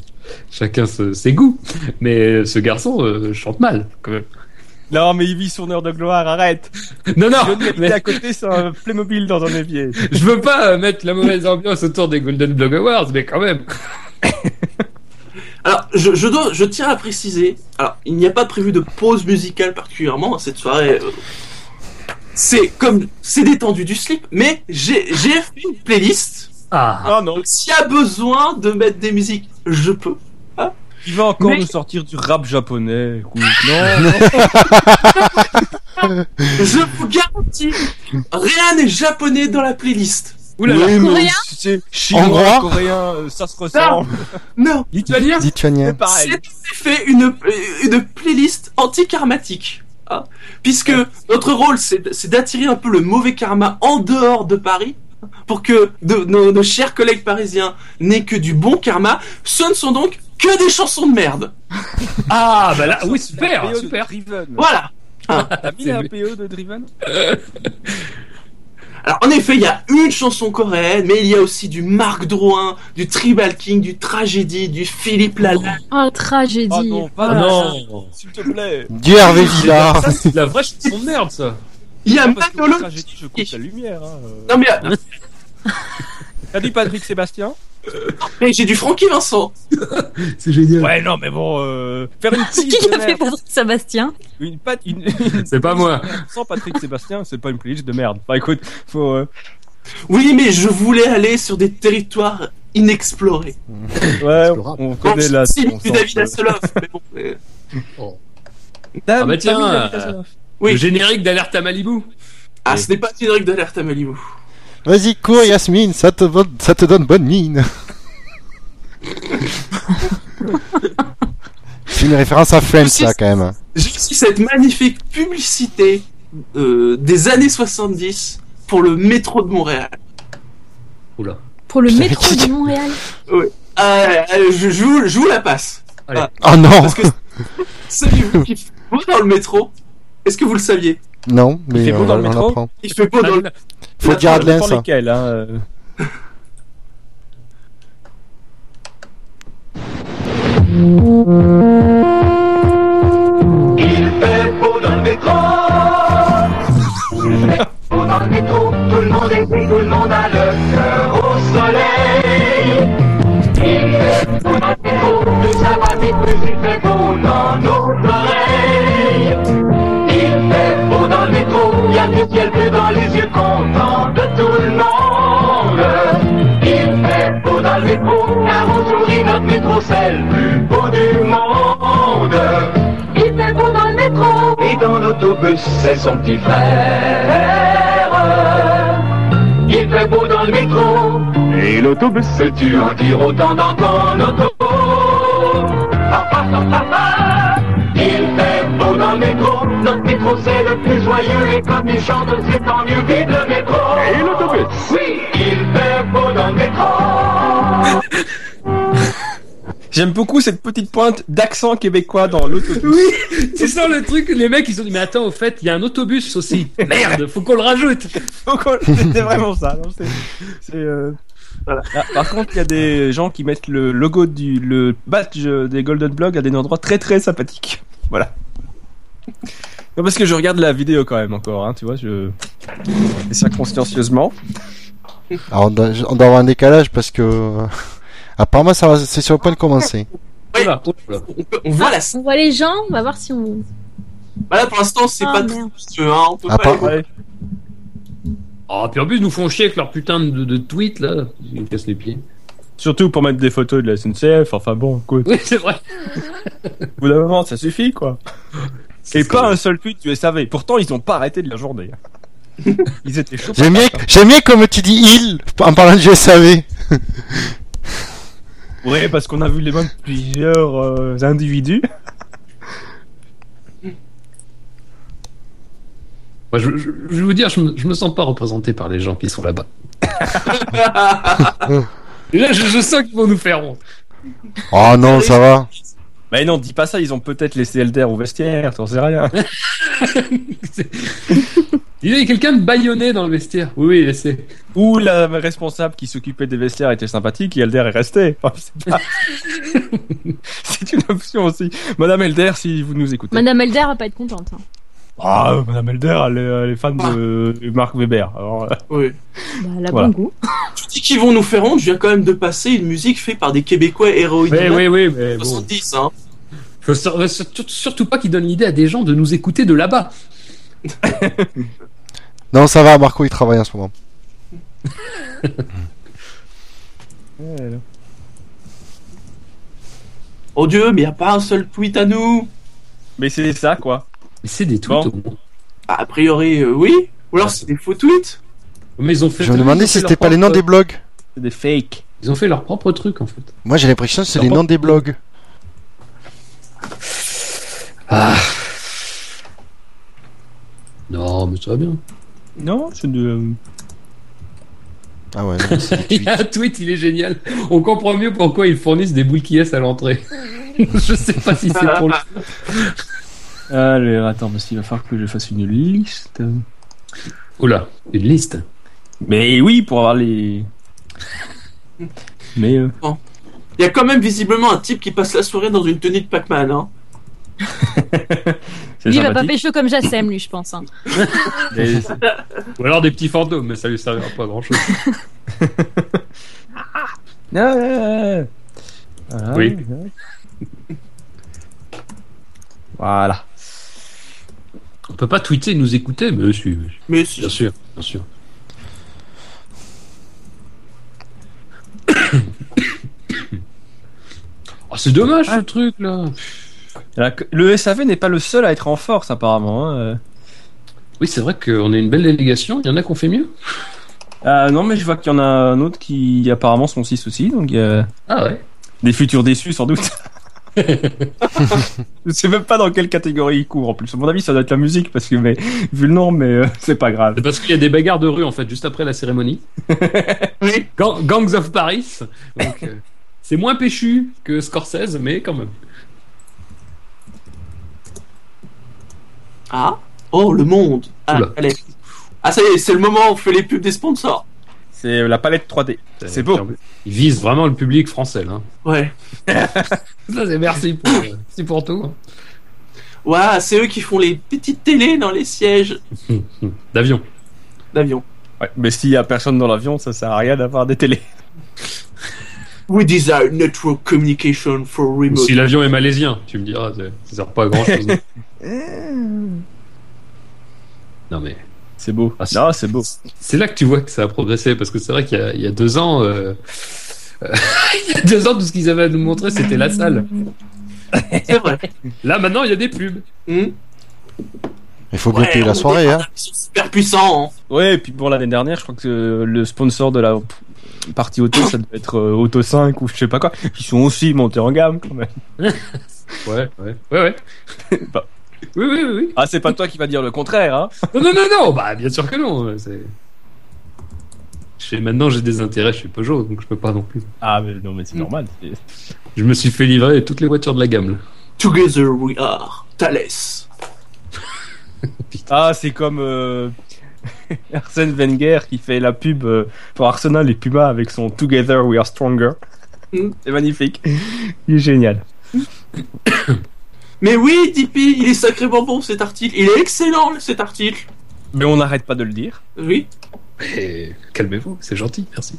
Speaker 3: Chacun se- ses goûts. Mais euh, ce garçon euh, chante mal, quand même.
Speaker 5: Non, mais il vit son heure de gloire, arrête.
Speaker 3: Non, non,
Speaker 5: Johnny habitait
Speaker 3: mais-
Speaker 5: à côté sur un Playmobil dans un évier.
Speaker 3: Je veux pas euh, mettre la mauvaise ambiance autour des Golden Blog Awards, mais quand même.
Speaker 1: Alors, je, je dois, je tiens à préciser, alors, il n'y a pas prévu de pause musicale particulièrement à cette soirée. euh, C'est comme, c'est détendu du slip, mais j'ai j'ai fait une playlist.
Speaker 3: Ah.
Speaker 1: non. S'il y a besoin de mettre des musiques, je peux.
Speaker 5: Il va encore
Speaker 1: Mais-
Speaker 5: nous sortir du rap japonais. écoute. Non,
Speaker 1: Je vous garantis, rien n'est japonais dans la playlist.
Speaker 5: Oula, Oui, mais Coréen c'est chinois, Hongrois coréen, euh, ça se ressemble.
Speaker 1: Non.
Speaker 5: Lituanien
Speaker 2: Lituanien. C'est
Speaker 1: C'est
Speaker 2: pareil.
Speaker 1: en effet une, euh, une playlist anti-karmatique. hein. puisque notre rôle, c'est c'est d'attirer un peu le mauvais karma en dehors de Paris pour que de- nos, nos chers collègues parisiens n'aient que du bon karma. Ce ne sont donc que des chansons de merde.
Speaker 3: Ah, bah là, oui, super,
Speaker 5: PO de
Speaker 3: super.
Speaker 5: Driven.
Speaker 1: Voilà.
Speaker 5: T'as mis la PO de Driven
Speaker 1: Alors en effet, il y a une chanson coréenne, mais il y a aussi du Marc Drouin, du Tribal King, du Tragédie, du Philippe Lalanne.
Speaker 10: Ah, tragédie.
Speaker 11: Ah
Speaker 1: pas
Speaker 3: non.
Speaker 5: S'il te plaît.
Speaker 2: Dieu Hervé Villard.
Speaker 3: Ça, c'est de la vraie chanson de merde, ça.
Speaker 1: Il y a
Speaker 5: Parce que pour ça, j'ai dit, je coupe la lumière. hein, euh.
Speaker 1: Non mais,
Speaker 5: T'as dit Patrick Sébastien
Speaker 1: mais j'ai du Francky Vincent.
Speaker 3: C'est génial.
Speaker 5: Ouais, non, mais bon, euh, faire une
Speaker 10: Qui
Speaker 5: petite
Speaker 10: l'a
Speaker 5: de
Speaker 10: fait
Speaker 5: merde.
Speaker 10: Patrick Sébastien
Speaker 5: Une pat- une- une-
Speaker 3: C'est pas moi.
Speaker 5: Sans Patrick Sébastien, c'est pas une playlist de merde. Bah écoute, faut. euh,
Speaker 1: Oui, mais je voulais aller sur des territoires inexplorés.
Speaker 5: Ouais, on connaît la. hein.
Speaker 1: C'est
Speaker 5: on
Speaker 1: du
Speaker 5: sent
Speaker 1: David
Speaker 5: que-
Speaker 1: Hasselhoff, mais bon. euh,
Speaker 3: Ah bah tiens,
Speaker 1: David
Speaker 3: euh,
Speaker 1: Hasselhoff.
Speaker 3: le générique d'Alerte à Malibu.
Speaker 1: Ah, ce n'est pas une règle d'alerte à Malibu.
Speaker 2: Vas-y, cours, Yasmine, ça te, bonne- ça te donne bonne mine. C'est une référence à Friends, ça, quand même.
Speaker 1: J'ai aussi cette magnifique publicité euh, des années 70 pour le métro de Montréal.
Speaker 3: Oula.
Speaker 10: Pour le métro de Montréal.
Speaker 1: Oui. Ah, euh, je, je vous, je vous la passe. Ah.
Speaker 2: Oh non
Speaker 1: Parce que savez-vous qu'il fait beau dans le métro Est-ce que vous le saviez
Speaker 2: Non, mais
Speaker 5: Il fait beau
Speaker 2: euh,
Speaker 5: dans le
Speaker 2: on
Speaker 5: métro
Speaker 2: apprend.
Speaker 1: Il fait beau dans le
Speaker 2: Faut dire Adelin,
Speaker 5: Dépend
Speaker 2: ça.
Speaker 5: lesquels, hein, euh.
Speaker 12: Tout le monde est pris, tout le monde a le cœur au soleil. Il fait beau dans le métro, plus ça va vite, plus il fait beau dans nos oreilles. Il fait beau dans le métro, il y a du ciel bleu dans les yeux contents de tout le monde. Il fait beau dans le métro, car on sourit, notre métro c'est le plus beau du monde. Il fait beau dans le métro, et dans l'autobus c'est son petit frère. Il fait beau dans le métro, et l'autobus tu en dire autant dans ton auto. Pa, pa, pa, pa, pa. Il fait beau dans le métro, notre métro c'est le plus joyeux et comme il chante c'est tant mieux vive le métro. Et l'autobus Oui, il fait beau dans le métro.
Speaker 5: J'aime beaucoup cette petite pointe d'accent québécois dans l'autobus.
Speaker 3: Oui, tu sens le truc, les mecs ils ont dit mais attends au fait il y a un autobus aussi. Merde, faut qu'on le rajoute.
Speaker 5: C'était vraiment ça. non, c'est- c'est, euh, voilà. Ah, par contre, il y a des gens qui mettent le logo du le badge des Golden Blog à des endroits très très sympathiques. Voilà. Non, parce que je regarde la vidéo quand même encore, hein, tu vois, je. C'est ça consciencieusement.
Speaker 2: Alors, Ah, on doit, on doit avoir un décalage parce que. euh, Apparemment, ça va- c'est sur le point de commencer.
Speaker 1: On, peut- on voit la.
Speaker 10: On voit les gens, on va voir si on.
Speaker 1: Bah là pour l'instant c'est
Speaker 10: Ah,
Speaker 1: pas
Speaker 10: merde.
Speaker 1: tout, si tu veux, hein, on peut pas aller-
Speaker 3: Ah, puis en plus, ils nous font chier avec leur putain de, de tweet là. Ils nous cassent les pieds.
Speaker 5: Surtout pour mettre des photos de la SNCF, enfin bon, quoi.
Speaker 3: Oui, c'est vrai.
Speaker 5: Au bout d'un moment, ça suffit, quoi. Et pas un seul tweet du SAV. Pourtant, ils ont pas arrêté de la journée. Ils étaient chauds.
Speaker 2: J'aime bien, j'aime bien comme tu dis il en parlant du SAV.
Speaker 5: Ouais, parce qu'on a vu les mains de plusieurs euh, individus.
Speaker 3: Moi, je, je- je vais vous dire, je me, je me sens pas représenté par les gens qui sont là-bas. Et là, je, je sens qu'ils vont nous faire honte.
Speaker 2: Oh non, ça va.
Speaker 5: Mais non, dis pas ça, ils ont peut-être laissé Elder au vestiaire, t'en sais rien.
Speaker 3: Il y a quelqu'un de baïonné dans le vestiaire. Oui, oui, laissez.
Speaker 5: Ou la responsable qui s'occupait des vestiaires était sympathique et Elder est resté. Enfin, je sais pas. C'est une option aussi. Madame Elder, si vous nous écoutez.
Speaker 10: Madame Elder va pas être contente. hein.
Speaker 5: Ah, euh, Madame Elder, elle est, elle est fan de Marc Weber. Alors, euh,
Speaker 1: Oui.
Speaker 10: Bah, elle a
Speaker 5: Voilà.
Speaker 10: bon goût.
Speaker 1: Tu dis qu'ils vont nous faire honte, je viens quand même de passer une musique faite par des Québécois héroïques.
Speaker 3: Oui, oui, oui, Eh, mais bon.
Speaker 1: 70, hein.
Speaker 3: Faut sur- surtout, surtout pas qu'ils donnent l'idée à des gens de nous écouter de là-bas.
Speaker 2: Non, ça va, Marco, il travaille en ce moment.
Speaker 1: Oh dieu, mais y a pas un seul tweet à nous
Speaker 5: Mais c'est ça, quoi.
Speaker 3: Mais c'est des tweets. au moins.
Speaker 1: Bah, a priori, euh, oui. Ou alors c'est des faux tweets.
Speaker 3: Mais ils ont fait.
Speaker 2: Je me demandais si c'était pas les noms des blogs.
Speaker 5: C'est des fakes.
Speaker 3: Ils ont fait leur propre truc en fait.
Speaker 2: Moi, j'ai l'impression que c'est les noms des blogs.
Speaker 3: Non, mais ça va bien.
Speaker 5: Non, c'est euh, de.
Speaker 2: Ah ouais.
Speaker 3: il y a un tweet, il est génial. On comprend mieux pourquoi ils fournissent des boules qui est à l'entrée. je sais pas si c'est pour le.
Speaker 5: Allez, attends, parce qu'il va falloir que je fasse une liste.
Speaker 3: Oula, une liste
Speaker 5: Mais oui, pour avoir les. Mais. euh,
Speaker 1: Y a quand même visiblement un type qui passe la soirée dans une tenue de Pac-Man. Hein.
Speaker 5: c'est
Speaker 10: Lui, il va pas
Speaker 5: sympathique.
Speaker 10: pécho comme Jassem, lui, je pense. hein.
Speaker 5: Mais-
Speaker 3: Ou alors des petits fantômes, mais ça lui servira pas à grand chose.
Speaker 5: Ah, ah, ah. Ah,
Speaker 3: Oui.
Speaker 5: Voilà.
Speaker 3: On peut pas tweeter et nous écouter, mais oui, si, oui.
Speaker 1: Mais si-
Speaker 3: bien sûr, bien sûr. Ah, c'est dommage ce truc là.
Speaker 5: La- Le SAV n'est pas le seul à être en force, apparemment. hein, euh.
Speaker 3: Oui, c'est vrai qu'on est une belle délégation. Il y en a qu'on fait mieux.
Speaker 5: Ah non, mais je vois qu'il y en a un autre qui apparemment sont 6 aussi, donc il y a
Speaker 3: Ah ouais.
Speaker 5: des futurs déçus sans doute. je sais même pas dans quelle catégorie ils courent en plus. À mon avis, ça doit être la musique, parce que mais, vu le nom, mais euh, c'est pas grave.
Speaker 3: C'est parce qu'il y a des bagarres de rue en fait juste après la cérémonie.
Speaker 1: Oui.
Speaker 3: Gang- Gangs of Paris. Donc, euh, c'est moins péchu que Scorsese, mais quand même.
Speaker 1: Ah Oh, le monde Ah,
Speaker 3: Oula.
Speaker 1: allez. Ah, ça y est, c'est le moment où on fait les pubs des sponsors.
Speaker 5: C'est la palette 3D. C'est beau.
Speaker 3: Ils visent vraiment le public français là.
Speaker 1: Ouais.
Speaker 3: Ça, c'est merci pour, euh, merci pour tout. hein.
Speaker 1: Ouah, c'est eux qui font les petites télés dans les sièges
Speaker 3: D'avion.
Speaker 1: d'avion.
Speaker 5: Ouais, mais s'il y a personne dans l'avion, ça sert à rien d'avoir des télés.
Speaker 1: We desire network communication for
Speaker 3: Ou
Speaker 1: remote.
Speaker 3: si l'avion est malaisien, tu me diras, ça ça sert pas à grand chose. non mais
Speaker 5: C'est beau.
Speaker 3: Ah, c'est-
Speaker 5: non, c'est beau.
Speaker 3: c'est là que tu vois que ça a progressé parce que c'est vrai qu'il y, a- il y a deux ans, euh, euh, il y a deux ans tout ce qu'ils avaient à nous montrer c'était la salle.
Speaker 1: C'est vrai.
Speaker 3: Là maintenant il y a des pubs.
Speaker 1: Hmm
Speaker 2: Il faut bien
Speaker 1: Ouais,
Speaker 2: payer
Speaker 1: on
Speaker 2: la soirée, hein.
Speaker 1: C'est super puissant. hein.
Speaker 5: Ouais, et puis bon, l'année dernière, je crois que euh, le sponsor de la partie auto, ça devait être euh, Auto 5 ou je sais pas quoi. Ils sont aussi montés en gamme quand même.
Speaker 3: Ouais ouais ouais ouais.
Speaker 5: Bah.
Speaker 3: Oui oui oui. oui.
Speaker 5: Ah, c'est pas toi qui vas dire le contraire, hein
Speaker 3: Non non non non bah bien sûr que non. euh, C'est je sais, maintenant j'ai des intérêts chez Peugeot donc je peux pas non plus.
Speaker 5: Ah, mais non, mais c'est
Speaker 1: Mm.
Speaker 5: normal. c'est-
Speaker 3: Je me suis fait livrer toutes les voitures de la gamme.
Speaker 1: Together we are Thales.
Speaker 5: Ah, c'est comme euh, Arsène Wenger qui fait la pub euh, pour Arsenal et Puma avec son Together We Are Stronger. c'est magnifique. Il est génial.
Speaker 1: Mais oui, Tipeee, il est sacrément bon cet article. Il est excellent cet article.
Speaker 5: Mais on n'arrête pas de le dire.
Speaker 1: Oui.
Speaker 3: Mais calmez-vous, c'est gentil, merci.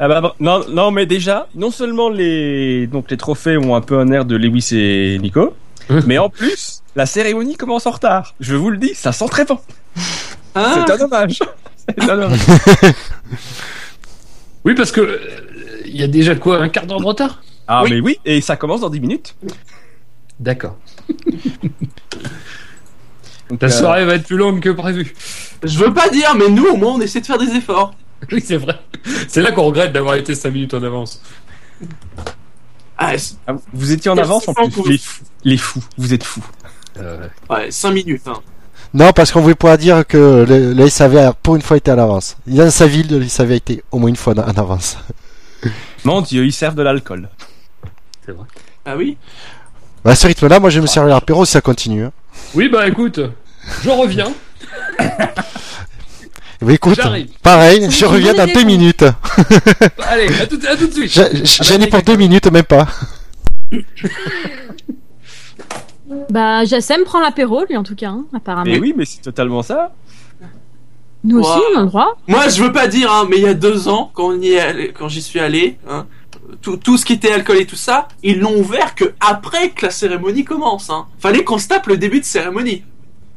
Speaker 5: Ah bah, bah, non, non, mais déjà, non seulement les, donc les trophées ont un peu un air de Lewis et Nico, mais en plus, la cérémonie commence en retard. Je vous le dis, ça sent très bon.
Speaker 1: Ah.
Speaker 5: C'est un dommage. C'est un dommage.
Speaker 3: oui, parce que euh, il y a déjà quoi, un quart d'heure de retard
Speaker 5: Ah, mais oui, et ça commence dans 10 minutes.
Speaker 3: D'accord.
Speaker 5: Donc,
Speaker 3: La
Speaker 5: euh,
Speaker 3: soirée va être plus longue que prévu.
Speaker 1: Je veux pas dire, mais nous au moins on essaie de faire des efforts.
Speaker 3: Oui, c'est vrai. C'est là qu'on regrette d'avoir été 5 minutes en avance.
Speaker 5: ah, vous étiez en
Speaker 1: Merci
Speaker 5: avance en
Speaker 1: beaucoup.
Speaker 5: plus. Les, fous. les fous, vous êtes fous.
Speaker 3: Euh,
Speaker 1: Ouais, 5 minutes. Hein.
Speaker 2: Non, parce qu'on voulait pas dire que le, le SAV a pour une fois été à l'avance. Il y a sa ville, le SAV a été au moins une fois en avance.
Speaker 5: Mon dieu, ils servent de l'alcool.
Speaker 3: C'est vrai.
Speaker 1: Ah oui
Speaker 2: Bah, à ce rythme-là, moi je vais me servir l'apéro si ça continue. hein.
Speaker 3: Oui, bah écoute, je reviens.
Speaker 2: Bah, écoute,
Speaker 3: J'arrive.
Speaker 2: pareil,
Speaker 3: C'est
Speaker 2: je
Speaker 3: une
Speaker 2: reviens
Speaker 3: bonne
Speaker 2: dans
Speaker 3: idée,
Speaker 2: deux
Speaker 3: ça.
Speaker 2: minutes.
Speaker 3: Allez, à tout, à tout de suite.
Speaker 2: J'a- J'en ai pour deux minutes, même pas.
Speaker 11: Bah, Jassem prend l'apéro, lui, en tout cas, hein, apparemment.
Speaker 5: Mais oui, mais c'est totalement ça.
Speaker 11: Nous aussi,
Speaker 1: Ouah.
Speaker 11: on a le droit.
Speaker 1: Moi, je veux pas dire, hein, mais il y a deux ans, quand, on y est allé- quand j'y suis allé, hein, tout, tout ce qui était alcool et tout ça, ils l'ont ouvert que après que la cérémonie commence. Hein. Fallait qu'on se tape le début de cérémonie.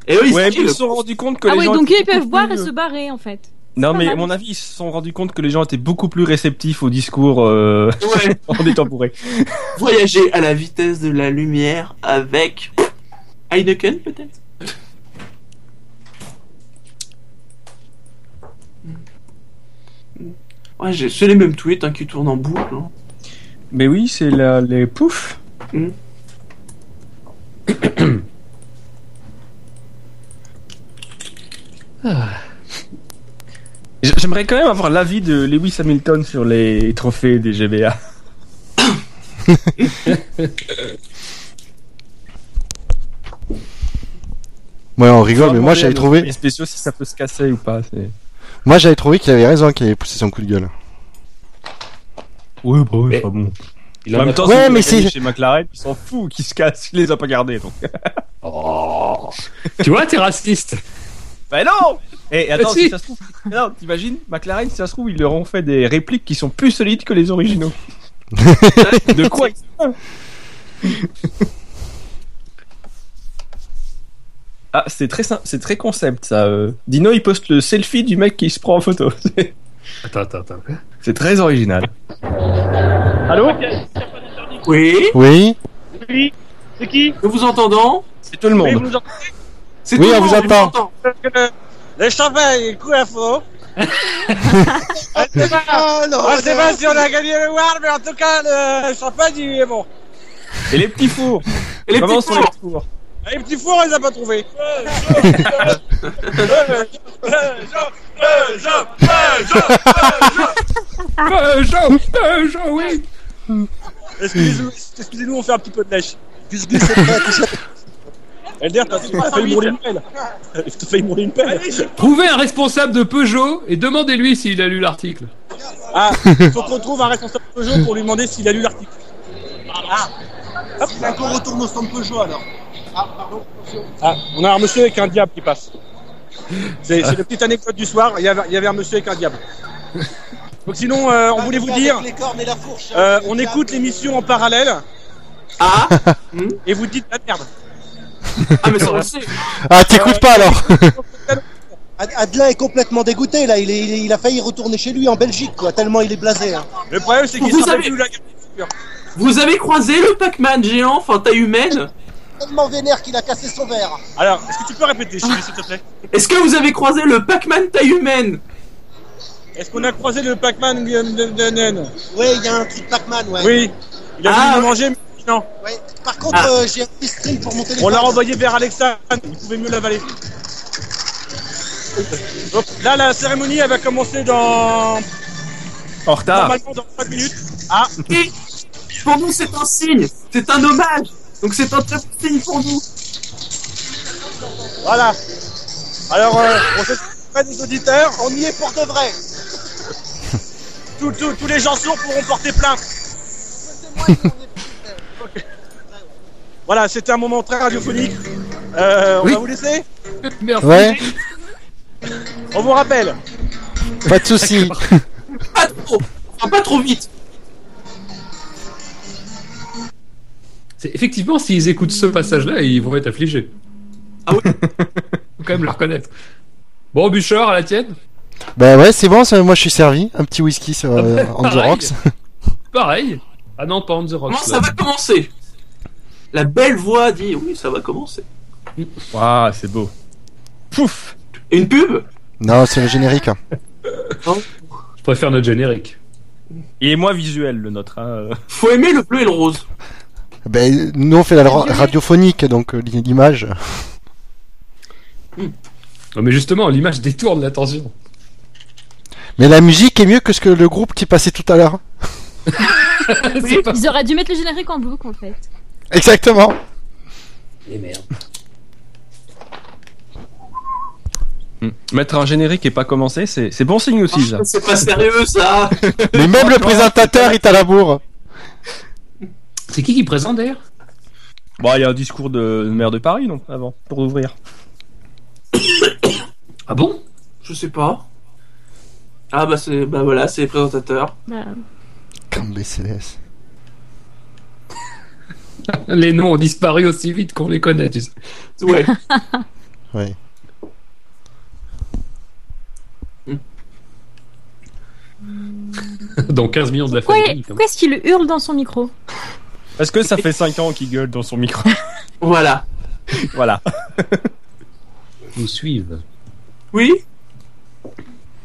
Speaker 1: Et eux, ils
Speaker 5: ouais,
Speaker 1: se
Speaker 5: mais ils
Speaker 1: disent-
Speaker 5: se sont rendus compte que
Speaker 11: Ah
Speaker 5: les
Speaker 11: oui,
Speaker 5: gens.
Speaker 11: donc
Speaker 5: étaient
Speaker 11: ils peuvent
Speaker 5: beaucoup
Speaker 11: boire
Speaker 5: plus,
Speaker 11: et
Speaker 5: euh,
Speaker 11: se barrer, en fait.
Speaker 5: Non,
Speaker 11: pas
Speaker 5: mais
Speaker 11: mal.
Speaker 5: à mon avis, ils se sont rendus compte que les gens étaient beaucoup plus réceptifs au discours euh,
Speaker 1: Ouais.
Speaker 5: en étant bourrés.
Speaker 1: voyager à la vitesse de la lumière avec Heineken, peut-être Ouais, j'ai- c'est les mêmes tweets hein, qui tournent en boucle. hein.
Speaker 5: Mais oui, c'est la- les poufs.
Speaker 1: Hmm.
Speaker 3: Ah.
Speaker 5: J- J'aimerais quand même avoir l'avis de Lewis Hamilton sur les trophées des GBA.
Speaker 2: Ouais, on rigole, mais moi j'avais
Speaker 5: j'avais
Speaker 2: trouvé,
Speaker 5: spéciaux si ça peut se casser ou pas. c'est-
Speaker 2: moi j'avais trouvé qu'il avait raison, qu'il avait poussé son coup de gueule.
Speaker 5: Oui, bah oui, pas bon.
Speaker 3: Il
Speaker 5: en
Speaker 3: en
Speaker 5: même
Speaker 3: a-
Speaker 5: temps,
Speaker 2: Ouais,
Speaker 5: c'est
Speaker 2: mais c'est-
Speaker 5: chez McLaren, ils s'en foutent qu'ils se cassent, il les a pas gardés donc.
Speaker 3: Oh. Tu vois, t'es raciste.
Speaker 5: Bah non Et attends,
Speaker 3: Ah, si.
Speaker 5: si ça se trouve. Non, t'imagines, McLaren, si ça se trouve, ils leur ont fait des répliques qui sont plus solides que les originaux. De quoi ils- Ah, c'est très simple, c'est très concept ça. euh. Dino, il poste le selfie du mec qui se prend en photo. C'est-
Speaker 3: Attends, attends, attends.
Speaker 5: c'est très original.
Speaker 4: Allô
Speaker 1: Oui
Speaker 2: Oui,
Speaker 4: Oui C'est qui
Speaker 1: Nous vous entendons
Speaker 5: C'est tout le
Speaker 4: Oui,
Speaker 5: monde.
Speaker 4: vous nous entendez
Speaker 1: C'est
Speaker 2: Oui,
Speaker 1: tout le
Speaker 2: on vous
Speaker 1: monde,
Speaker 2: entend.
Speaker 4: Le champagne, coup à fond. Ah,
Speaker 1: Ah,
Speaker 6: Oh non,
Speaker 4: On sait Ah, pas si on a gagné le War, mais en tout cas, le champagne, il est bon.
Speaker 5: Et les petits fours
Speaker 1: Et les
Speaker 5: Comment
Speaker 1: petits
Speaker 5: sont les
Speaker 1: fours
Speaker 5: petits fours
Speaker 4: Et Ah, les petits fours, on les a pas trouvés.
Speaker 3: Peugeot, Peugeot, oui.
Speaker 4: Excusez-nous, excusez-nous, on fait un petit peu de lèche.
Speaker 6: Qu'est-ce que c'est pas tout ça
Speaker 4: Elder, t'as t'as failli brûler une pelle. T'as failli brûler une pelle.
Speaker 3: Trouvez un responsable de Peugeot et demandez-lui s'il a lu l'article.
Speaker 4: Ah, il faut qu'on trouve un responsable Peugeot pour lui demander s'il a lu l'article.
Speaker 6: Là, Ah. qu'on retourne au stand Peugeot alors. Ah, pardon.
Speaker 4: Ah, on a un monsieur avec un diable qui passe. C'est c'est la petite anecdote du soir, il y avait, il y avait un monsieur avec un diable. Donc sinon, euh, on voulait vous dire,
Speaker 6: Avec les cornes et la fourche.
Speaker 4: euh, on écoute l'émission en parallèle
Speaker 1: Ah
Speaker 4: et vous dites la merde.
Speaker 1: Ah, mais ça, on le sait
Speaker 2: Ah, t'écoutes pas alors
Speaker 6: Ad- Adla est complètement dégoûté là, il, est- il est- il a failli retourner chez lui en Belgique quoi, tellement il est blasé. hein.
Speaker 4: Le problème c'est qu'il
Speaker 1: Vous
Speaker 4: se rappelle
Speaker 1: avez-
Speaker 4: plus où la
Speaker 1: Vous avez croisé le Pac-Man géant, enfin taille humaine
Speaker 6: Tellement vénère qu'il a cassé son verre.
Speaker 4: Alors, est-ce que tu peux répéter, Sylvie, s'il te plaît
Speaker 1: Est-ce que vous avez croisé le Pac-Man taille humaine
Speaker 4: Est-ce qu'on a croisé le Pac-Man Nen- Nen- Nen- Nen
Speaker 6: Ouais, il y a un truc Pac-Man, ouais.
Speaker 4: Oui, il a
Speaker 1: Ah,
Speaker 4: voulu nous
Speaker 1: ouais.
Speaker 4: manger, mais non.
Speaker 6: Ouais. Par contre,
Speaker 1: Ah.
Speaker 6: euh, j'ai un petit stream pour mon téléphone.
Speaker 4: On l'a renvoyé vers Alexandre, vous pouvez mieux l'avaler. Donc, Là, la cérémonie, elle va commencer dans
Speaker 5: En retard
Speaker 4: Normalement dans 5 minutes. Ah,
Speaker 1: Et Pour nous, c'est un signe, c'est un hommage. Donc c'est un très bon signe pour nous.
Speaker 4: Voilà. Alors, euh, on se près des auditeurs, on y est pour de vrai. Tous- tous- tous les gens sourds pourront porter plainte. Voilà, c'était un moment très radiophonique. Euh, on
Speaker 2: Oui.
Speaker 4: va vous laisser
Speaker 3: Merci.
Speaker 2: Ouais.
Speaker 4: On vous rappelle.
Speaker 2: Pas de soucis.
Speaker 1: Pas trop, enfin, pas trop vite.
Speaker 3: C'est- Effectivement, s'ils écoutent ce passage-là, ils vont être affligés.
Speaker 1: Ah oui
Speaker 3: Faut quand même le reconnaître. Bon, Bouchard, à la tienne
Speaker 2: bah ouais, c'est bon, ça, moi je suis servi. Un petit whisky sur, euh, on the
Speaker 3: Pareil.
Speaker 2: rocks.
Speaker 3: Pareil. Ah non, pas on the rocks.
Speaker 1: Comment ça
Speaker 3: là.
Speaker 1: va commencer La belle voix dit oui, ça va commencer.
Speaker 5: Waouh, Ah, c'est beau.
Speaker 1: Pouf Une pub
Speaker 2: non, c'est le générique. hein.
Speaker 3: Je préfère notre générique.
Speaker 5: Il est moins visuel le nôtre. hein, euh.
Speaker 1: Faut aimer le bleu et le rose.
Speaker 2: Ben, nous on fait la ra- radiophonique, donc euh, l'image.
Speaker 3: Non, mais justement, l'image détourne l'attention.
Speaker 2: Mais la musique est mieux que ce que le groupe qui passait tout à l'heure.
Speaker 10: Ils auraient dû mettre le générique en boucle en fait.
Speaker 2: Exactement.
Speaker 3: Et merde.
Speaker 5: Mettre un générique et pas commencer, c'est c'est bon signe aussi ça.
Speaker 1: C'est pas sérieux ça
Speaker 2: Mais même le présentateur est à la bourre.
Speaker 3: C'est qui qui présente d'ailleurs
Speaker 5: Bon, Bah, il y a un discours de maire de Paris non avant pour ouvrir.
Speaker 3: Ah bon
Speaker 1: Je sais pas. Ah bah c'est bah voilà, c'est les présentateurs.
Speaker 11: Bah,
Speaker 2: Comme BCDS.
Speaker 3: Les noms ont disparu aussi vite qu'on les connaît, tu sais.
Speaker 1: Ouais.
Speaker 2: Ouais.
Speaker 3: Dans 15 millions de la
Speaker 10: Pourquoi,
Speaker 3: famille.
Speaker 10: pourquoi est-ce qu'il hurle dans son micro
Speaker 5: Parce que ça fait 5 ans qu'il gueule dans son micro.
Speaker 1: Voilà.
Speaker 5: voilà.
Speaker 3: Nous suivent.
Speaker 1: Oui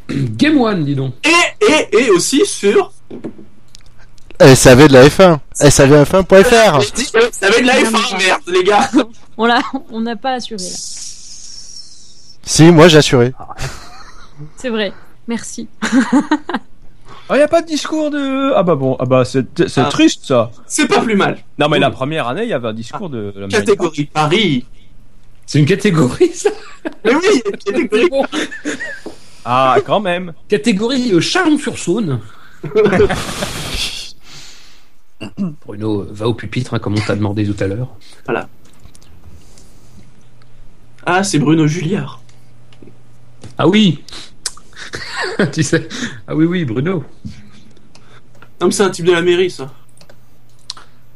Speaker 3: Game One, dis donc.
Speaker 1: Et, et, et aussi sur.
Speaker 2: SAV de la F1. SAVF1.fr.
Speaker 1: Je dis, euh, Ça va être de la F1, merde, les gars
Speaker 10: On l'a, on n'a pas assuré là.
Speaker 2: Si, moi j'ai assuré.
Speaker 10: C'est vrai. Merci.
Speaker 5: Ah, y a pas de discours de. Ah bah bon, ah bah c'est c'est
Speaker 1: Ah.
Speaker 5: triste ça.
Speaker 1: C'est pas plus mal.
Speaker 5: Non mais la première année, il y avait un discours de. la maire de Paris.
Speaker 1: Catégorie Paris.
Speaker 3: C'est une catégorie, ça
Speaker 1: Mais oui, catégorie.
Speaker 5: Ah quand même.
Speaker 3: Catégorie euh, Chalon-sur-Saône. Bruno, euh, va au pupitre, hein, comme on t'a demandé tout à l'heure.
Speaker 1: Voilà. Ah, c'est Bruno Julliard.
Speaker 3: Ah oui Tu sais. Ah oui, oui, Bruno.
Speaker 1: Non, mais c'est un type de la mairie, ça.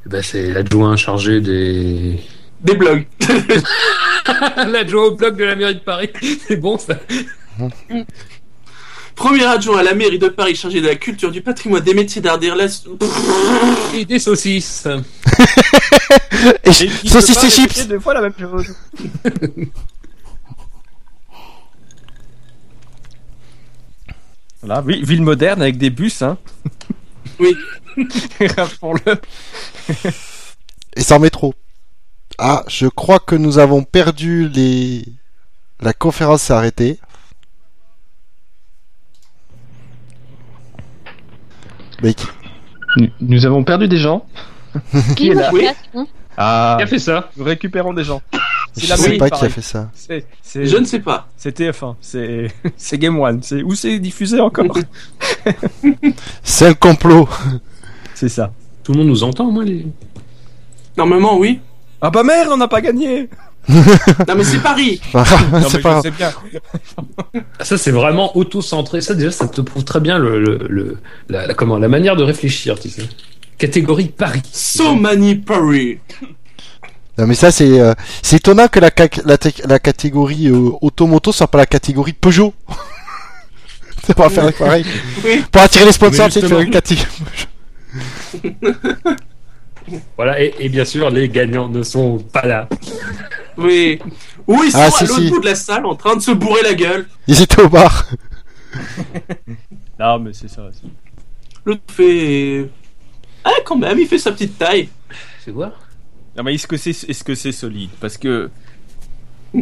Speaker 3: Eh ben, c'est l'adjoint chargé des.
Speaker 1: Des blogs.
Speaker 3: l'adjoint au blog de la mairie de Paris. C'est bon, ça.
Speaker 1: Premier adjoint à la mairie de Paris chargé de la culture, du patrimoine, des métiers d'art, des relations. Pfff.
Speaker 3: Et des saucisses.
Speaker 2: Et
Speaker 5: Et
Speaker 2: ch-
Speaker 5: il
Speaker 2: saucisses
Speaker 5: peut
Speaker 2: et
Speaker 5: pas
Speaker 2: chips.
Speaker 5: répéter deux fois la même chose. Voilà, oui, ville moderne avec des bus, hein.
Speaker 1: Oui.
Speaker 5: Rappelons-le.
Speaker 2: Et sans métro. Ah, je crois que nous avons perdu les. La conférence s'est arrêtée. Mec.
Speaker 5: Nous avons perdu des gens.
Speaker 10: Qui
Speaker 5: est là
Speaker 1: Oui.
Speaker 5: Ah,
Speaker 3: Qui a fait ça
Speaker 5: nous récupérons des gens. C'est
Speaker 2: Je
Speaker 5: la
Speaker 2: sais
Speaker 5: mairie
Speaker 2: pas
Speaker 5: de
Speaker 2: qui a
Speaker 5: Paris.
Speaker 2: fait ça.
Speaker 5: C'est- c'est-
Speaker 1: Je ne sais pas.
Speaker 5: C'est TF1, c'est c'est Game One, c'est où c'est diffusé encore
Speaker 2: C'est un complot.
Speaker 5: C'est ça.
Speaker 3: Tout le monde nous entend, moi, les.
Speaker 1: Normalement, oui.
Speaker 5: Ah bah merde, on n'a pas gagné.
Speaker 1: Non, mais c'est Paris.
Speaker 5: Non,
Speaker 2: c'est
Speaker 5: mais
Speaker 2: pas
Speaker 5: je
Speaker 2: grave.
Speaker 5: sais bien.
Speaker 3: Ah, Ça, c'est vraiment auto-centré. Ça, déjà, ça te prouve très bien le, le- le- la, la- comment, la manière de réfléchir, tu sais. Catégorie Paris.
Speaker 1: So many Paris.
Speaker 2: Non mais ça c'est euh, c'est étonnant que la, ca- la, t- la catégorie euh, automoto soit pas la catégorie Peugeot. ça pourra faire pareil.
Speaker 1: Oui.
Speaker 2: Pour attirer les sponsors,
Speaker 3: Mais
Speaker 2: tu sais, tu
Speaker 3: justement.
Speaker 2: fais une catégorie.
Speaker 3: Voilà, et, et bien sûr, les gagnants ne sont pas là.
Speaker 1: Oui. Où ils sont
Speaker 2: Ah,
Speaker 1: à
Speaker 2: si,
Speaker 1: l'autre
Speaker 2: si.
Speaker 1: bout de la salle en train de se bourrer la gueule.
Speaker 2: Ils étaient au bar.
Speaker 5: Non, mais c'est ça. c'est-
Speaker 1: L'autre fait. Ah, quand même, il fait sa petite taille.
Speaker 3: C'est voir.
Speaker 5: Non, mais est-ce que c'est est-ce que c'est solide Parce que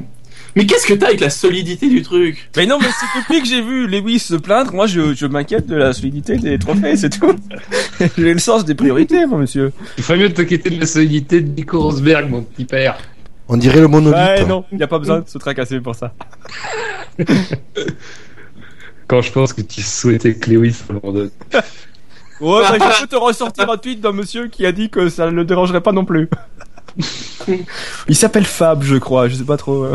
Speaker 1: Mais qu'est-ce que t'as avec la solidité du truc
Speaker 5: Mais non, mais c'est depuis que j'ai vu Lewis se plaindre, moi je, je m'inquiète de la solidité des trophées, c'est tout. j'ai le sens des priorités, mon monsieur.
Speaker 3: Il ferait mieux de t'inquiéter de la solidité de Nico Rosberg, mon petit père.
Speaker 2: On dirait le monolithe.
Speaker 5: Ouais, non, il n'y a pas besoin de se tracasser pour ça.
Speaker 3: Quand je pense que tu souhaitais que Lewis abandonne.
Speaker 5: Ouais, bah, je peux te ressortir un tweet d'un monsieur qui a dit que ça ne le dérangerait pas non plus. il s'appelle Fab, je crois, je sais pas trop. euh.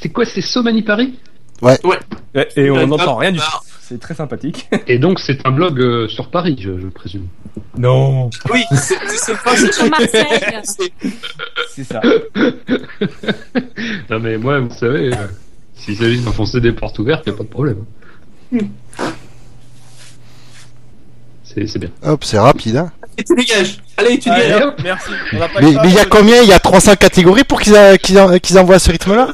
Speaker 3: C'est quoi, c'est Somani Paris
Speaker 2: Ouais.
Speaker 5: Ouais, Et
Speaker 1: Euh,
Speaker 5: on n'entend rien du tout. C'est très sympathique.
Speaker 3: Et donc, c'est un blog euh, sur Paris, je, je présume.
Speaker 5: Non.
Speaker 1: Oui, c'est c'est pas
Speaker 12: C'est sur Marseille.
Speaker 1: C'est-
Speaker 5: C'est ça.
Speaker 3: non, mais moi, vous savez, euh, s'il s'agit d'enfoncer des portes ouvertes, y a pas de problème. C'est c'est bien.
Speaker 2: Hop, c'est rapide. Hein.
Speaker 1: Et tu dégages Allez, tu
Speaker 5: Allez,
Speaker 1: dégages
Speaker 5: hop, merci. On a pas
Speaker 2: Mais
Speaker 5: le temps
Speaker 2: mais il y a
Speaker 5: de-
Speaker 2: combien Il y a 300 catégories pour qu'ils a- qu'ils en- qu'ils envoient à ce rythme-là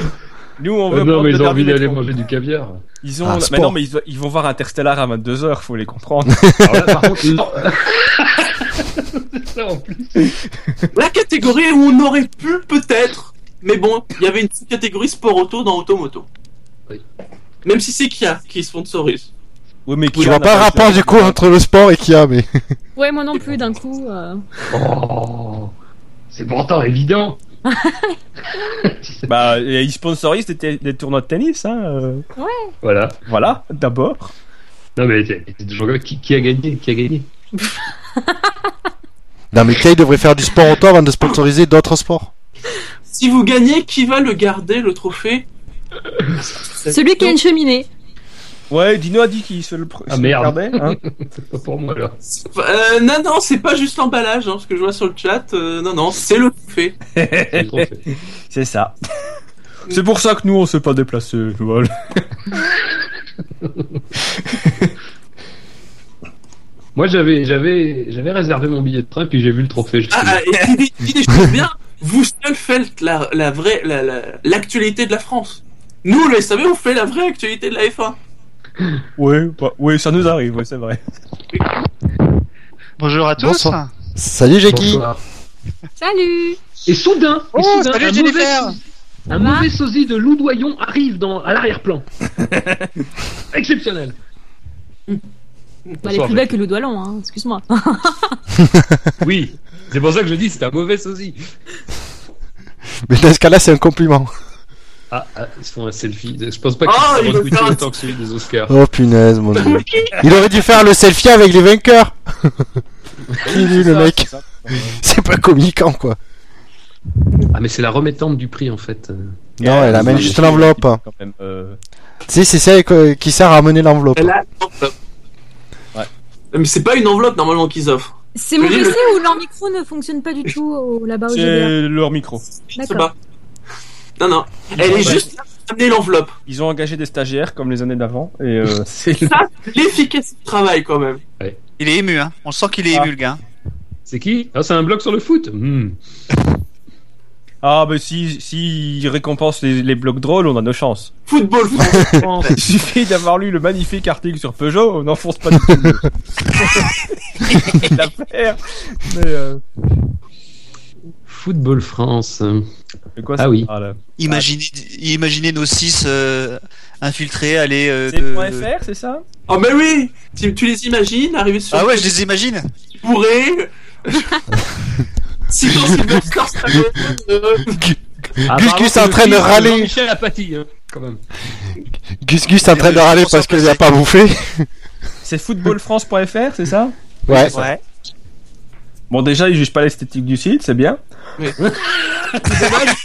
Speaker 5: Nous, on veut
Speaker 3: Euh, non,
Speaker 5: prendre
Speaker 3: mais
Speaker 5: le
Speaker 3: ils ont
Speaker 5: dernier
Speaker 3: envie d'aller
Speaker 5: métro.
Speaker 3: manger du caviar.
Speaker 5: Ils ont.
Speaker 2: Ah,
Speaker 5: mais
Speaker 2: sport.
Speaker 5: non, mais ils, ils vont voir Interstellar à 22h, faut les comprendre.
Speaker 3: Alors là, par contre, non. Ça, en plus.
Speaker 1: La catégorie où on aurait pu peut-être, mais bon, il y avait une catégorie sport auto dans automoto.
Speaker 3: Oui.
Speaker 1: Même si c'est Kia qui sponsorise.
Speaker 5: Oui, mais
Speaker 2: Je vois pas le rapport du coup entre le sport et Kia, mais.
Speaker 10: Ouais, moi non plus, d'un coup. euh.
Speaker 3: Oh, c'est pourtant évident.
Speaker 5: Bah, et ils sponsorisent des, te- des tournois de tennis, hein. euh.
Speaker 10: Ouais.
Speaker 3: Voilà.
Speaker 5: Voilà, d'abord.
Speaker 3: Non, mais t'es- t'es toujours là, qui, qui a gagné Qui a gagné
Speaker 2: Non, mais Kia, il devrait faire du sport auto avant de sponsoriser d'autres sports.
Speaker 1: Si vous gagnez, qui va le garder, le trophée
Speaker 5: Euh,
Speaker 10: Celui qui a une cheminée.
Speaker 5: Ouais, Dino a dit qu'il se le pr-
Speaker 3: Ah
Speaker 5: se le
Speaker 3: merde.
Speaker 5: gardait, hein.
Speaker 3: C'est pas pour moi, là.
Speaker 1: Euh, non, non, c'est pas juste l'emballage, hein, ce que je vois sur le chat. euh, non, non, c'est le trophée.
Speaker 3: C'est trop fait.
Speaker 5: C'est ça. C'est pour ça que nous, on s'est pas déplacé. Voilà.
Speaker 3: Moi, j'avais, j'avais, j'avais réservé mon billet de train, puis j'ai vu le trophée. j'ai
Speaker 1: Ah,
Speaker 3: fait,
Speaker 1: ah, et dis, dis des choses bien. Vous seul faites la, la vraie, la- la- l'actualité de la France. Nous, le SAV, on fait la vraie actualité de la F1.
Speaker 5: Ouais, bah, ouais, ça nous arrive, ouais, c'est vrai.
Speaker 12: Bonjour à tous.
Speaker 2: Bonsoir. Salut, Jackie.
Speaker 3: Bonsoir.
Speaker 10: Salut
Speaker 3: Et soudain, et
Speaker 12: Oh,
Speaker 3: soudain,
Speaker 12: salut,
Speaker 3: un, mauvais,
Speaker 12: Jennifer.
Speaker 3: un mauvais sosie de Loudoyon arrive dans, à l'arrière-plan. Exceptionnel.
Speaker 10: Bah, elle est
Speaker 3: Bonsoir,
Speaker 10: plus belle que le doigt lent, hein, excuse-moi.
Speaker 3: Oui, c'est pour ça que je dis c'est un mauvais sosie.
Speaker 2: Mais dans ce cas-là, c'est un compliment.
Speaker 3: Ah, ah, ils se font un selfie. Je pense pas qu'ils
Speaker 1: Ah,
Speaker 3: soient
Speaker 1: ils veulent
Speaker 3: retweetés
Speaker 1: faire un
Speaker 3: autant que celui des Oscars.
Speaker 2: Oh punaise, mon dieu. Il aurait dû faire le selfie avec les vainqueurs. Qui lui, le mec C'est pas communicant, quoi.
Speaker 3: Ah, mais c'est la remettante du prix en fait. Euh,
Speaker 2: Non, elle amène
Speaker 3: c'est-
Speaker 2: juste l'enveloppe.
Speaker 5: Quand même, euh,
Speaker 2: Tu sais, c'est celle que- qui sert à amener l'enveloppe.
Speaker 1: Elle a l'enveloppe.
Speaker 5: Ouais.
Speaker 1: Mais c'est pas une enveloppe normalement qu'ils offrent.
Speaker 10: C'est
Speaker 1: Je
Speaker 10: mon
Speaker 1: dis,
Speaker 10: PC où leur micro ne fonctionne pas du tout au- là-bas au GDR.
Speaker 5: C'est leur micro.
Speaker 1: C'est
Speaker 10: D'accord.
Speaker 1: pas. Non, non. Elle est juste là pour amener l'enveloppe.
Speaker 5: Ils ont engagé des stagiaires comme les années d'avant et euh, c'est
Speaker 1: Ça, c'est l'efficacité du travail quand même.
Speaker 12: Il est ému, hein. On sent qu'il est
Speaker 5: Ah.
Speaker 12: ému, le gars.
Speaker 3: C'est qui Ah, c'est un blog sur le foot. Hmm.
Speaker 5: ah bah si si ils récompensent les, les blocs drôles, on a nos chances.
Speaker 1: Football, football.
Speaker 5: Il suffit d'avoir lu le magnifique article sur Peugeot, on n'enfonce pas du tout. le- L'affaire. Mais euh,
Speaker 3: Football France.
Speaker 5: de quoi
Speaker 3: Ah
Speaker 5: ça
Speaker 3: oui.
Speaker 5: parle
Speaker 12: Imaginez, imaginez nos six euh, infiltrés aller. euh,
Speaker 5: C'est
Speaker 12: de-
Speaker 5: .fr, c'est ça
Speaker 1: oh, mais oui tu, tu les imagines arriver sur
Speaker 12: Ah ouais, je les imagine.
Speaker 1: bourré. si dans Silverstar, ça veut. euh,
Speaker 3: Ah,
Speaker 2: Gus Gus est en train de râler.
Speaker 3: Michel Apathy, hein, quand même.
Speaker 2: Gus Gus est en train de râler parce qu'il a pas bouffé.
Speaker 5: C'est footballfrance.fr, c'est ça
Speaker 2: Ouais.
Speaker 12: Ouais.
Speaker 5: Bon déjà, ils jugent pas l'esthétique du site, c'est bien.
Speaker 1: c'est dommage.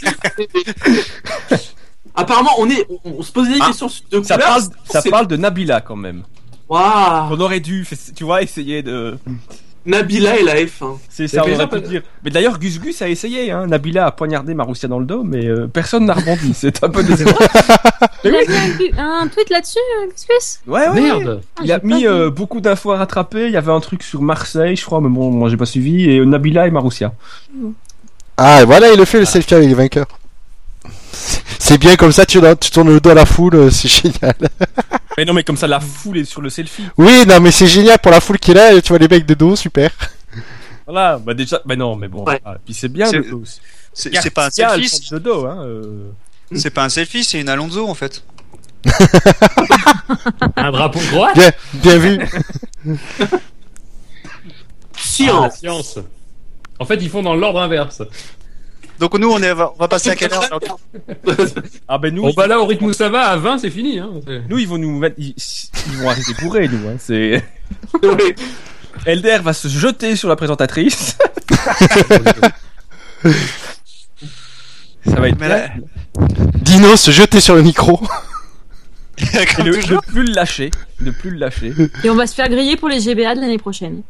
Speaker 1: Apparemment, on, est, on, on se posait des
Speaker 5: Ah.
Speaker 1: questions sur- de
Speaker 5: Ça
Speaker 1: couleurs.
Speaker 5: parle ça
Speaker 1: C'est-
Speaker 5: parle de Nabila quand même.
Speaker 1: Waouh
Speaker 5: On aurait dû tu vois essayer de
Speaker 1: Nabila et la F1.
Speaker 5: C'est
Speaker 3: Mais
Speaker 5: ça, on
Speaker 3: déjà,
Speaker 5: aurait pu
Speaker 3: peut-
Speaker 5: dire. Mais d'ailleurs, Gus Gus a essayé, hein. Nabila a poignardé Maroussia dans le dos, mais euh, personne n'a rebondi. C'est un peu décevant.
Speaker 10: Il a mis un tu- un tweet là-dessus, euh, Gus
Speaker 5: Eh Ouais, ouais.
Speaker 3: Merde.
Speaker 10: Ah,
Speaker 5: Il a
Speaker 10: j'ai pas
Speaker 5: mis
Speaker 10: vu.
Speaker 5: euh, beaucoup d'infos à rattraper. Il y avait un truc sur Marseille, je crois, mais bon, moi j'ai pas suivi. Et euh, Nabila et Maroussia.
Speaker 2: Ah, et voilà, il le fait le selfie avec les vainqueurs. C'est bien comme ça, tu, tu tournes le dos à la foule, euh, c'est génial.
Speaker 5: Mais non, mais comme ça, la foule est sur le selfie.
Speaker 2: Oui, non, mais c'est génial pour la foule qui est là, et tu vois les mecs de dos, super.
Speaker 5: Voilà, bah déjà, bah non, mais bon.
Speaker 13: Ouais.
Speaker 5: ah, puis c'est bien
Speaker 13: C'est-
Speaker 5: le dos.
Speaker 13: c'est-
Speaker 5: Regarde,
Speaker 13: c'est pas un
Speaker 5: tiens,
Speaker 13: selfie,
Speaker 5: elles
Speaker 13: c'est-
Speaker 5: sont de dos, hein. euh.
Speaker 13: C'est pas un selfie, c'est une Alonso en fait.
Speaker 3: Un drapeau croate
Speaker 2: Bien, bien vu.
Speaker 3: Science. Ah, science. En fait, ils font dans l'ordre inverse.
Speaker 13: Donc nous, on, est, on va passer à quelle heure
Speaker 5: Ah ben nous.
Speaker 3: On va là au rythme où ça va, à 20, c'est fini. Hein.
Speaker 5: Nous, ils vont nous mettre. Ils, ils vont arrêter bourrés, nous. Hein. C'est. Elder va se jeter sur la présentatrice. Ça va être
Speaker 13: Mais
Speaker 5: bien.
Speaker 2: Dino se jeter sur le micro.
Speaker 5: Et le- de plus le lâcher, de plus le lâcher.
Speaker 10: Et on va se faire griller pour les GBA de l'année prochaine.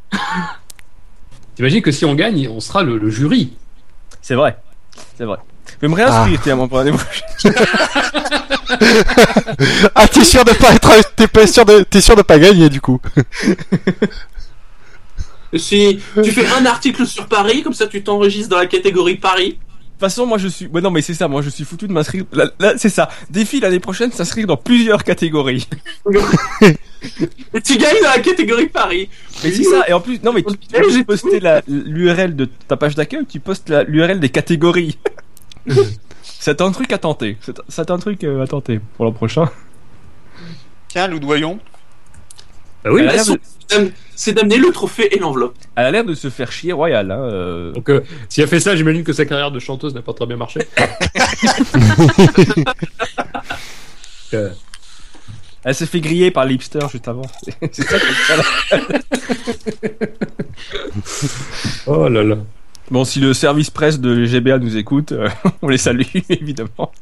Speaker 3: T'imagines que si on gagne, on sera le, le jury.
Speaker 5: C'est vrai. C'est vrai. Je vais me réinscrire, tiens, mon l'année prochaine.
Speaker 2: ah, t'es sûr de pas être, t'es pas sûr de, t'es sûr de pas gagner du coup.
Speaker 1: Si tu fais un article sur Paris, comme ça tu t'enregistres dans la catégorie Paris.
Speaker 5: De toute façon, moi je suis. Ouais, non, mais c'est ça, moi je suis foutu de m'inscrire. Là, là, c'est ça. Défi l'année prochaine, s'inscrire dans plusieurs catégories.
Speaker 1: Et tu gagnes dans la catégorie Paris.
Speaker 5: Mais c'est ça, et en plus, non, mais tu, tu peux poster la- l'URL de ta page d'accueil, tu postes la- l'URL des catégories. c'est un truc à tenter. C'est- C'est un truc euh, à tenter pour l'an prochain.
Speaker 13: Tiens, Loudoyon.
Speaker 5: Bah
Speaker 1: Euh,
Speaker 5: oui, mais-
Speaker 1: c'est d'amener le trophée et l'enveloppe.
Speaker 5: Elle a l'air de se faire chier royal. Hein,
Speaker 3: Donc, euh, si elle fait ça, j'imagine que sa carrière de chanteuse n'a pas très bien marché.
Speaker 5: Euh, Elle s'est fait griller par l'hipster juste avant. C'est ça qui est
Speaker 3: Oh là là.
Speaker 5: Bon, si le service presse de GBA nous écoute, euh, on les salue évidemment.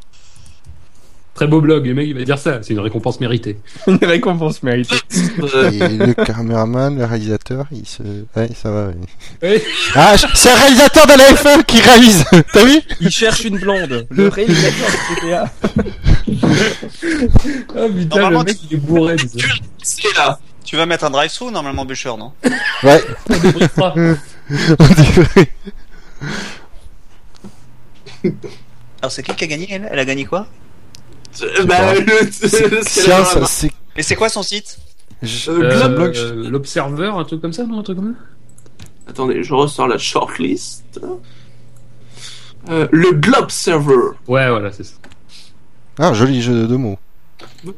Speaker 3: Très beau blog, les mecs, il va dire ça. C'est une récompense méritée.
Speaker 5: Une récompense méritée.
Speaker 1: Euh,
Speaker 3: Euh.
Speaker 2: Et le caméraman, le réalisateur, il se. Ouais, ça va. ouais.
Speaker 3: Oui.
Speaker 2: Ah, je- c'est un réalisateur de la F1 qui réalise. T'as vu
Speaker 5: Il cherche une blonde. Le réalisateur de GTA.
Speaker 3: Ah putain,
Speaker 13: Normalement,
Speaker 3: le mec, il est bourré. de ça.
Speaker 1: C'est là.
Speaker 13: Tu vas mettre un drive-thru normalement, Bûcher, non
Speaker 2: Ouais.
Speaker 3: On débriefera.
Speaker 2: On dit-
Speaker 13: Alors c'est qui qui a gagné elle Elle a gagné quoi
Speaker 2: bah, le- C'est- c'est la- science, c'est-
Speaker 13: Et c'est quoi son site
Speaker 3: Euh, euh, L'observeur, un truc comme ça, non Un truc comme ça
Speaker 1: Attendez, je ressors la shortlist. Euh, le Globe Server.
Speaker 3: Ouais, voilà, c'est ça.
Speaker 2: Ah, joli jeu de mots.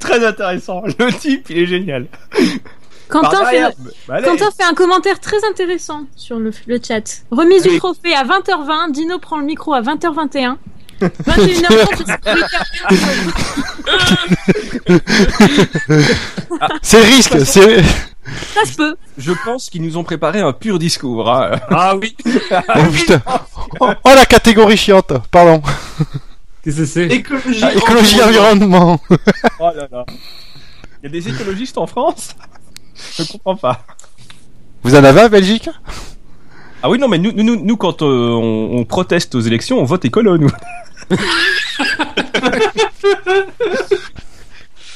Speaker 5: Très intéressant. Le type, il est génial.
Speaker 10: Quentin,
Speaker 5: Par
Speaker 10: fait,
Speaker 5: derrière, bah, allez.
Speaker 10: Quentin fait un commentaire très intéressant sur le, le chat. Remise
Speaker 5: Oui.
Speaker 10: du trophée à 20h20, Dino prend le micro à 20h21. 21h30,
Speaker 2: Ah, C'est risque, c'est.
Speaker 10: ça se peut.
Speaker 5: Je pense qu'ils nous ont préparé un pur discours. hein.
Speaker 3: Ah oui.
Speaker 2: Oh putain. Oh, oh, la catégorie chiante, pardon.
Speaker 3: Qu'est-ce que c'est
Speaker 1: Écologie,
Speaker 2: Ah, écologie, environnement.
Speaker 5: Oh là là. Il y a des écologistes en France Je comprends pas.
Speaker 2: Vous en avez à Belgique
Speaker 5: Ah oui, non, mais nous, nous, nous, nous, quand euh, on, on proteste aux élections, on vote écolo, nous.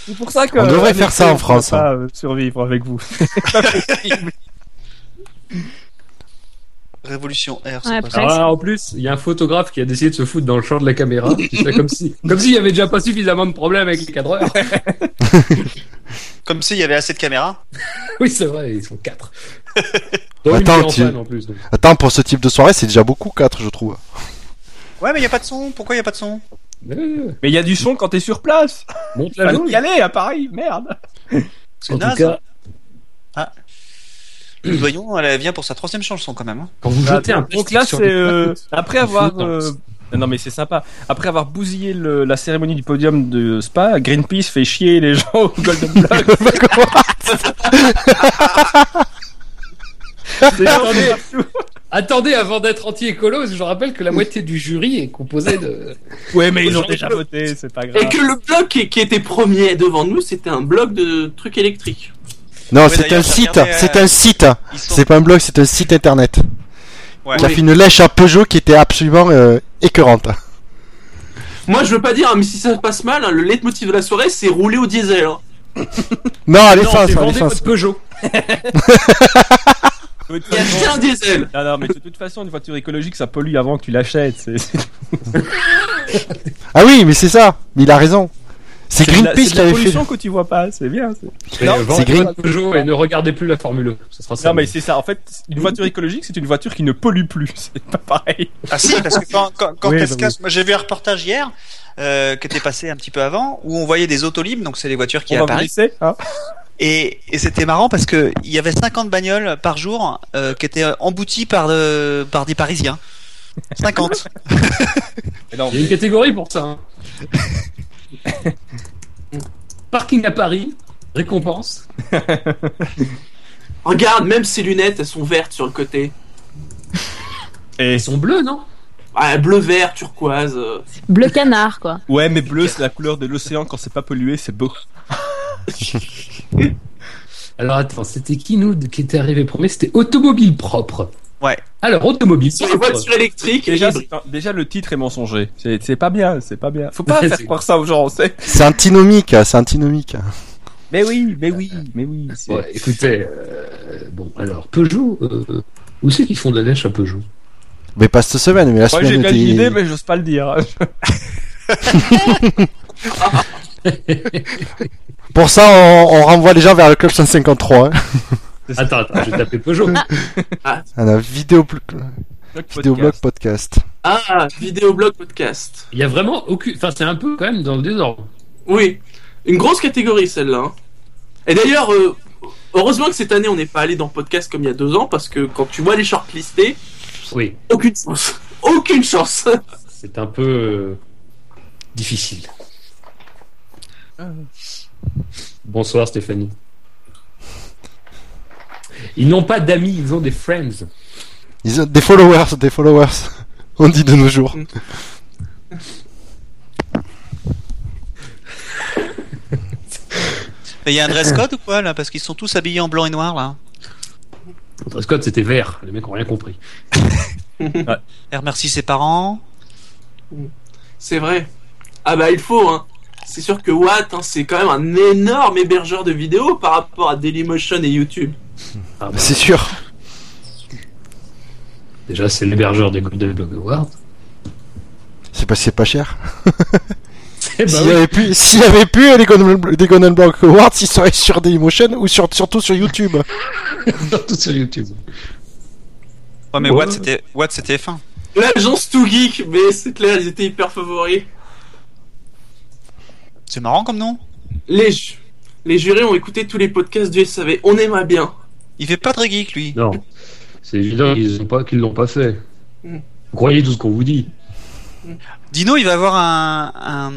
Speaker 5: C'est pour ça que.
Speaker 2: On devrait
Speaker 5: euh,
Speaker 2: faire ça en
Speaker 5: on peut
Speaker 2: France, hein.
Speaker 5: Pas euh, survivre avec vous. C'est pas possible.
Speaker 13: Révolution R. c'est
Speaker 3: Alors
Speaker 13: pas ça.
Speaker 3: là, Ah, en plus, il y a un photographe qui a décidé de se foutre dans le champ de la caméra. Tu sais, comme si, comme s'il y avait déjà pas suffisamment de problèmes avec les cadreurs.
Speaker 13: Comme s'il y avait assez de caméras.
Speaker 3: oui, c'est vrai, ils sont quatre. Dont une qui est en
Speaker 2: tu-
Speaker 3: panne, en plus, donc.
Speaker 2: Attends, pour ce type de soirée, c'est déjà beaucoup 4, je trouve.
Speaker 13: Ouais, mais il y a pas de son. Pourquoi il y a pas de son
Speaker 5: Mais il y a du son quand t'es sur place.
Speaker 3: Monte
Speaker 13: la
Speaker 5: Fallait
Speaker 13: jauge.
Speaker 5: y aller à Paris, merde.
Speaker 13: C'est
Speaker 3: En tout
Speaker 13: naze.
Speaker 5: hein.
Speaker 3: cas-
Speaker 13: Ah. Loudoyon, elle vient pour sa troisième chanson quand même. hein.
Speaker 3: Quand vous
Speaker 5: Ah,
Speaker 3: jetez un
Speaker 5: donc
Speaker 3: plastique
Speaker 5: là,
Speaker 3: sur
Speaker 5: c'est
Speaker 3: les
Speaker 5: euh,
Speaker 3: plateaux,
Speaker 5: après
Speaker 3: il
Speaker 5: avoir
Speaker 3: faut dans le-
Speaker 5: euh, non mais c'est sympa. Après avoir bousillé le- la cérémonie du podium de Spa, Greenpeace fait chier les gens au Golden Block. C'est
Speaker 3: attendez, attendez, avant d'être anti-écolo, je rappelle que la moitié du jury est composée de.
Speaker 5: ouais, mais ils ont déjà voté, c'est pas grave.
Speaker 1: Et que le bloc qui qui était premier devant nous, c'était un bloc de trucs électriques.
Speaker 2: Non,
Speaker 1: Ouais,
Speaker 2: c'est un
Speaker 1: d'ailleurs, j'ai
Speaker 2: site,
Speaker 1: regardé, euh,
Speaker 2: c'est un site.
Speaker 1: ils sont-
Speaker 2: C'est pas un blog, c'est un site internet.
Speaker 1: Ouais.
Speaker 2: Qui a
Speaker 1: Oui.
Speaker 2: fait une lèche à Peugeot qui était absolument euh, écœurante.
Speaker 1: Moi, je veux pas dire, hein, mais si ça passe mal, hein, le leitmotiv de la soirée, c'est rouler au diesel. hein.
Speaker 2: Non, à
Speaker 1: Non,
Speaker 2: l'essence,
Speaker 1: c'est
Speaker 2: à
Speaker 1: vendez
Speaker 2: l'essence.
Speaker 1: votre Peugeot.
Speaker 5: De toute
Speaker 1: Il y a
Speaker 5: façon-
Speaker 1: bien un diesel.
Speaker 5: Non, non, mais de toute façon, une voiture écologique, ça pollue avant que tu l'achètes. c'est-
Speaker 2: Ah oui, mais c'est ça. Mais il a raison. C'est
Speaker 5: de
Speaker 2: Greenpeace
Speaker 5: la- c'est de
Speaker 2: qui
Speaker 5: la
Speaker 2: avait fait
Speaker 5: pollution
Speaker 2: le-
Speaker 5: que tu vois pas, c'est bien.
Speaker 2: Et Non, vends c'est Green- votre
Speaker 5: Peugeot et ne regardez plus la Formule Non, mais c'est ça. En fait, une voiture écologique, c'est une voiture qui ne pollue plus. C'est pas pareil.
Speaker 13: Ah si, parce que quand, quand, quand
Speaker 5: Oui,
Speaker 13: elle se
Speaker 5: bah oui.
Speaker 13: casse, moi j'ai vu un reportage hier euh, qui était passé un petit peu avant, où on voyait des autolibres, donc c'est les voitures qui
Speaker 5: On va vous
Speaker 13: apparaissent.
Speaker 5: laisser, hein.
Speaker 13: Et, et c'était marrant parce que il y avait 50 bagnoles par jour euh, qui étaient embouties par, euh, par des Parisiens. 50.
Speaker 3: Il y a une catégorie pour ça. hein. Parking à Paris, récompense.
Speaker 1: Regarde, même ses lunettes, elles sont vertes sur le côté.
Speaker 5: Et... Elles
Speaker 3: sont bleues, non
Speaker 1: Ah, bleu, vert, turquoise. euh.
Speaker 10: Bleu canard, quoi.
Speaker 5: Ouais, mais bleu, c'est la couleur de l'océan quand c'est pas pollué, c'est beau.
Speaker 3: Alors attends, c'était qui nous qui était arrivé premier C'était automobile propre.
Speaker 13: Ouais.
Speaker 3: Alors automobile propre.
Speaker 5: Déjà, c'est un- déjà, le titre est mensonger. C'est c'est pas bien, c'est pas bien. Faut pas faire
Speaker 3: C'est-
Speaker 5: croire ça aux gens, on sait.
Speaker 2: C'est antinomique, c'est antinomique.
Speaker 5: Mais oui, mais oui, mais oui. c'est-
Speaker 3: Ouais, écoutez, euh, bon alors Peugeot, euh, où c'est qu'ils font de la lèche à Peugeot
Speaker 2: Mais pas cette semaine, mais la
Speaker 5: Moi, j'ai
Speaker 2: semaine
Speaker 5: bien
Speaker 2: était.
Speaker 5: une idée, mais j'ose pas le dire. hein.
Speaker 2: Pour ça, on, on renvoie les gens vers le club 153. hein.
Speaker 3: Attends, attends, je vais taper Peugeot.
Speaker 5: Ah.
Speaker 2: On a vidéo vidéoblog podcast.
Speaker 1: Ah, vidéoblog podcast.
Speaker 3: Il y a vraiment aucune. Enfin, c'est un peu quand même dans le désordre.
Speaker 1: Oui, une grosse catégorie celle-là. hein. Et d'ailleurs, euh, heureusement que cette année on n'est pas allé dans podcast comme il y a deux ans parce que quand tu vois les shorts listés,
Speaker 3: Oui.
Speaker 1: aucune chance. Aucune chance.
Speaker 3: C'est un peu euh, difficile. Bonsoir Stéphanie. Ils n'ont pas d'amis, ils ont des friends.
Speaker 2: Ils ont des followers, des followers. On dit de nos jours.
Speaker 13: Mais il y a un dress code ou quoi là Parce qu'ils sont tous habillés en blanc et noir là.
Speaker 3: Notre Scott, c'était vert. Les mecs ont rien compris.
Speaker 13: Elle remercie ses parents.
Speaker 1: C'est vrai. Ah bah il faut, hein. C'est sûr que Watt, hein, c'est quand même un énorme hébergeur de vidéos par rapport à Dailymotion et YouTube.
Speaker 2: C'est sûr.
Speaker 3: Déjà, c'est l'hébergeur des Golden Globe Awards.
Speaker 2: C'est parce que c'est pas cher.
Speaker 3: Eh ben
Speaker 2: S'il
Speaker 3: oui.
Speaker 2: y avait plus, s'il y avait plus les Golden Blo- des Golden Block Awards, ils seraient sur Dailymotion ou sur, surtout sur YouTube.
Speaker 3: surtout sur YouTube.
Speaker 13: Ouais, mais
Speaker 2: Ouais.
Speaker 13: Watt c'était Watt, c'était F1.
Speaker 1: L'agence tout geek, mais c'est clair, ils étaient hyper favoris.
Speaker 13: C'est marrant comme nom.
Speaker 1: Les, ju- les jurés ont écouté tous les podcasts du SAV. On aimerait bien.
Speaker 13: Il fait pas très geek, lui.
Speaker 3: Non. C'est évident qu'ils ont pas- qu'ils l'ont pas fait.
Speaker 1: Mm.
Speaker 3: Croyez tout ce qu'on vous dit.
Speaker 13: Dino, il va avoir un, un,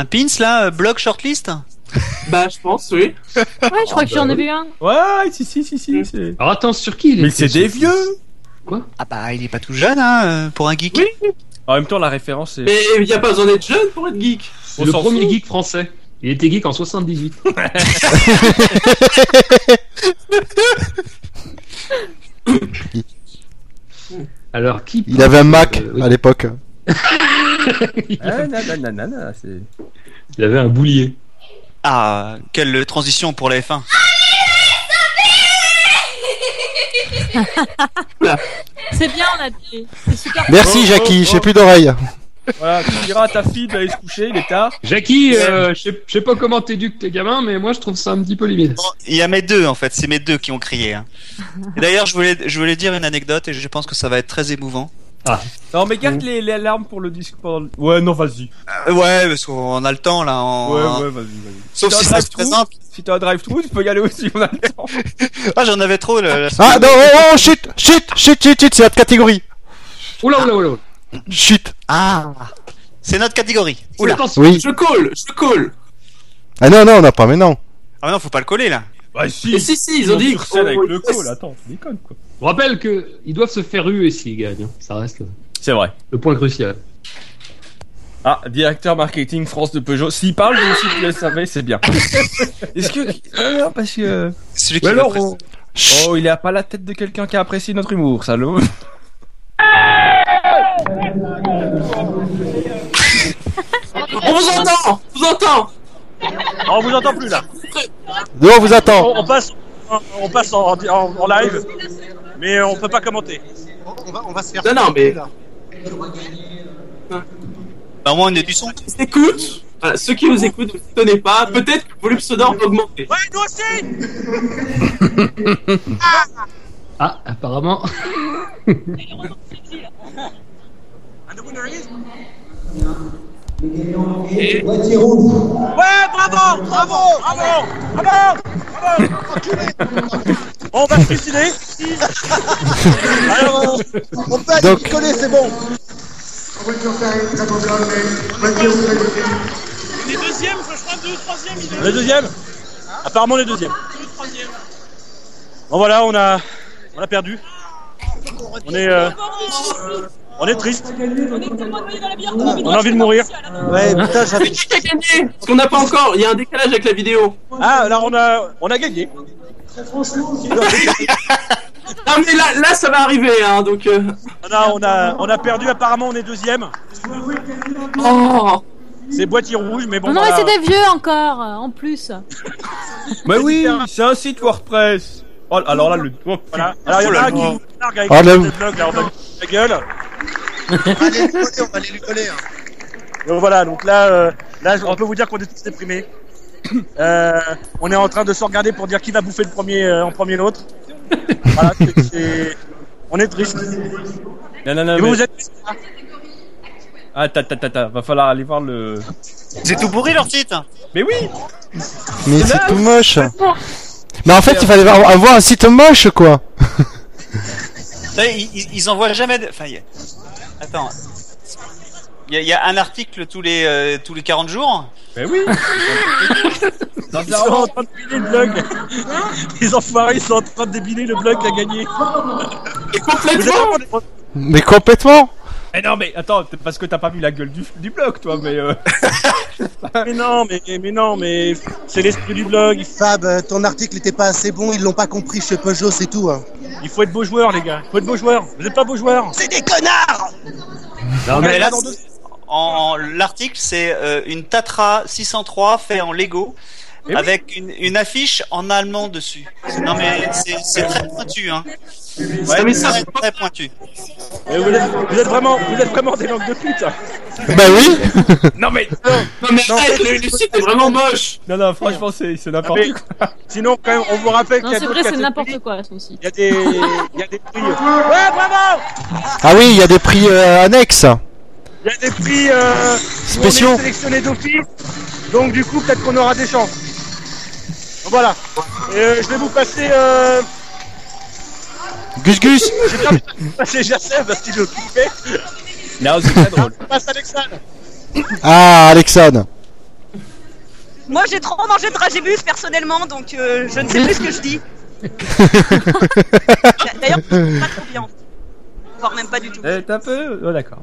Speaker 13: un pins là, euh, blog shortlist
Speaker 1: Bah, je pense, oui.
Speaker 13: ouais,
Speaker 10: je
Speaker 5: Ah
Speaker 10: crois que j'en ai vu un. Mm.
Speaker 5: Ouais, si, si, si, si. c'est-
Speaker 3: Alors attends, sur qui il
Speaker 5: bah Mais
Speaker 3: était,
Speaker 5: c'est des
Speaker 3: ce-
Speaker 5: vieux
Speaker 3: Quoi
Speaker 13: Ah bah, il est pas tout jeune, hein, euh, pour un geek.
Speaker 5: En même temps, la référence est.
Speaker 1: Mais il n'y a pas besoin d'être jeune pour être geek.
Speaker 3: C'est le premier geek français. Il était geek en 78. Alors, qui
Speaker 2: Il avait un Mac
Speaker 3: Euh,
Speaker 2: à l'époque.
Speaker 5: Ah, nanana, nanana, c'est-
Speaker 3: Il avait un boulier.
Speaker 13: Ah, quelle transition pour la F1.
Speaker 10: c'est bien, on a des- C'est super.
Speaker 2: Merci
Speaker 5: Oh,
Speaker 2: Jackie,
Speaker 5: oh,
Speaker 2: j'ai
Speaker 5: oh.
Speaker 2: plus d'oreilles.
Speaker 5: Voilà, tu diras à ta fille d'aller se coucher, il est tard.
Speaker 3: Jackie, euh, je sais- je sais pas comment t'éduques tes gamins, mais moi je trouve ça un petit peu limite.
Speaker 13: Il y a mes deux en fait, c'est mes deux qui ont crié. hein. Et D'ailleurs, je voulais, je voulais dire une anecdote et je pense que ça va être très émouvant.
Speaker 3: Ah.
Speaker 5: Non, mais garde les, les alarmes pour le disque. pour le- Ouais, non, vas-y.
Speaker 13: Euh, ouais, parce qu'on a le temps là. on-
Speaker 5: Ouais, ouais, vas-y, vas-y.
Speaker 13: Sauf
Speaker 5: t'as
Speaker 13: si
Speaker 5: un
Speaker 13: ça se
Speaker 5: drive-thru,
Speaker 13: présente.
Speaker 5: Si t'as un drive-thru, tu peux y aller aussi, on a le temps.
Speaker 13: Ah, j'en avais trop. le- la
Speaker 2: Ah
Speaker 13: semaine-
Speaker 2: non, oh, oh, chut, chut, chut, chut, chut, c'est notre catégorie.
Speaker 3: Oula, oula, oula.
Speaker 2: Chut.
Speaker 13: Ah, c'est notre catégorie. Oula.
Speaker 2: Oui.
Speaker 1: Je colle, je colle.
Speaker 2: Ah non, non, non, pas maintenant.
Speaker 13: Ah, mais non, faut pas le coller là.
Speaker 5: Bah, si.
Speaker 1: Et si, si, ils ont dit.
Speaker 5: sur scène
Speaker 1: qu'on-
Speaker 5: avec le call, attends, tu déconnes quoi.
Speaker 3: Je rappelle qu'ils doivent se faire ruer s'ils gagnent. hein. Ça reste le,
Speaker 5: C'est vrai.
Speaker 3: le point crucial.
Speaker 5: Ah, directeur marketing France de Peugeot. S'il parle, vous aussi, vous le savez, c'est bien. Est-ce que. euh, Non, parce que.
Speaker 13: Celui
Speaker 5: Ou alors, on- Oh, il a pas la tête de quelqu'un qui apprécie notre humour, salaud.
Speaker 1: On vous entend On vous entend
Speaker 4: On vous entend plus là.
Speaker 2: Nous, on vous attend.
Speaker 4: On, on passe, on passe en, en- en live, mais on peut pas commenter.
Speaker 6: On va, on va se faire.
Speaker 1: Non, non, mais.
Speaker 13: Bah, au moins, on a du son.
Speaker 1: Écoute Voilà, ceux qui nous écoutent, ne vous étonnez pas. Peut-être que le volume sonore va augmenter.
Speaker 12: Ouais, nous aussi
Speaker 3: Ah, apparemment.
Speaker 12: Ouais, bravo, bravo, bravo,
Speaker 4: Ah
Speaker 12: bravo, bravo, enculé.
Speaker 4: bah, On va se suicider.
Speaker 12: Alors, euh, on peut aller
Speaker 2: Donc-
Speaker 12: picoler, c'est bon.
Speaker 8: On est deuxième, je crois, deux ou troisième. il est-
Speaker 4: Le deuxième Apparemment, le deuxième. Bon, voilà, on a, on a perdu. On est, euh, on est triste. On a envie de mourir.
Speaker 1: Ouais, putain, j'avais gagné Parce qu'on n'a pas encore, il y a un décalage avec la vidéo.
Speaker 4: Ah, là, on a, on a gagné.
Speaker 1: Non, mais là, là, ça va arriver, hein, donc. euh,
Speaker 4: On a, on a, on a perdu, apparemment, on est deuxième.
Speaker 1: Oh
Speaker 4: C'est boîtier rouge, mais bon.
Speaker 10: non, non, mais
Speaker 4: voilà.
Speaker 10: c'est des vieux encore, euh, en plus.
Speaker 5: Mais oui, c'est un site WordPress. Oh, alors là, le. oh,
Speaker 4: voilà. Alors, il y en a un qui nous largue avec
Speaker 13: Ah,
Speaker 5: Oh,
Speaker 4: le
Speaker 5: là.
Speaker 4: blog, là, on va lui foutre la gueule.
Speaker 6: Allez, on va aller lui coller. hein.
Speaker 4: Donc voilà, donc là, euh, là, on peut vous dire qu'on est tous déprimés. Euh, on est en train de se regarder pour dire qui va bouffer le premier, euh, en premier l'autre. Voilà, c'est- c'est- on est triste.
Speaker 5: Non, non, non,
Speaker 4: Et
Speaker 5: mais-
Speaker 4: vous, vous êtes tristes, hein
Speaker 5: Ah, ta, ta, ta, ta, va falloir aller voir le.
Speaker 13: C'est tout pourri leur site
Speaker 5: Mais oui
Speaker 2: Mais c'est tout moche. Mais en fait, il fallait avoir un site moche, quoi.
Speaker 13: Ça, Ils, ils, ils envoient jamais de. Enfin, y a- attends. Il y, a- il y a un article tous les, euh, tous les 40 jours
Speaker 5: Mais oui
Speaker 4: Ben Ils sont en train de débiner le blog. Les enfoirés, ils sont en train de débiner le blog qui a gagné. complètement
Speaker 2: Mais complètement.
Speaker 5: Mais Eh non, mais attends, t- parce que t'as pas vu la gueule du, du bloc, toi, mais. euh,
Speaker 4: Mais non, mais, mais non, mais c'est l'esprit du blog.
Speaker 6: Fab, euh, ton article était pas assez bon, ils l'ont pas compris chez Peugeot, c'est tout. hein.
Speaker 4: Il faut être beau joueur, les gars. Il faut être beau joueur. Vous êtes pas beau joueur.
Speaker 6: C'est des connards
Speaker 13: Non,
Speaker 4: mais
Speaker 13: mais là,
Speaker 4: dans deux-
Speaker 13: c'est- en, en- l'article, c'est euh, une Tatra 603 fait en Lego
Speaker 4: Eh
Speaker 13: avec une, une affiche en allemand dessus. Non, mais c'est c'est très pointu, hein.
Speaker 4: Ouais, mais
Speaker 13: c'est
Speaker 4: ça-
Speaker 13: très, très pointu.
Speaker 4: Et vous, êtes, vous êtes vraiment, vous êtes vraiment des langues de pute. hein.
Speaker 2: Bah oui.
Speaker 5: Non, mais.
Speaker 1: Non, mais arrête, le, le site est vraiment moche.
Speaker 5: Non, non, franchement, c'est c'est n'importe
Speaker 4: Ah, mais-
Speaker 5: quoi.
Speaker 4: Sinon, quand même, on vous rappelle
Speaker 10: Non,
Speaker 4: qu'il y a
Speaker 10: c'est
Speaker 4: d'autres
Speaker 10: vrai, c'est
Speaker 4: catégories.
Speaker 10: n'importe quoi, son site.
Speaker 4: Il y a des, il y a des prix. euh, Ouais, bravo
Speaker 2: Ah oui, il y a des prix euh, annexes.
Speaker 4: Il y a des prix euh, où on est
Speaker 2: Spéciaux.
Speaker 4: sélectionnés d'office. Donc du coup, peut-être qu'on aura des chances. Voilà. Et, euh, je vais vous passer. Euh...
Speaker 2: Gus Gus.
Speaker 4: J'ai pas passer Jacem parce qu'il est occupé.
Speaker 5: Non, c'est très drôle.
Speaker 4: Je passe Alexandre.
Speaker 2: Ah, Alexandre.
Speaker 9: Moi, j'ai trop mangé de dragibus personnellement, donc euh, je ne sais plus ce que je dis. D'ailleurs, c'est pas trop bien. Voire même pas du tout.
Speaker 5: Eh, T'es un peu. Oh, d'accord.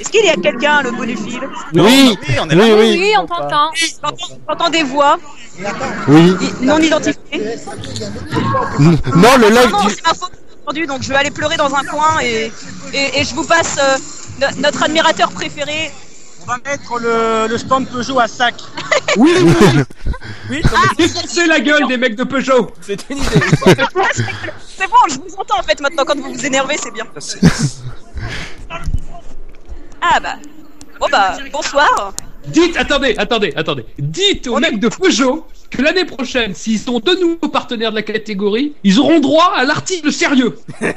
Speaker 9: Est-ce qu'il y a quelqu'un, le bout du fil
Speaker 2: Oui. Oui, oui.
Speaker 9: on t'entend. J'entends- J'entends des voix
Speaker 2: Oui.
Speaker 9: non identifiées.
Speaker 2: N- Non, le live
Speaker 9: Non,
Speaker 2: du.
Speaker 9: c'est ma faute, j'ai entendu, donc je vais aller pleurer dans un coin et, et, et je vous passe euh, no- notre admirateur préféré.
Speaker 4: On va mettre le, le stand Peugeot à sac.
Speaker 3: Oui, oui,
Speaker 9: Ah,
Speaker 3: défoncez la gueule des mecs de Peugeot.
Speaker 5: C'était une idée.
Speaker 9: C'est bon, je vous entends en fait maintenant quand vous vous énervez, c'est bien. Ah bah. Bon bah, bonsoir.
Speaker 3: Dites, attendez, attendez, attendez. Dites aux mecs de Peugeot que l'année prochaine, s'ils sont de nouveaux partenaires de la catégorie, ils auront droit à l'article sérieux.
Speaker 12: Ah,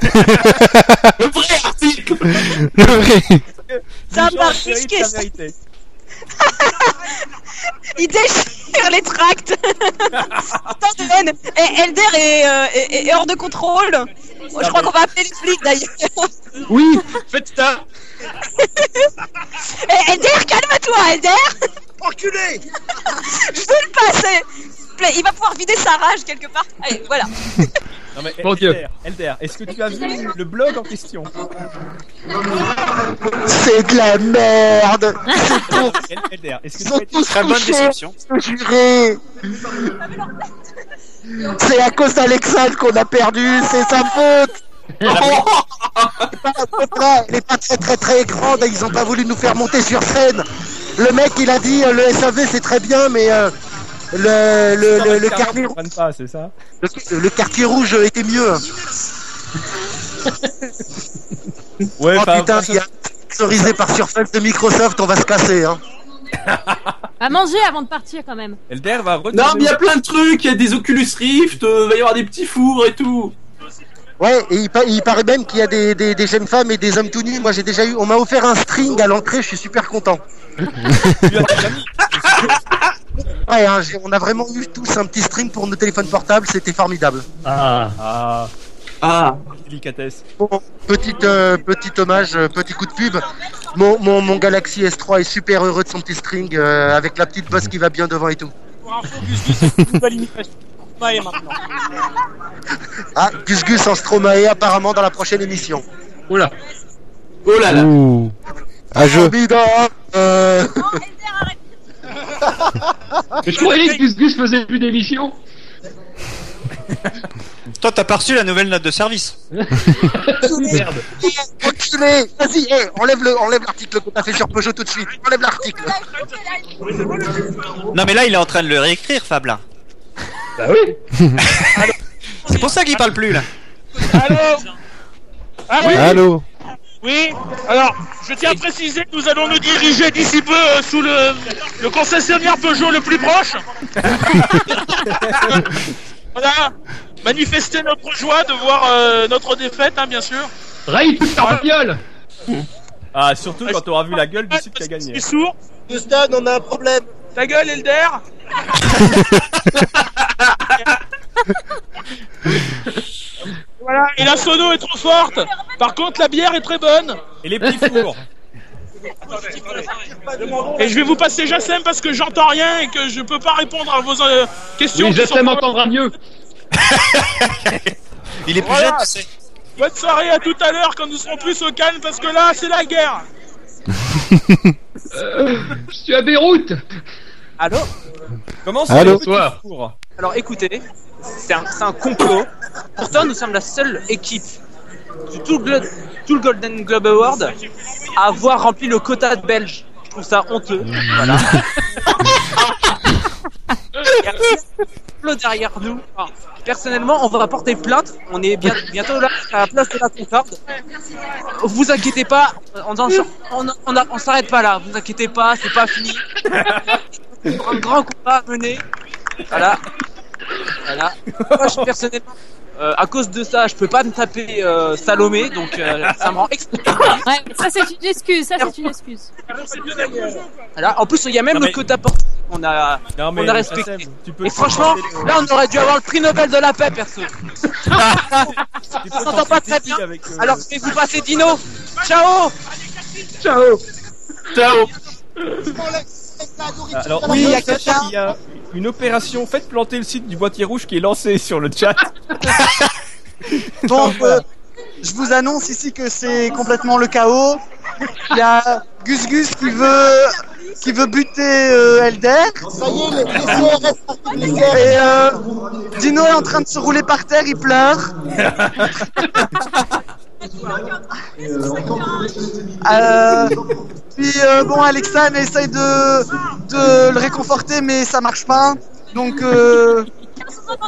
Speaker 1: Le vrai
Speaker 12: hein.
Speaker 1: article
Speaker 2: Le vrai.
Speaker 9: Ça
Speaker 5: Les
Speaker 9: m'a
Speaker 5: gens méritent
Speaker 9: risqué,
Speaker 5: la
Speaker 9: ça.
Speaker 5: vérité.
Speaker 9: Il déchire les tracts. Tant de haine. Et Elder est, euh, est- est hors de contrôle. Je crois qu'on va appeler les flics d'ailleurs.
Speaker 3: Oui, faites ça.
Speaker 9: Eh, Elder, calme-toi, Elder. Enculé. Je veux le passer. S'il te plaît, Il va pouvoir vider sa rage quelque part. Allez, voilà.
Speaker 5: Non, mais.
Speaker 3: Mon Dieu.
Speaker 5: Elder, Elder, est-ce que tu as vu le blog en question
Speaker 6: C'est de la merde
Speaker 5: Elder, est-ce que
Speaker 6: Ils
Speaker 5: tu as
Speaker 6: sont
Speaker 5: été.
Speaker 6: tous touchés, je te jurerai. C'est à cause d'Alexandre qu'on a perdu, c'est sa faute C'est pas la faute là, elle est pas très très très grande et ils ont pas voulu nous faire monter sur scène. Le mec il a dit euh, le SAV c'est très bien mais euh, le, le, le, le quartier,
Speaker 5: Ils comprennent pas, c'est ça
Speaker 6: le, le quartier rouge était mieux.
Speaker 5: Ouais,
Speaker 6: oh
Speaker 5: enfin,
Speaker 6: putain,
Speaker 5: franchement-
Speaker 6: Oh, il y a sponsorisé par Surface de Microsoft, on va se casser hein.
Speaker 11: À manger avant de partir quand même.
Speaker 5: Elder va
Speaker 14: Non, mais il y a plein de trucs, il y a des Oculus Rift, euh, il va y avoir des petits fours et tout.
Speaker 6: Ouais, et il, pa- il paraît même qu'il y a des, des- des jeunes femmes et des hommes tout nus. Moi, j'ai déjà eu. On m'a offert un string à l'entrée, je suis super content. ouais, hein, j'ai- on a vraiment eu tous un petit string pour nos téléphones portables, c'était formidable.
Speaker 3: Ah.
Speaker 5: Ah.
Speaker 14: Ah.
Speaker 5: Délicatesse.
Speaker 6: Bon, petite, euh, petit hommage, euh, petit coup de pub. Mon, mon, mon Galaxy S3 est super heureux de son petit string euh, avec la petite bosse qui va bien devant et tout.
Speaker 4: Nouvelle imitation. Maé maintenant.
Speaker 6: Ah, Gus Gus en Stromae apparemment dans la prochaine émission.
Speaker 3: Oula.
Speaker 14: Oh là là.
Speaker 2: Ouh. Un jeu.
Speaker 6: Formidable. Euh,
Speaker 3: Mais je croyais que Gus Gus faisait plus d'émission.
Speaker 13: Toi, t'as pas reçu la nouvelle note de service.
Speaker 6: Merde. Enculé Vas-y, hé, enlève le, enlève l'article qu'on a fait sur Peugeot tout de suite. Enlève l'article.
Speaker 13: Non, mais là, il est en train de le réécrire, Fablin.
Speaker 3: Bah oui.
Speaker 13: C'est pour ça qu'il parle plus, là.
Speaker 4: Allô Allô
Speaker 2: Allô
Speaker 4: Oui, alors, je tiens à préciser que nous allons nous diriger d'ici peu euh, sous le, le concessionnaire Peugeot le plus proche. voilà, manifester notre joie de voir euh, notre défaite, hein, bien sûr.
Speaker 3: Raïd, putain,
Speaker 4: Voilà.
Speaker 3: bagnole
Speaker 5: Ah, surtout quand t'auras vu la gueule du site qui a gagné.
Speaker 4: Je suis sourd. Houston, on a un problème. Ta gueule, Elder Voilà, et la sono est trop forte. Par contre, la bière est très bonne.
Speaker 5: Et les petits fours.
Speaker 4: Et je vais vous passer Jacem parce que j'entends rien et que je peux pas répondre à vos euh, questions.
Speaker 3: Oui,
Speaker 4: qui sont
Speaker 3: Jacem
Speaker 4: pas-
Speaker 3: entendra mieux.
Speaker 13: Il est plus
Speaker 4: Voilà.
Speaker 13: jeune, tu sais.
Speaker 4: Bonne soirée à tout à l'heure quand nous serons plus au calme parce que là, c'est la guerre.
Speaker 3: Je suis à Beyrouth.
Speaker 1: Allô
Speaker 5: Comment
Speaker 2: sont Allô les petits
Speaker 3: Bonsoir.
Speaker 1: Alors écoutez, c'est un, c'est un complot. Pourtant, nous sommes la seule équipe de tout, le glo- tout le Golden Globe Award à avoir rempli le quota de Belges. Je trouve ça honteux. Voilà. Il y a un complot derrière nous. Enfin, personnellement, on va porter plainte. On est bien- bientôt là à la place de la Concorde. Vous inquiétez pas, on n'en- on- on a- on s'arrête pas là. Vous inquiétez pas, c'est pas fini. un grand combat à mener. Voilà. Voilà. Moi, je, personnellement, euh, à cause de ça, je peux pas me taper euh, Salomé, donc euh, ça me rend extrêmement.
Speaker 11: Ouais, ça c'est une excuse, ça c'est une excuse.
Speaker 1: Voilà. En plus, il y a même
Speaker 5: Non, mais-
Speaker 1: le quota porté qu'on a,
Speaker 5: Non, mais
Speaker 1: on a respecté.
Speaker 5: Jacem, Ah, tu peux euh,
Speaker 1: Et franchement, là, on aurait dû avoir le prix Nobel de la paix, perso. On s'entend pas très bien.
Speaker 5: euh,
Speaker 1: Alors, je vais vous passer Dino. Ciao
Speaker 14: Ciao Ciao
Speaker 5: Euh, Alors,
Speaker 12: Oui,
Speaker 5: oui,
Speaker 12: il y a quelqu'un. euh,
Speaker 5: il y a une opération. Faites planter le site du boîtier rouge qui est lancé sur le chat.
Speaker 6: Donc, euh, je vous annonce ici que c'est complètement le chaos. Il y a Gus Gus qui veut, Euh, qui veut buter euh, Elder. Ça y est, les Et euh, Dino est en train de se rouler par terre, il pleure. Euh, puis euh, bon, Alexan essaye de, de le réconforter, mais ça marche pas. Donc, euh,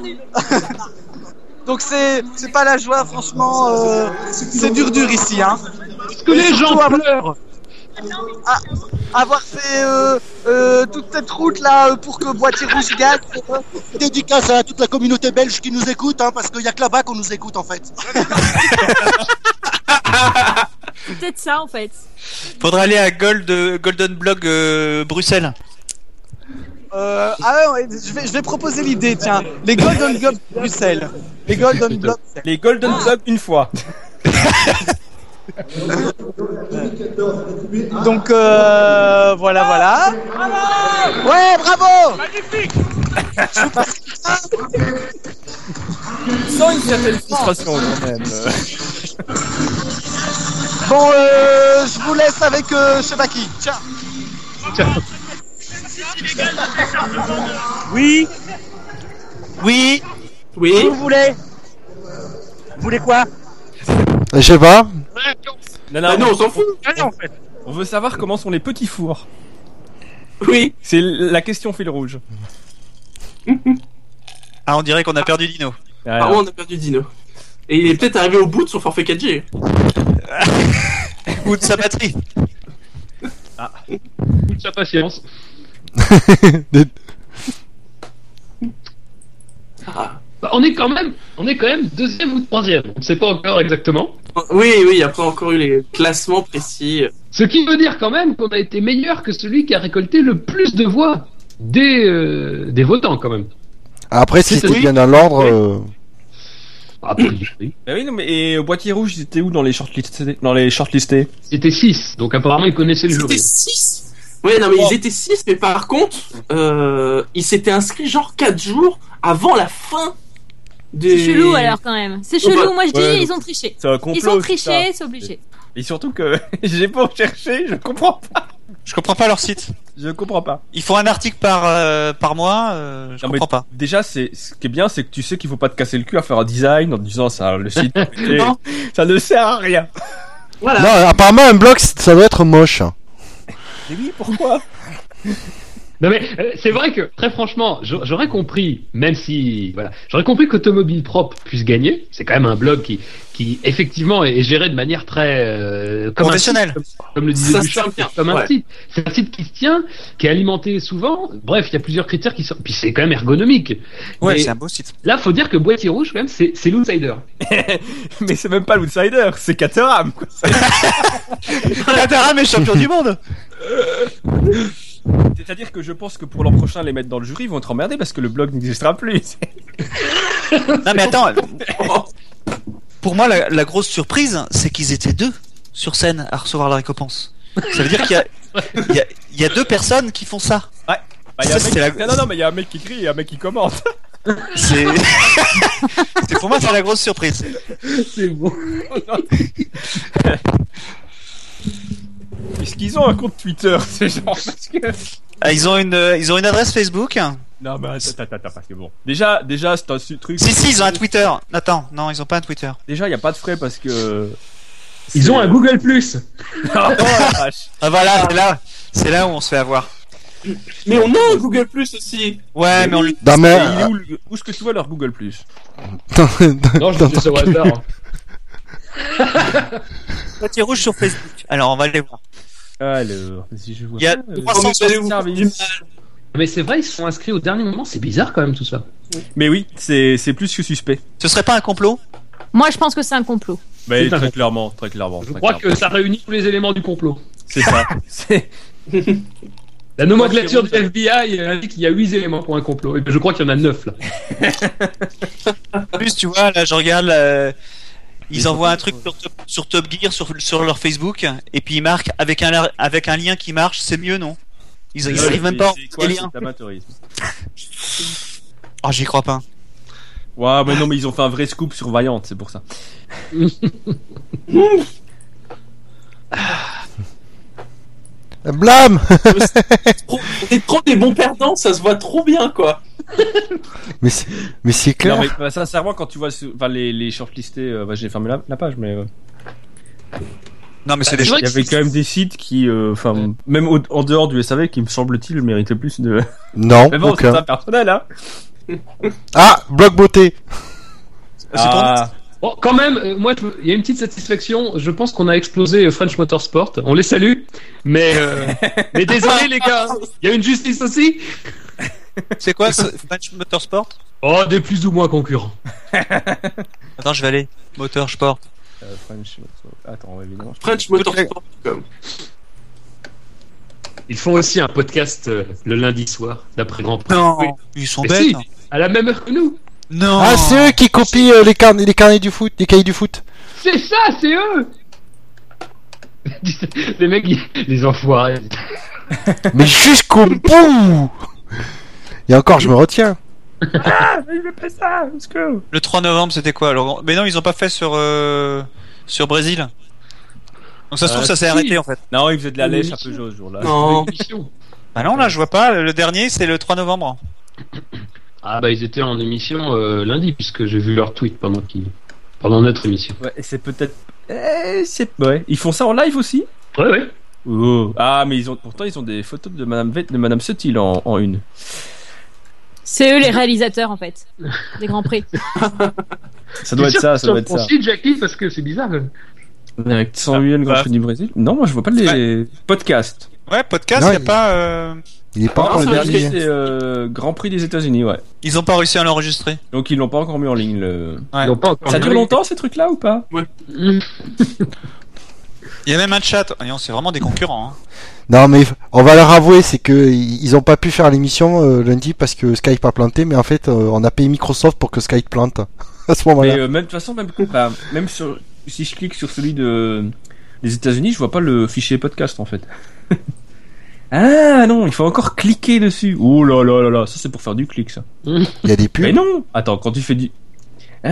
Speaker 6: donc c'est c'est pas la joie, franchement. euh, c'est dur, dur ici. Hein.
Speaker 12: Parce que les gens pleurent.
Speaker 6: Avoir fait euh, euh, toute cette route là euh, pour que Boîtier Rouge gagne. Dédicace à toute la communauté belge qui nous écoute, hein, parce qu'il n'y a que là-bas qu'on nous écoute en fait.
Speaker 11: C'est Peut-être ça en fait.
Speaker 13: Faudra aller à Gold, Golden Blog euh, Bruxelles.
Speaker 6: Euh, ah ouais, ouais, je, vais, je vais proposer l'idée, tiens. Les Golden Globes de Bruxelles. Les Golden Globes.
Speaker 5: Les Golden Globes une fois.
Speaker 6: Donc euh, voilà, voilà. Ouais, bravo
Speaker 4: Magnifique
Speaker 5: Sans une certaine frustration quand même.
Speaker 6: Bon, euh, je vous laisse avec euh, Chebaki. Tiens.
Speaker 4: Oui
Speaker 13: Oui
Speaker 14: Oui
Speaker 6: Vous voulez Vous voulez quoi
Speaker 2: Je sais pas.
Speaker 5: Non,
Speaker 14: Bah non, on s'en fout.
Speaker 5: On veut savoir comment sont les petits fours.
Speaker 14: Oui.
Speaker 5: C'est la question fil rouge.
Speaker 13: Ah, on dirait qu'on a perdu Dino.
Speaker 1: Ah,
Speaker 14: Par contre, on a perdu Dino. Et il est peut-être arrivé au bout de son forfait 4G.
Speaker 13: Ou de sa batterie.
Speaker 5: Ah.
Speaker 3: Toute sa patience. Bah, on est quand même, on est quand même deuxième ou troisième. On ne sait pas encore exactement.
Speaker 1: Oui, oui, après encore eu les classements précis.
Speaker 3: Ce qui veut dire quand même qu'on a été meilleur que celui qui a récolté le plus de voix des, euh, des votants quand même.
Speaker 2: Après, si
Speaker 3: C'est-
Speaker 2: c'était bien dans l'ordre. euh,
Speaker 5: Bah oui, non, mais et au boîtier rouge, ils étaient où dans les shortlistés Dans les shortlistés
Speaker 3: C'était 6, donc apparemment ils connaissaient le
Speaker 5: jury.
Speaker 1: Ouais, non, mais ils étaient 6, mais par contre, euh, ils s'étaient inscrits genre 4 jours avant la fin des.
Speaker 11: C'est chelou alors quand même. C'est
Speaker 1: Oh, bah,
Speaker 11: chelou, moi je dis,
Speaker 5: ouais,
Speaker 11: ils
Speaker 5: donc,
Speaker 11: ont triché.
Speaker 5: c'est un complot,
Speaker 11: ils ont
Speaker 5: c'est
Speaker 11: triché,
Speaker 5: ça.
Speaker 11: c'est obligé.
Speaker 5: Et surtout que j'ai pas cherché, je comprends pas.
Speaker 13: Je comprends pas leur site.
Speaker 5: Je comprends pas.
Speaker 13: Ils font un article par, euh, par mois, euh, je
Speaker 5: Non, mais
Speaker 13: comprends pas.
Speaker 5: Déjà, c'est ce qui est bien, c'est que tu sais qu'il faut pas te casser le cul à faire un design en te disant ça, le site,
Speaker 13: Non.
Speaker 5: ça ne sert à rien.
Speaker 2: Non, apparemment, un blog, c- ça doit être moche.
Speaker 5: Mais oui, pourquoi
Speaker 3: Non mais euh, c'est vrai que très franchement, j'a- j'aurais compris, même si voilà, j'aurais compris qu'Automobile Propre puisse gagner. C'est quand même un blog qui, qui effectivement est géré de manière très euh, comme un site,
Speaker 13: Professionnelle.
Speaker 3: comme, comme le disait
Speaker 13: Ça se
Speaker 3: Bouchard,
Speaker 13: tient bien,
Speaker 3: comme un
Speaker 13: ouais.
Speaker 3: site. C'est un site qui se tient, qui est alimenté souvent. Bref, il y a plusieurs critères qui sont. Puis c'est quand même ergonomique.
Speaker 13: Ouais,
Speaker 3: Mais
Speaker 13: c'est un beau site.
Speaker 3: Là, faut dire que Boîtier Rouge quand même, c'est c'est l'outsider.
Speaker 5: Mais c'est même pas l'outsider, c'est Caterham. quoi.
Speaker 13: Caterham est champion du monde.
Speaker 5: C'est-à-dire que je pense que pour l'an prochain, les mettre dans le jury, ils vont être emmerdés parce que le blog n'existera plus.
Speaker 13: Non mais attends, pour moi la, la grosse surprise, c'est qu'ils étaient deux sur scène à recevoir la récompense. Ça veut dire qu'il y a, il y a- il y a deux personnes qui font ça.
Speaker 5: Ouais. Bah, y a un
Speaker 13: Ça,
Speaker 5: mec
Speaker 13: c'était
Speaker 5: qui-
Speaker 13: la-
Speaker 5: Non, non, non, mais il y a un mec qui crie et un mec qui commente.
Speaker 13: C'est... c'est- pour moi c'est la grosse surprise.
Speaker 3: C'est bon.
Speaker 5: Est-ce qu'ils ont un compte Twitter, ces gens Parce que.
Speaker 13: Ah, ils ont une euh, ils ont une adresse Facebook.
Speaker 5: Non mais attends, attends, attends, parce que bon. Déjà, déjà, c'est un su- truc.
Speaker 13: Si si ils ont un Twitter. Attends, non ils ont pas un Twitter.
Speaker 5: Déjà, il y a pas de frais parce que.
Speaker 3: Ils ont un Google Plus.
Speaker 5: Ah, oh, la vache.
Speaker 13: Ah voilà, c'est là, c'est là où on se fait avoir.
Speaker 1: Mais on a un Google Plus aussi.
Speaker 13: Ouais, mais on le-
Speaker 2: Non, mais-
Speaker 5: Et il est où, le- où est-ce que tu vois leur Google Plus
Speaker 2: dans- dans-
Speaker 3: Non, je
Speaker 2: dans
Speaker 3: dis ça au
Speaker 2: ton cul.
Speaker 3: hasard.
Speaker 13: Boîtier rouge sur Facebook. Alors on va aller voir.
Speaker 5: Alors, si je vois.
Speaker 13: Il y a
Speaker 5: pas, euh,
Speaker 13: 360
Speaker 3: Ah, Mais c'est vrai, ils se sont inscrits au dernier moment. C'est bizarre quand même tout ça.
Speaker 5: Mais oui, c'est c'est plus que suspect.
Speaker 13: Ce serait pas un complot
Speaker 11: Moi je pense que c'est un complot.
Speaker 5: Mais
Speaker 3: C'est un
Speaker 5: très clairement, très clairement.
Speaker 3: Je crois que ça réunit tous les éléments du complot.
Speaker 5: c'est ça. C'est-
Speaker 3: La nomenclature du FBI euh, indique qu'il y a 8 éléments pour un complot. Et je crois qu'il y en a 9 là.
Speaker 13: En plus, tu vois, là, je regarde, euh, ils envoient un truc sur Top, sur Top Gear, sur, sur leur Facebook, et puis ils marquent avec un, lar- avec un lien qui marche, c'est mieux, non Ils ils arrivent même pas à
Speaker 5: C'est
Speaker 13: envoyer
Speaker 5: quoi
Speaker 13: des
Speaker 5: cet
Speaker 13: liens.
Speaker 5: amateurisme
Speaker 13: Oh, j'y crois pas.
Speaker 5: Ouais, mais non, mais ils ont fait un vrai scoop sur Vaillante, c'est pour ça.
Speaker 3: Hmm.
Speaker 2: Blâme
Speaker 1: Trop- Oh, On est trop des bons perdants, ça se voit trop bien, quoi.
Speaker 2: Mais c'est- mais c'est
Speaker 5: Non,
Speaker 2: clair.
Speaker 5: mais bah, sincèrement, quand tu vois ce- enfin, les, les shortlistés, euh, bah, j'ai fermé la, la page, mais euh,
Speaker 13: Non, mais c'est
Speaker 3: Bah,
Speaker 13: des
Speaker 3: c'est vrai
Speaker 5: il y avait quand même des sites qui, euh, enfin, même au- en dehors du SAV, qui me semble-t-il méritaient plus de.
Speaker 2: Non,
Speaker 5: Mais bon,
Speaker 2: aucun.
Speaker 5: c'est un personnel, hein.
Speaker 2: Ah, blog beauté.
Speaker 5: Ah,
Speaker 3: Bon, quand même, euh, moi, je- il y a une petite satisfaction. Je pense qu'on a explosé euh, French Motorsport. On les salue. Mais, euh, mais désolé, les gars. Il y a une justice aussi.
Speaker 13: C'est quoi, ce French Motorsport
Speaker 3: Oh, des plus ou moins concurrents.
Speaker 13: Attends, je vais aller. Motorsport.
Speaker 5: euh, French. Attends, ouais, évidemment. je-
Speaker 1: French Motorsport. comme.
Speaker 3: Ils font aussi un podcast euh, le lundi soir, d'après Grand Prix.
Speaker 13: Non,
Speaker 3: Oui.
Speaker 13: ils sont
Speaker 3: Mais
Speaker 13: bêtes.
Speaker 3: si,
Speaker 5: hein.
Speaker 3: à la même heure que nous.
Speaker 13: Non.
Speaker 2: Ah, c'est eux qui copient euh, les, carnets, les carnets du foot, les cahiers du foot.
Speaker 3: C'est ça, c'est eux. les mecs, ils- les enfoirés.
Speaker 2: Mais jusqu'au bout Et encore, je me retiens.
Speaker 5: Ah, mais je vais pas ça, let's go.
Speaker 13: Le 3 novembre, c'était quoi alors Mais non, ils ont pas fait sur, euh, sur Brésil. Donc ça se trouve,
Speaker 5: Euh,
Speaker 13: ça s'est
Speaker 3: si.
Speaker 13: arrêté en fait.
Speaker 5: Non, ils faisaient de la
Speaker 3: Mais
Speaker 5: lèche un
Speaker 3: Michel-
Speaker 5: peu jaune ce jour-là.
Speaker 1: Non.
Speaker 3: Émission.
Speaker 13: Bah non, là, je vois pas. Le dernier, c'est le 3 novembre.
Speaker 3: Ah, bah, ils étaient en émission euh, lundi, puisque j'ai vu leur tweet pendant, qu'ils- pendant notre émission.
Speaker 5: Ouais, et c'est peut-être. Eh, c'est. Ouais, ils font ça en live aussi
Speaker 3: Ouais, ouais.
Speaker 5: Oh. Ah, mais ils ont pourtant ils ont des photos de Madame Vett, de Madame Sutil en, en une.
Speaker 11: C'est eux les réalisateurs en fait, des Grands Prix.
Speaker 5: Ah Ça doit
Speaker 3: T'es
Speaker 5: être
Speaker 3: sûr
Speaker 5: ça,
Speaker 3: que
Speaker 5: ça
Speaker 3: sur
Speaker 5: doit être
Speaker 3: ton
Speaker 5: ça.
Speaker 3: site, Jackie, parce que c'est bizarre.
Speaker 5: Avec 100 000 Grand
Speaker 13: bah.
Speaker 5: Prix du Brésil. Non, moi je vois pas les podcasts.
Speaker 13: Ouais, podcast,
Speaker 2: Non,
Speaker 13: y a
Speaker 2: il-
Speaker 13: pas. euh,
Speaker 2: Il est pas
Speaker 5: Ah,
Speaker 2: encore le
Speaker 5: c'est marqué,
Speaker 2: dernier.
Speaker 5: C'est euh, Grand Prix des États-Unis, ouais.
Speaker 13: Ils ont pas réussi à l'enregistrer.
Speaker 5: Donc ils l'ont pas encore mis en ligne. Le...
Speaker 13: Ils l'ont pas encore
Speaker 5: Ça
Speaker 13: mis
Speaker 5: dure
Speaker 13: en ligne.
Speaker 5: longtemps ces trucs-là ou pas
Speaker 1: Ouais.
Speaker 13: Il y a même un chat. Ah non, c'est vraiment des concurrents. hein.
Speaker 2: Non, mais on va leur avouer, c'est que i- ils ont pas pu faire l'émission euh, lundi parce que Skype a planté, mais en fait, euh, on a payé Microsoft pour que Skype plante à ce moment-là.
Speaker 5: Mais euh, même de toute façon, même, bah, même sur, si je clique sur celui de, des États-Unis, je vois pas le fichier podcast en fait. ah non, il faut encore cliquer dessus. Oh là là là là, ça c'est pour faire du clic ça.
Speaker 2: Il y a des pubs.
Speaker 5: Mais non Attends, quand tu fais du. Ah,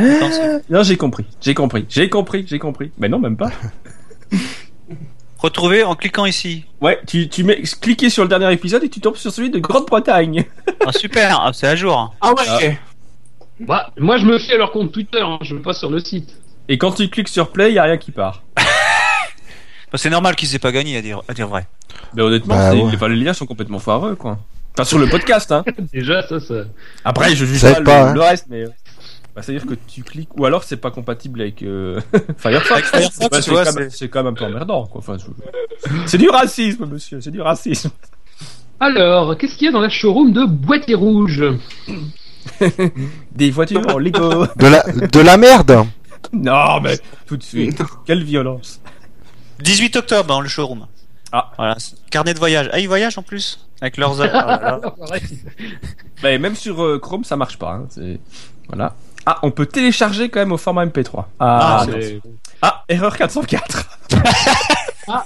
Speaker 5: non, j'ai compris, j'ai compris, j'ai compris, j'ai compris. Mais non, même pas.
Speaker 13: Retrouver en cliquant ici.
Speaker 5: Ouais, tu, tu mets cliquer sur le dernier épisode et tu tombes sur celui de Grande-Bretagne.
Speaker 13: Ah super, ah, c'est à jour.
Speaker 1: Ah
Speaker 5: ouais.
Speaker 3: Bah, moi, je me fie à leur compte Twitter, hein, je vais pas sur le site.
Speaker 5: Et quand tu cliques sur play, il y a rien qui part.
Speaker 13: Bah, c'est normal qu'ils aient pas gagné à dire, à dire vrai.
Speaker 5: Mais Ben, honnêtement,
Speaker 13: Bah,
Speaker 5: c'est-
Speaker 13: ouais.
Speaker 5: les- enfin, les liens sont complètement foireux, quoi. Enfin, sur le podcast, hein.
Speaker 3: Déjà, ça, ça.
Speaker 5: Après, je juge
Speaker 2: Ça
Speaker 5: pas,
Speaker 2: aide
Speaker 5: le,
Speaker 2: pas, hein.
Speaker 5: le reste, mais. euh, bah, C'est-à-dire que tu cliques, ou alors c'est pas compatible avec euh, Firefox.
Speaker 13: Avec Firefox,
Speaker 5: Bah,
Speaker 13: tu
Speaker 5: c'est
Speaker 13: vois,
Speaker 5: quand même- c'est quand même un peu emmerdant. Quoi. Enfin, je- C'est du racisme, monsieur, c'est du racisme.
Speaker 3: Alors, qu'est-ce qu'il y a dans la showroom de Boîtier Rouge
Speaker 5: Des voitures en Lego.
Speaker 2: De la, de la merde.
Speaker 5: Non, mais tout de suite. Quelle violence.
Speaker 13: 18 octobre dans le showroom.
Speaker 5: Ah.
Speaker 13: Voilà, c'est- carnet de voyage. Ah, ils voyagent en plus Avec leurs. Ah là là.
Speaker 5: Bah, même sur euh, Chrome, ça marche pas. hein, c'est- Voilà. Ah, on peut télécharger quand même au format MP3.
Speaker 13: Ah,
Speaker 5: non.
Speaker 13: c'est-
Speaker 5: Ah, erreur 404.
Speaker 2: Ah.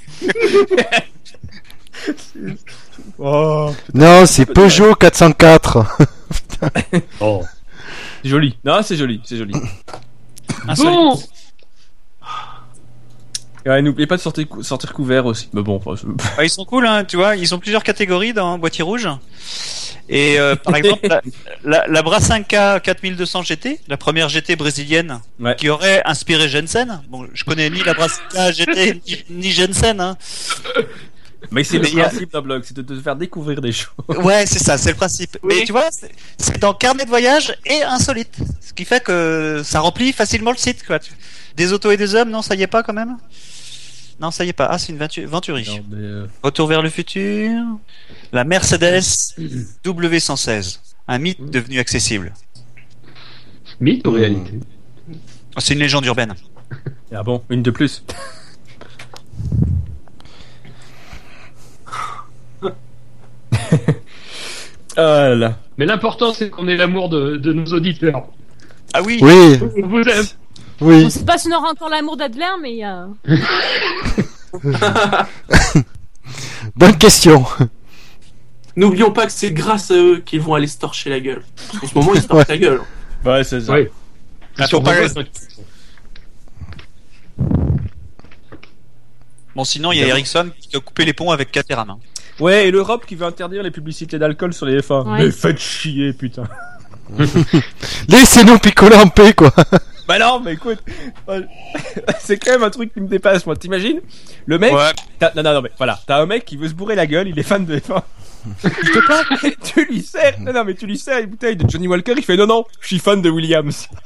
Speaker 5: Oh.
Speaker 2: Non, c'est Peugeot 404.
Speaker 3: oh.
Speaker 5: Joli. Non, c'est joli, c'est joli.
Speaker 13: Ah,
Speaker 3: Bon
Speaker 5: Ouais, n'oubliez pas de sortir, cou- sortir couvert aussi. Mais bon, enfin, je-
Speaker 13: Ah, ils sont cool, hein, tu vois. Ils ont plusieurs catégories dans Boîtier Rouge. Et euh, par exemple, la, la, la Brassinca 4200 GT, la première GT brésilienne, qui aurait inspiré Jensen. Bon, je connais ni la Brassinca GT ni, ni Jensen. hein.
Speaker 5: mais c'est le
Speaker 13: Mais il y a-
Speaker 5: principe d'un blog, c'est de te faire découvrir des choses.
Speaker 13: Ouais, c'est ça, c'est le principe. Mais tu vois, c'est- c'est dans carnet de voyage et insolite. Ce qui fait que ça remplit facilement le site, quoi. Tu- Des autos et des hommes, non, ça y est pas quand même Non, ça y est pas. Ah, c'est une ventu- venturie.
Speaker 5: euh,
Speaker 13: Retour vers le futur. La Mercedes W116. Un mythe devenu accessible.
Speaker 3: Mythe ou réalité
Speaker 13: Ah, C'est une légende urbaine.
Speaker 5: Ah bon, une de plus.
Speaker 3: Mais l'important, c'est qu'on ait l'amour de, de nos auditeurs.
Speaker 13: Ah oui
Speaker 2: Oui.
Speaker 3: On vous aime.
Speaker 2: Oui.
Speaker 11: On se passe, on aura encore l'amour d'Adler, mais. euh,
Speaker 2: Bonne question.
Speaker 1: N'oublions pas que c'est grâce à eux qu'ils vont aller se torcher la gueule. En ce moment, ils se torchent la gueule.
Speaker 5: Ouais, c'est ça.
Speaker 3: Ouais.
Speaker 13: Ah, faut pas- Bon, sinon, il y a Ericsson qui a coupé les ponts avec Caterham. hein.
Speaker 5: Ouais, et l'Europe qui veut interdire les publicités d'alcool sur les F1.
Speaker 13: Ouais.
Speaker 5: Mais faites chier, putain.
Speaker 2: Laissez-nous picoler en paix, quoi.
Speaker 5: Bah non, mais écoute, euh, c'est quand même un truc qui me dépasse, moi. T'imagines Le mec. t'as- Non, non, non, mais voilà. T'as un mec qui veut se bourrer la gueule, il est fan de F1. Je te parle, tu lui sers. Non, non, mais tu lui sers une bouteille de Johnny Walker, il fait non, non, je suis fan de Williams.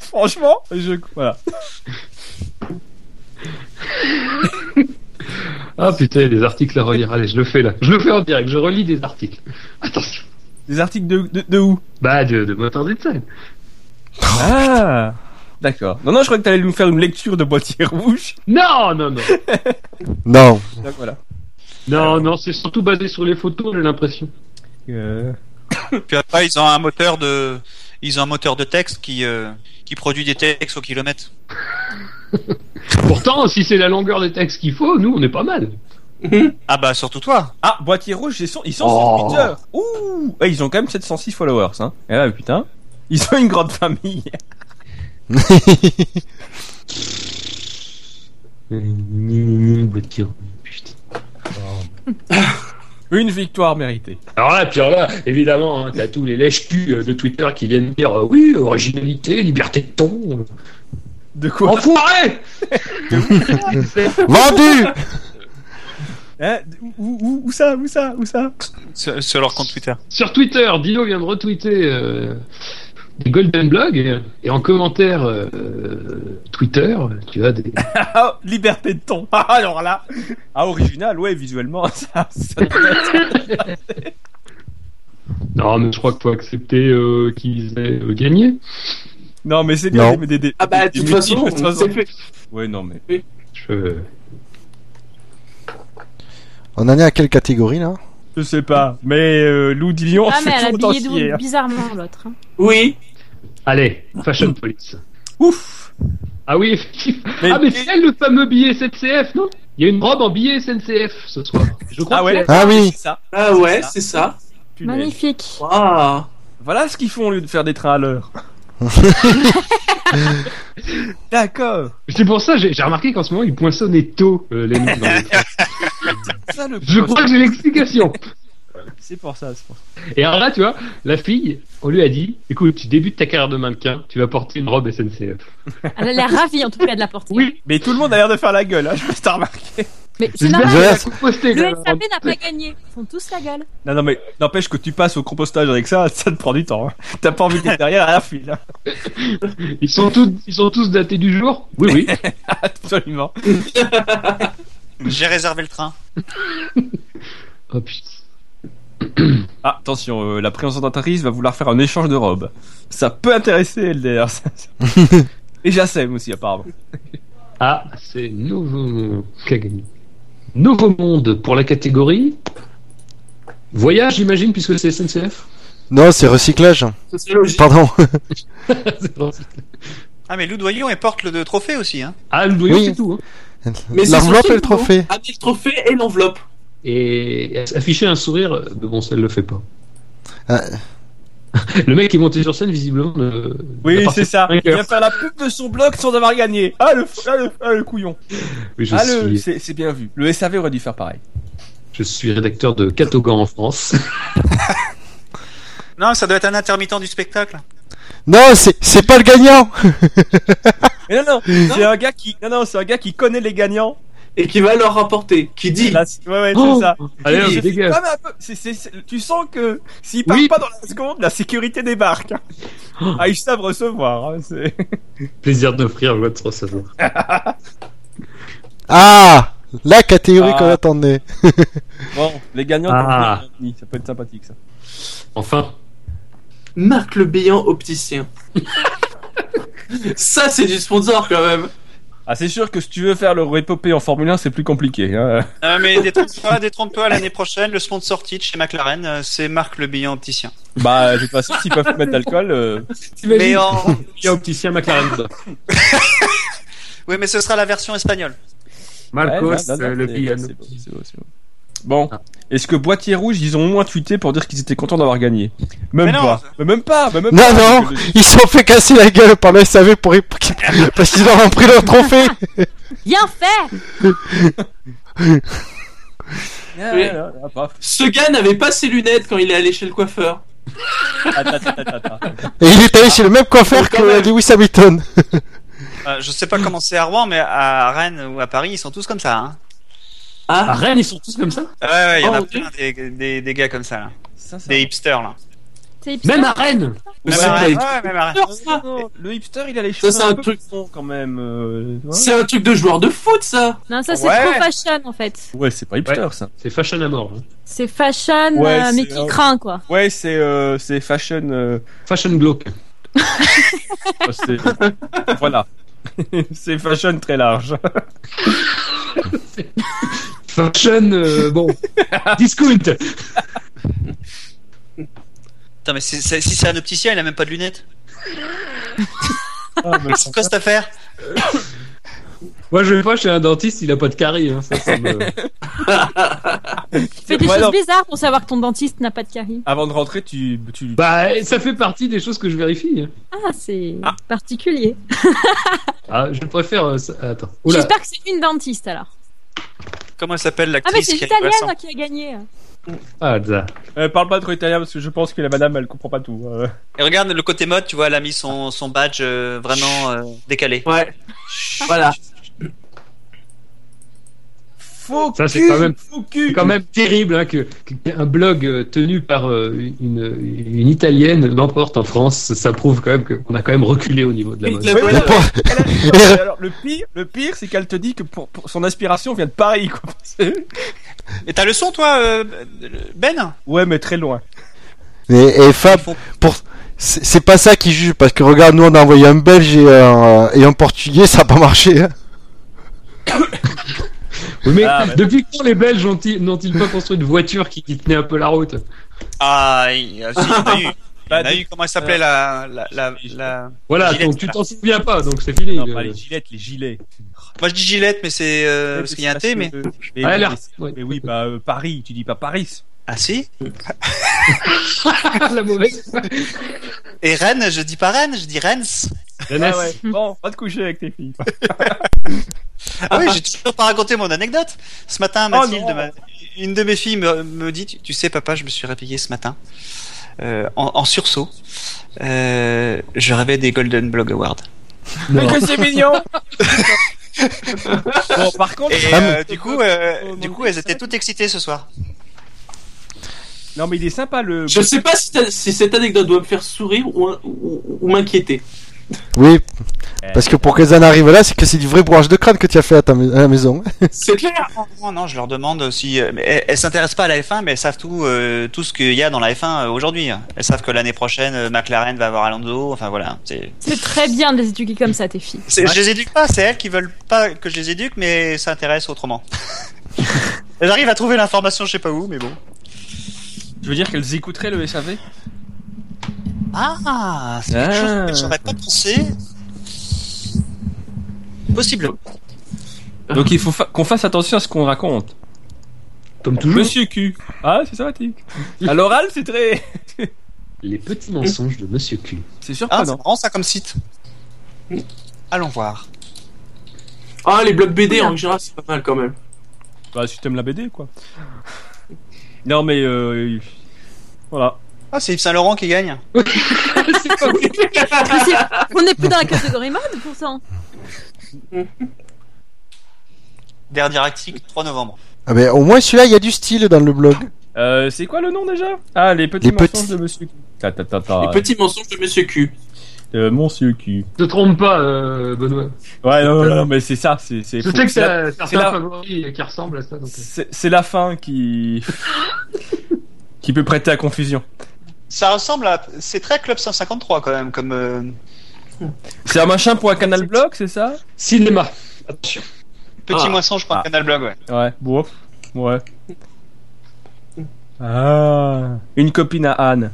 Speaker 5: Franchement, je. Voilà.
Speaker 3: Ah putain, il y a des articles à relire. Allez, je le fais là. Je le fais en direct, je relis des articles. Attention.
Speaker 5: Des articles de, de, de où
Speaker 3: Bah, de, de Motor Jetson.
Speaker 5: Ah D'accord. Non, non, je crois que t'allais nous faire une lecture de boîtier rouge.
Speaker 3: Non, non, non.
Speaker 2: Non.
Speaker 5: Donc Ah, voilà.
Speaker 3: Non, non, c'est surtout basé sur les photos, j'ai l'impression.
Speaker 5: Euh.
Speaker 13: Puis après, ils ont un moteur de, ils ont un moteur de texte qui, euh, qui produit des textes au kilomètre.
Speaker 3: Pourtant, si c'est la longueur des textes qu'il faut, nous, on est pas mal.
Speaker 13: Ah bah, surtout toi.
Speaker 5: Ah, boîtier rouge, ils sont, ils sont
Speaker 3: Oh.
Speaker 5: sur Twitter. Ouh Ouais, Ils ont quand même 706 followers. Hein. Et là, putain. Ils sont une grande famille.
Speaker 4: Euh,
Speaker 5: Une victoire méritée.
Speaker 3: Alors là, puis alors là, évidemment, hein, t'as tous les lèches-culs euh, de Twitter qui viennent dire euh, oui, originalité, liberté de ton.
Speaker 5: De quoi
Speaker 3: Enfoiré
Speaker 2: Vendu
Speaker 5: Hein où, où- où ça Où ça Où ça
Speaker 13: Sur, sur leur compte Twitter.
Speaker 3: Sur Twitter, Dino vient de retweeter euh, des Golden Blogs et en commentaire euh, Twitter, tu as des.
Speaker 5: Ah, liberté de ton. Ah, alors là, ah, original, ouais, visuellement, ça. ça doit être-
Speaker 3: Non, mais je crois qu'il faut accepter euh, qu'ils aient euh, gagné.
Speaker 5: non, mais c'est
Speaker 3: Non.
Speaker 5: bien. mais des- des-
Speaker 1: Ah bah, de
Speaker 5: des
Speaker 1: toute
Speaker 5: multiples,
Speaker 1: façon,
Speaker 5: de toute
Speaker 1: on
Speaker 5: façon.
Speaker 1: sait plus.
Speaker 5: Ouais, non, mais.
Speaker 3: Je...
Speaker 2: On en est à quelle catégorie là
Speaker 5: Je sais pas, mais euh, Lou Dion,
Speaker 11: Ah, mais
Speaker 5: c'est
Speaker 11: elle a
Speaker 5: toujours dans
Speaker 11: habillé
Speaker 5: le
Speaker 11: d'ou- bizarrement l'autre. hein.
Speaker 1: Oui.
Speaker 3: Allez, Eh, Fashion Police. Ouf Ah oui, effectivement. Ah, mais c'est elle, le fameux billet SNCF, non Il y a une robe en billet SNCF ce soir. Je crois
Speaker 5: Ah ouais.
Speaker 3: que c'est elle.
Speaker 5: Ah oui. C'est ça.
Speaker 1: Ah
Speaker 5: C'est
Speaker 1: ouais,
Speaker 5: ça.
Speaker 1: c'est ça.
Speaker 11: Magnifique.
Speaker 5: Voilà ce qu'ils font au lieu de faire des trains à l'heure. D'accord.
Speaker 3: C'est pour ça, j'ai j'ai remarqué qu'en ce moment, ils poinçonnaient tôt euh, les noms. dans les trains.
Speaker 5: Ça, le
Speaker 3: Je crois que j'ai l'explication.
Speaker 5: C'est pour ça, c'est pour ça.
Speaker 3: Et alors là, tu vois, la fille, on lui a dit écoute, tu débutes ta carrière de mannequin, tu vas porter une robe SNCF.
Speaker 11: Elle a l'air ravie en tout cas de la porter. Oui.
Speaker 5: Mais tout le monde a l'air de faire la gueule, hein, je me suis remarqué.
Speaker 11: Mais c'est
Speaker 5: J'espère
Speaker 11: normal.
Speaker 5: qu'elle a composté,
Speaker 11: Le
Speaker 5: quand même.
Speaker 11: SAP n'a pas gagné. Ils font tous la gueule.
Speaker 5: Non, non, mais n'empêche que tu passes au compostage avec ça, ça te prend du temps. hein. T'as pas envie d'être derrière à la file. hein.
Speaker 3: Ils sont tous, ils sont tous datés du jour Oui, oui.
Speaker 5: Absolument.
Speaker 13: J'ai réservé le train.
Speaker 3: Oh putain.
Speaker 5: Ah, attention, euh, la présentatrice va vouloir faire un échange de robes. Ça peut intéresser LDR. ça, ça. Et Jassem aussi, apparemment.
Speaker 3: Ah, c'est nouveau. qui a gagné Nouveau monde pour la catégorie. Voyage, j'imagine, puisque c'est SNCF.
Speaker 2: Non, c'est recyclage.
Speaker 1: C'est logique.
Speaker 2: Pardon.
Speaker 13: Ah, mais Lou Doyon, elle porte le le trophée aussi, hein.
Speaker 3: Ah, Lou
Speaker 2: Doyon, Oui. c'est
Speaker 3: tout,
Speaker 1: c'est
Speaker 2: L'enveloppe
Speaker 1: surtout
Speaker 2: et le trophée.
Speaker 1: Ah, mais le trophée et l'enveloppe.
Speaker 3: Et afficher un sourire, mais bon, ça, elle le fait pas.
Speaker 2: Ah,
Speaker 3: Le mec qui est monté sur scène, visiblement. ne- n'a
Speaker 5: Oui,
Speaker 3: pas
Speaker 5: c'est
Speaker 3: fait
Speaker 5: ça. Il
Speaker 3: vainqueur.
Speaker 5: vient faire la pub de son blog sans avoir gagné. Ah, le, ah, le, ah, le couillon.
Speaker 3: Oui, je
Speaker 5: ah, le-
Speaker 3: suis-
Speaker 5: c'est c'est bien vu. Le SAV aurait dû faire pareil.
Speaker 3: Je suis rédacteur de Catogan en France.
Speaker 13: Non, ça doit être un intermittent du spectacle.
Speaker 2: Non, c'est c'est pas le gagnant.
Speaker 5: Mais non, non, c'est un gars qui, non, non, c'est un gars qui connaît les gagnants.
Speaker 1: Et qui va leur rapporter, qui dit.
Speaker 5: Là, c'est- ouais, ouais, c'est
Speaker 1: Oh
Speaker 5: ça.
Speaker 1: Allez,
Speaker 5: Il
Speaker 1: on
Speaker 5: dit,
Speaker 1: se dégage.
Speaker 5: Ah, mais un peu, c'est- c'est- c'est- tu sens que s'il part pas dans la seconde, la sécurité débarque. Ah, ils savent recevoir. hein, c'est-
Speaker 3: Plaisir d'offrir, joie de se recevoir.
Speaker 2: Ah, la catégorie qu'on
Speaker 5: Ah.
Speaker 2: attendait.
Speaker 5: bon, les gagnants,
Speaker 3: Ah.
Speaker 5: t'en fais, ça peut être sympathique ça.
Speaker 3: Enfin.
Speaker 1: Marc le Béant opticien. ça, c'est du sponsor quand même.
Speaker 5: Ah, c'est sûr que si tu veux faire le répopé en Formule 1, c'est plus compliqué. hein.
Speaker 13: Ah, mais détrompe-toi, détrompe-toi, l'année prochaine, le sponsor titre chez McLaren, euh, c'est Marc Le Billon Opticien.
Speaker 5: Bah, de toute façon, s'ils peuvent mettre d'alcool. euh,
Speaker 13: Mais en-
Speaker 3: Il y a opticien McLaren.
Speaker 13: Oui, mais ce sera la version espagnole.
Speaker 3: Marcos,
Speaker 5: Ouais, non, non,
Speaker 3: euh, le
Speaker 5: c'est-
Speaker 3: Billon.
Speaker 5: c'est beau, c'est beau, c'est beau. Bon, est-ce que Boîtier Rouge, ils ont au moins tweeté pour dire qu'ils étaient contents d'avoir gagné Même
Speaker 2: Mais non,
Speaker 5: pas. Mais même pas. mais même
Speaker 2: Non,
Speaker 5: pas, parce
Speaker 2: non,
Speaker 5: que
Speaker 2: ils se sont fait casser la gueule par le SAV pour, pour qu'ils- parce qu'ils leur ont pris leur trophée.
Speaker 11: Bien fait.
Speaker 5: Ah,
Speaker 1: Oui.
Speaker 5: paf.
Speaker 1: Ce gars n'avait pas ses lunettes quand il est allé chez le coiffeur.
Speaker 2: Et il est allé chez le même coiffeur que Lewis Hamilton.
Speaker 13: Euh, je sais pas comment c'est à Rouen, mais à Rennes ou à Paris, ils sont tous comme ça. Hein.
Speaker 1: Ah.
Speaker 3: À Rennes, ils sont tous comme ça
Speaker 13: Ouais, ouais, il y en a
Speaker 3: Oh, ok.
Speaker 13: plein des, des, des gars comme ça, là.
Speaker 5: ça
Speaker 13: des hipsters, là.
Speaker 3: Même à Rennes
Speaker 13: Même
Speaker 1: C'est
Speaker 13: à Rennes,
Speaker 1: pas-
Speaker 13: ouais, même à Rennes.
Speaker 5: Le hipster, il a les
Speaker 1: Ça,
Speaker 5: cheveux
Speaker 1: c'est
Speaker 5: un,
Speaker 1: un
Speaker 5: peu
Speaker 1: truc-
Speaker 5: longs, quand même. euh, ouais.
Speaker 1: C'est un truc de joueur de foot, ça.
Speaker 11: Non, ça c'est
Speaker 5: Ouais.
Speaker 11: trop fashion en fait.
Speaker 5: Ouais, c'est pas hipster ça.
Speaker 3: C'est fashion à mort. hein.
Speaker 11: C'est fashion
Speaker 5: Ouais,
Speaker 11: euh, mais
Speaker 5: c'est,
Speaker 11: qui
Speaker 5: euh,
Speaker 11: craint quoi.
Speaker 5: Ouais, c'est euh, c'est fashion. euh,
Speaker 3: Fashion glauque.
Speaker 5: ouais, c'est- voilà. c'est fashion très large.
Speaker 3: Fashion, euh, bon. Discount
Speaker 13: Putain, mais c'est- c'est- si c'est un opticien, il a même pas de lunettes.
Speaker 5: Ah,
Speaker 13: Qu'est-ce que c'est à faire
Speaker 3: Moi, je vais pas chez un dentiste, il a pas de caries. Hein. Ça, ça me-
Speaker 11: Fais des
Speaker 5: Ouais,
Speaker 11: choses
Speaker 5: non.
Speaker 11: bizarres pour savoir que ton dentiste n'a pas de carie.
Speaker 5: Avant de rentrer, tu. tu...
Speaker 3: bah, ça fait partie des choses que je vérifie. hein.
Speaker 11: Ah, c'est particulier.
Speaker 3: Ah, je préfère. euh, ça- Attends. Oula.
Speaker 11: J'espère que c'est une dentiste alors.
Speaker 13: Comment elle s'appelle
Speaker 11: Ah, mais
Speaker 13: l'actrice
Speaker 11: c'est
Speaker 13: qui a-
Speaker 11: l'italienne qui a gagné.
Speaker 3: Ah, ça.
Speaker 5: Euh, parle pas trop italien parce que je pense que la madame elle comprend pas tout. euh.
Speaker 13: Et regarde le côté mode, tu vois, elle a mis son, son badge euh, vraiment euh, décalé.
Speaker 1: Ouais. Voilà.
Speaker 5: Faux
Speaker 3: Ça, c'est
Speaker 5: cul,
Speaker 3: quand même,
Speaker 5: faux
Speaker 3: c'est quand même terrible hein, que, que- qu'un blog euh, tenu par euh, une, une italienne l'emporte en France. Ça prouve quand même qu'on a quand même reculé au niveau de la mode.
Speaker 5: Oui, oui, alors, elle a- non, mais alors, le pire, le pire, c'est qu'elle te dit que pour, pour- son inspiration vient de Paris, quoi.
Speaker 13: Et t'as le son, toi, euh, Ben
Speaker 5: Ouais, mais très loin.
Speaker 2: Et, et Fab, pour... c'est c'est pas ça qui juge, parce que regarde, nous on a envoyé un Belge et un, et un Portugais, ça a pas marché. hein.
Speaker 3: Oui, mais
Speaker 13: Ah, bah.
Speaker 3: depuis quand les Belges ont-ils- n'ont-ils pas construit une voiture qui, qui tenait un peu la route
Speaker 13: Ah, il y a- si, il y en a eu. Il y en a eu, comment elle s'appelait la, la, la, la-
Speaker 3: Voilà,
Speaker 13: Gillette,
Speaker 3: donc tu
Speaker 13: là.
Speaker 3: t'en souviens pas, donc c'est fini.
Speaker 13: Non,
Speaker 3: le-
Speaker 13: pas les
Speaker 5: Gillette, les gilets.
Speaker 13: Moi je dis Gillette, mais c'est euh,
Speaker 5: Ouais,
Speaker 13: parce
Speaker 5: mais
Speaker 13: qu'il y a un
Speaker 5: c'est
Speaker 13: T, mais.
Speaker 5: parce que- mais,
Speaker 13: Ah,
Speaker 5: mais-
Speaker 13: alors.
Speaker 5: mais- mais oui, bah euh, Paris, tu dis pas Paris.
Speaker 13: Ah si
Speaker 3: La mauvaise.
Speaker 13: Et Rennes, je dis pas Rennes, je dis Rennes.
Speaker 5: Ah ouais. Bon, va te coucher avec tes filles.
Speaker 13: Ah oui, j'ai toujours pas raconté mon anecdote. Ce matin,
Speaker 5: Oh
Speaker 13: Mathilde,
Speaker 5: non.
Speaker 13: ma- une de mes filles me, me dit, tu, tu sais papa, je me suis réveillé ce matin euh, en, en sursaut. Euh, je rêvais des Golden Blog Awards.
Speaker 5: Mais que c'est mignon Bon, par contre,
Speaker 13: Et euh, du coup,
Speaker 5: Oh,
Speaker 13: euh, du coup, elles étaient toutes excitées ce soir.
Speaker 5: Non, mais il est sympa le.
Speaker 1: Je sais pas si, t'as- si cette anecdote doit me faire sourire ou, ou- ou m'inquiéter.
Speaker 2: Oui, parce que pour qu'elles en arrivent là, c'est que c'est du vrai bourrage de crâne que tu as fait à, ta, mais- à la maison.
Speaker 1: C'est clair.
Speaker 13: Non, non, je leur demande si euh, mais elles, elles s'intéressent pas à la F1, mais elles savent tout, euh, tout ce qu'il y a dans la F1 aujourd'hui. Elles savent que l'année prochaine, euh, McLaren va avoir Alonso. Enfin voilà. C'est...
Speaker 11: C'est très bien de les éduquer comme ça, tes filles.
Speaker 13: C'est- Je les éduque pas, c'est elles qui veulent pas que je les éduque, mais ça intéresse autrement. elles arrivent à trouver l'information, je sais pas où, mais bon.
Speaker 5: Je veux dire qu'elles écouteraient le SAV
Speaker 13: Ah, c'est quelque chose que j'aurais pas pensé. Possible.
Speaker 5: Donc il faut fa- qu'on fasse attention à ce qu'on raconte.
Speaker 3: Comme
Speaker 13: toujours.
Speaker 5: Monsieur Q. Ah, c'est sympathique. À l'oral, c'est très.
Speaker 3: Les petits mensonges de Monsieur Q.
Speaker 5: C'est
Speaker 13: Ah,
Speaker 5: surprenant.
Speaker 13: c'est marrant ça comme site. Allons voir.
Speaker 1: Ah, les blogs BD en général, c'est pas mal quand même.
Speaker 5: Bah, si t'aimes la BD, quoi. non, mais. euh, Voilà.
Speaker 13: Ah, c'est Yves Saint Laurent qui gagne.
Speaker 11: Mais c'est- On n'est plus dans la catégorie mode pourtant.
Speaker 13: Dernier article, 3 novembre.
Speaker 2: Ah ben, au moins celui-là, il y a du style dans le blog.
Speaker 5: Euh, c'est quoi le nom déjà Ah, les petits
Speaker 2: Les
Speaker 5: mensonges
Speaker 2: petits-
Speaker 5: de Monsieur Q. Ta, ta, ta, ta.
Speaker 1: Les petits mensonges de Monsieur Q.
Speaker 5: Euh, Monsieur Q.
Speaker 3: Te trompe pas, euh, Benoît.
Speaker 5: Ouais, non, non, non, mais c'est ça. C'est, c'est
Speaker 3: Je
Speaker 5: faut-
Speaker 3: sais que
Speaker 5: c'est
Speaker 3: t'as
Speaker 5: la- c'est
Speaker 3: certains
Speaker 5: la-
Speaker 3: favoris qui ressemblent à ça. Donc...
Speaker 5: c'est- c'est la fin qui. qui peut prêter à confusion.
Speaker 13: Ça ressemble à. C'est très Club 153 quand même, comme. euh,
Speaker 5: C'est un machin pour un canal blog, c'est ça
Speaker 3: Cinéma. Attention.
Speaker 13: Petit
Speaker 5: Ah.
Speaker 13: moisson, je crois, Canal Blog, ouais.
Speaker 5: Ouais, bof. Ouais. Ah. Une copine à Anne.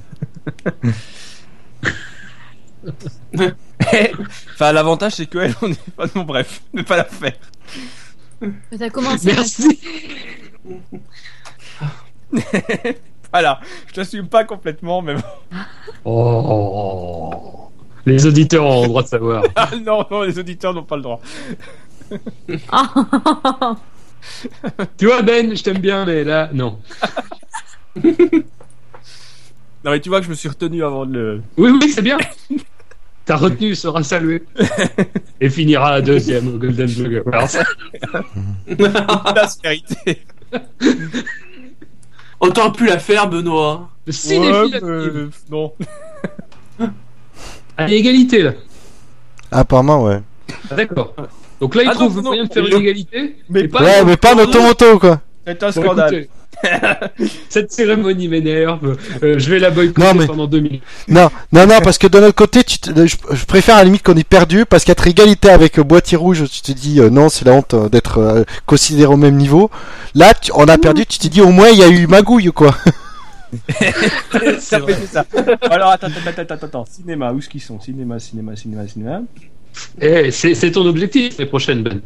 Speaker 5: Eh, enfin, l'avantage c'est que elle, on n'est pas non bref, ne pas la faire.
Speaker 11: Mais t'as commencé.
Speaker 3: Merci.
Speaker 5: Voilà, je t'assume pas complètement, mais bon.
Speaker 3: Oh. Les auditeurs ont le droit de savoir.
Speaker 5: Ah, non, non, les auditeurs n'ont pas le droit.
Speaker 3: tu vois, Ben, je t'aime bien, mais là, non.
Speaker 5: Non, mais tu vois que je me suis retenu avant de le.
Speaker 3: Oui, oui, c'est bien. Ta retenue sera saluée. Et finira deuxième au Golden Blog Awards.
Speaker 5: La vérité.
Speaker 1: Autant pu la faire, Benoît.
Speaker 3: Le
Speaker 5: Ouais,
Speaker 3: cinéphile.
Speaker 5: euh, non.
Speaker 3: Ah, il y a égalité, là.
Speaker 2: Apparemment, ouais.
Speaker 3: D'accord. Donc là, il
Speaker 5: Ah,
Speaker 3: trouve
Speaker 5: non,
Speaker 3: moyen
Speaker 5: non.
Speaker 3: de faire une égalité.
Speaker 5: Mais
Speaker 3: et
Speaker 2: ouais, mais pas en automoto, quoi.
Speaker 5: C'est un
Speaker 3: Bon,
Speaker 5: scandale.
Speaker 3: écoutez, cette cérémonie m'énerve. Euh, je vais la boycotter
Speaker 2: Non, mais-
Speaker 3: pendant deux minutes.
Speaker 2: Non, non, non, parce que de notre côté, tu te- je, je préfère à la limite qu'on ait perdu, parce qu'être égalité avec euh, Boîtier Rouge, tu te dis euh, non, c'est la honte euh, d'être euh, considéré au même niveau. Là, tu- on a perdu, tu te dis au moins il y a eu magouille, quoi.
Speaker 5: ça fait ça. Alors, attends, attends, attends, attends, attends. Cinéma, où est-ce qu'ils sont Cinéma, cinéma, cinéma, cinéma.
Speaker 3: Eh, c'est c'est ton objectif, les prochaines, Ben.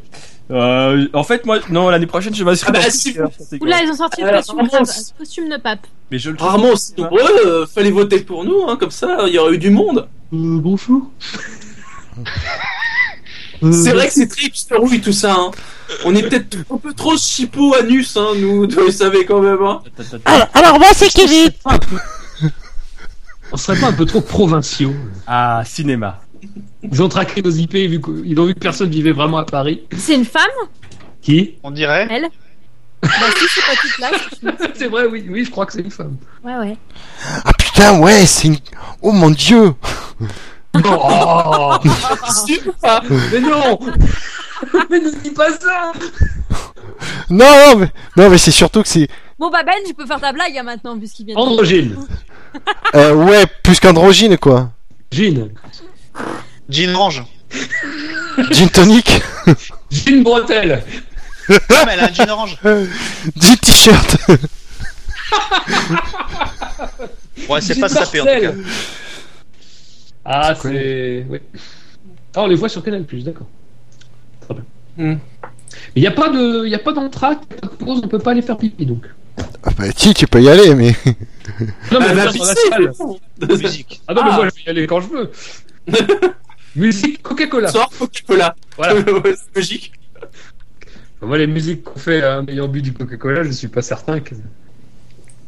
Speaker 5: Euh, en fait, moi, non, l'année prochaine, je m'inscris.
Speaker 1: Ah bah,
Speaker 5: dans
Speaker 1: si
Speaker 5: Twitter,
Speaker 1: vous-
Speaker 5: c'est
Speaker 11: Oula,
Speaker 5: quoi.
Speaker 11: ils ont sorti le
Speaker 1: Alors,
Speaker 11: costume,
Speaker 1: vraiment,
Speaker 11: de-
Speaker 1: c'est-
Speaker 11: le costume de pape.
Speaker 5: Mais je le trouve.
Speaker 1: Rarement aussi nombreux, euh, fallait voter pour nous, hein, comme ça, il y aurait eu du monde.
Speaker 3: Euh, bonjour.
Speaker 1: C'est vrai que c'est très hipsterouille tout ça. Hein. On est peut-être un peu trop chipo anus, hein, nous, vous le savez quand même. Hein.
Speaker 2: Alors, alors moi, c'est Kevin.
Speaker 3: On serait pas un peu trop provinciaux.
Speaker 5: Ah, cinéma.
Speaker 3: Ils ont traqué nos IP, vu que- ils ont vu que personne vivait vraiment à Paris.
Speaker 11: C'est une femme
Speaker 3: Qui
Speaker 13: On dirait.
Speaker 11: Elle
Speaker 3: c'est vrai, oui, oui, je crois que c'est une femme.
Speaker 10: Ouais, ouais.
Speaker 2: Ah putain, ouais, c'est une. Oh mon dieu
Speaker 3: Oh
Speaker 12: Ah,
Speaker 3: Super Mais non Mais ne dis pas ça
Speaker 2: Non, non, mais, non, mais c'est surtout que c'est.
Speaker 11: Bon, bah, Ben, je peux faire ta blague hein, maintenant, puisqu'il vient de-
Speaker 3: Oh. Androgyne.
Speaker 2: Euh, ouais, plus qu'androgyne, quoi.
Speaker 3: Jean.
Speaker 13: Jean Range.
Speaker 2: Gin tonic
Speaker 3: Jean Bretelle.
Speaker 13: Ah, mais elle a un jean orange.
Speaker 2: Gin t-shirt
Speaker 13: Ouais, c'est
Speaker 3: Jean
Speaker 13: pas se taper, en tout
Speaker 3: Marcel. Ah, c'est. Oui. Ah, on les voit sur Canal Plus, d'accord. Très bien. Il n'y a pas de, il a pas d'entracte, il y a pas de pause, on peut pas aller faire pipi donc.
Speaker 2: Ah bah, si, tu peux y aller, mais.
Speaker 3: Non, mais
Speaker 12: Ah, bah,
Speaker 3: on va sur la
Speaker 12: pisser,
Speaker 3: salle.
Speaker 13: Musique.
Speaker 3: Ah non, mais
Speaker 12: Ah.
Speaker 3: moi je vais y aller quand je veux. Musique Coca-Cola.
Speaker 1: Sort Coca-Cola.
Speaker 3: Voilà.
Speaker 1: logique.
Speaker 3: Moi, les musiques qu'on fait à un ayant bu du Coca-Cola, je suis pas certain que.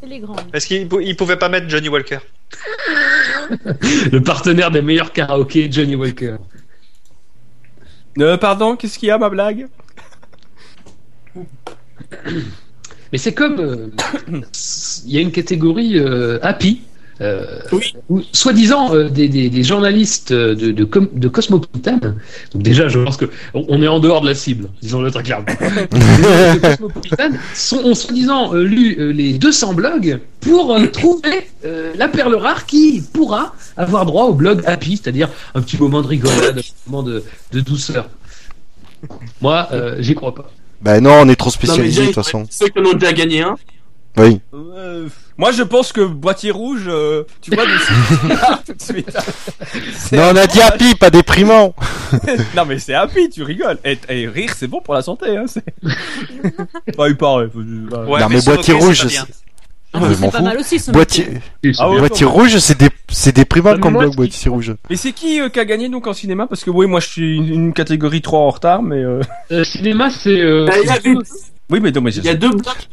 Speaker 11: Les grands.
Speaker 13: Parce qu'il pou- il pouvait pas mettre Johnny Walker.
Speaker 3: Le partenaire des meilleurs karaokés, Johnny Walker.
Speaker 5: Euh, pardon, qu'est-ce qu'il y a, ma blague
Speaker 3: Mais c'est comme. euh, Il y a une catégorie euh, happy. euh, où, Soi-disant, euh, des, des- des journalistes euh, de, de, com- de Cosmopolitan. Donc, déjà, je pense que on- on est en dehors de la cible, disons-le très clairement. Les Cosmopolitan sont, ont soi-disant euh, lu euh, les 200 blogs pour euh, trouver euh, la perle rare qui pourra avoir droit au blog happy, c'est-à-dire un petit moment de rigolade, un petit moment de, de douceur. Moi, euh, j'y crois pas.
Speaker 2: Bah, non, on est trop
Speaker 1: Non, mais
Speaker 2: spécialisé, de toute
Speaker 1: déjà,
Speaker 2: façon.
Speaker 1: Ceux qui en ont déjà gagné hein. un.
Speaker 2: Oui.
Speaker 5: Moi, je pense que boîtier rouge, euh, tu vois, de- là, tout de suite. C'est
Speaker 2: Non, on a
Speaker 5: un
Speaker 2: dit happy, pas déprimant
Speaker 5: dommage. non, mais c'est happy, tu rigoles. Et, et rire, c'est bon pour la santé. Hein, c'est... bah, il paraît. faut- bah,
Speaker 2: Non, mais, boîtier rouge. c'est-
Speaker 5: Ah,
Speaker 2: Mais
Speaker 5: mais
Speaker 2: je
Speaker 5: c'est
Speaker 2: m'en
Speaker 5: pas
Speaker 2: fous.
Speaker 5: mal aussi, ce
Speaker 2: Boîtier,
Speaker 5: métier. Ah ouais,
Speaker 2: boîtier
Speaker 5: non.
Speaker 2: rouge, c'est dé- c'est déprimant
Speaker 5: mais
Speaker 2: comme
Speaker 5: moi,
Speaker 2: blog,
Speaker 5: je-
Speaker 2: boîtier rouge.
Speaker 5: Mais c'est qui euh, qui a gagné donc en cinéma Parce que oui, moi, je suis une, une catégorie 3 en retard, mais. euh,
Speaker 3: cinéma, c'est. euh,
Speaker 5: Bah, il y a
Speaker 3: c'est-
Speaker 5: Oui, mais non, mais je-
Speaker 3: Il y a deux blocs.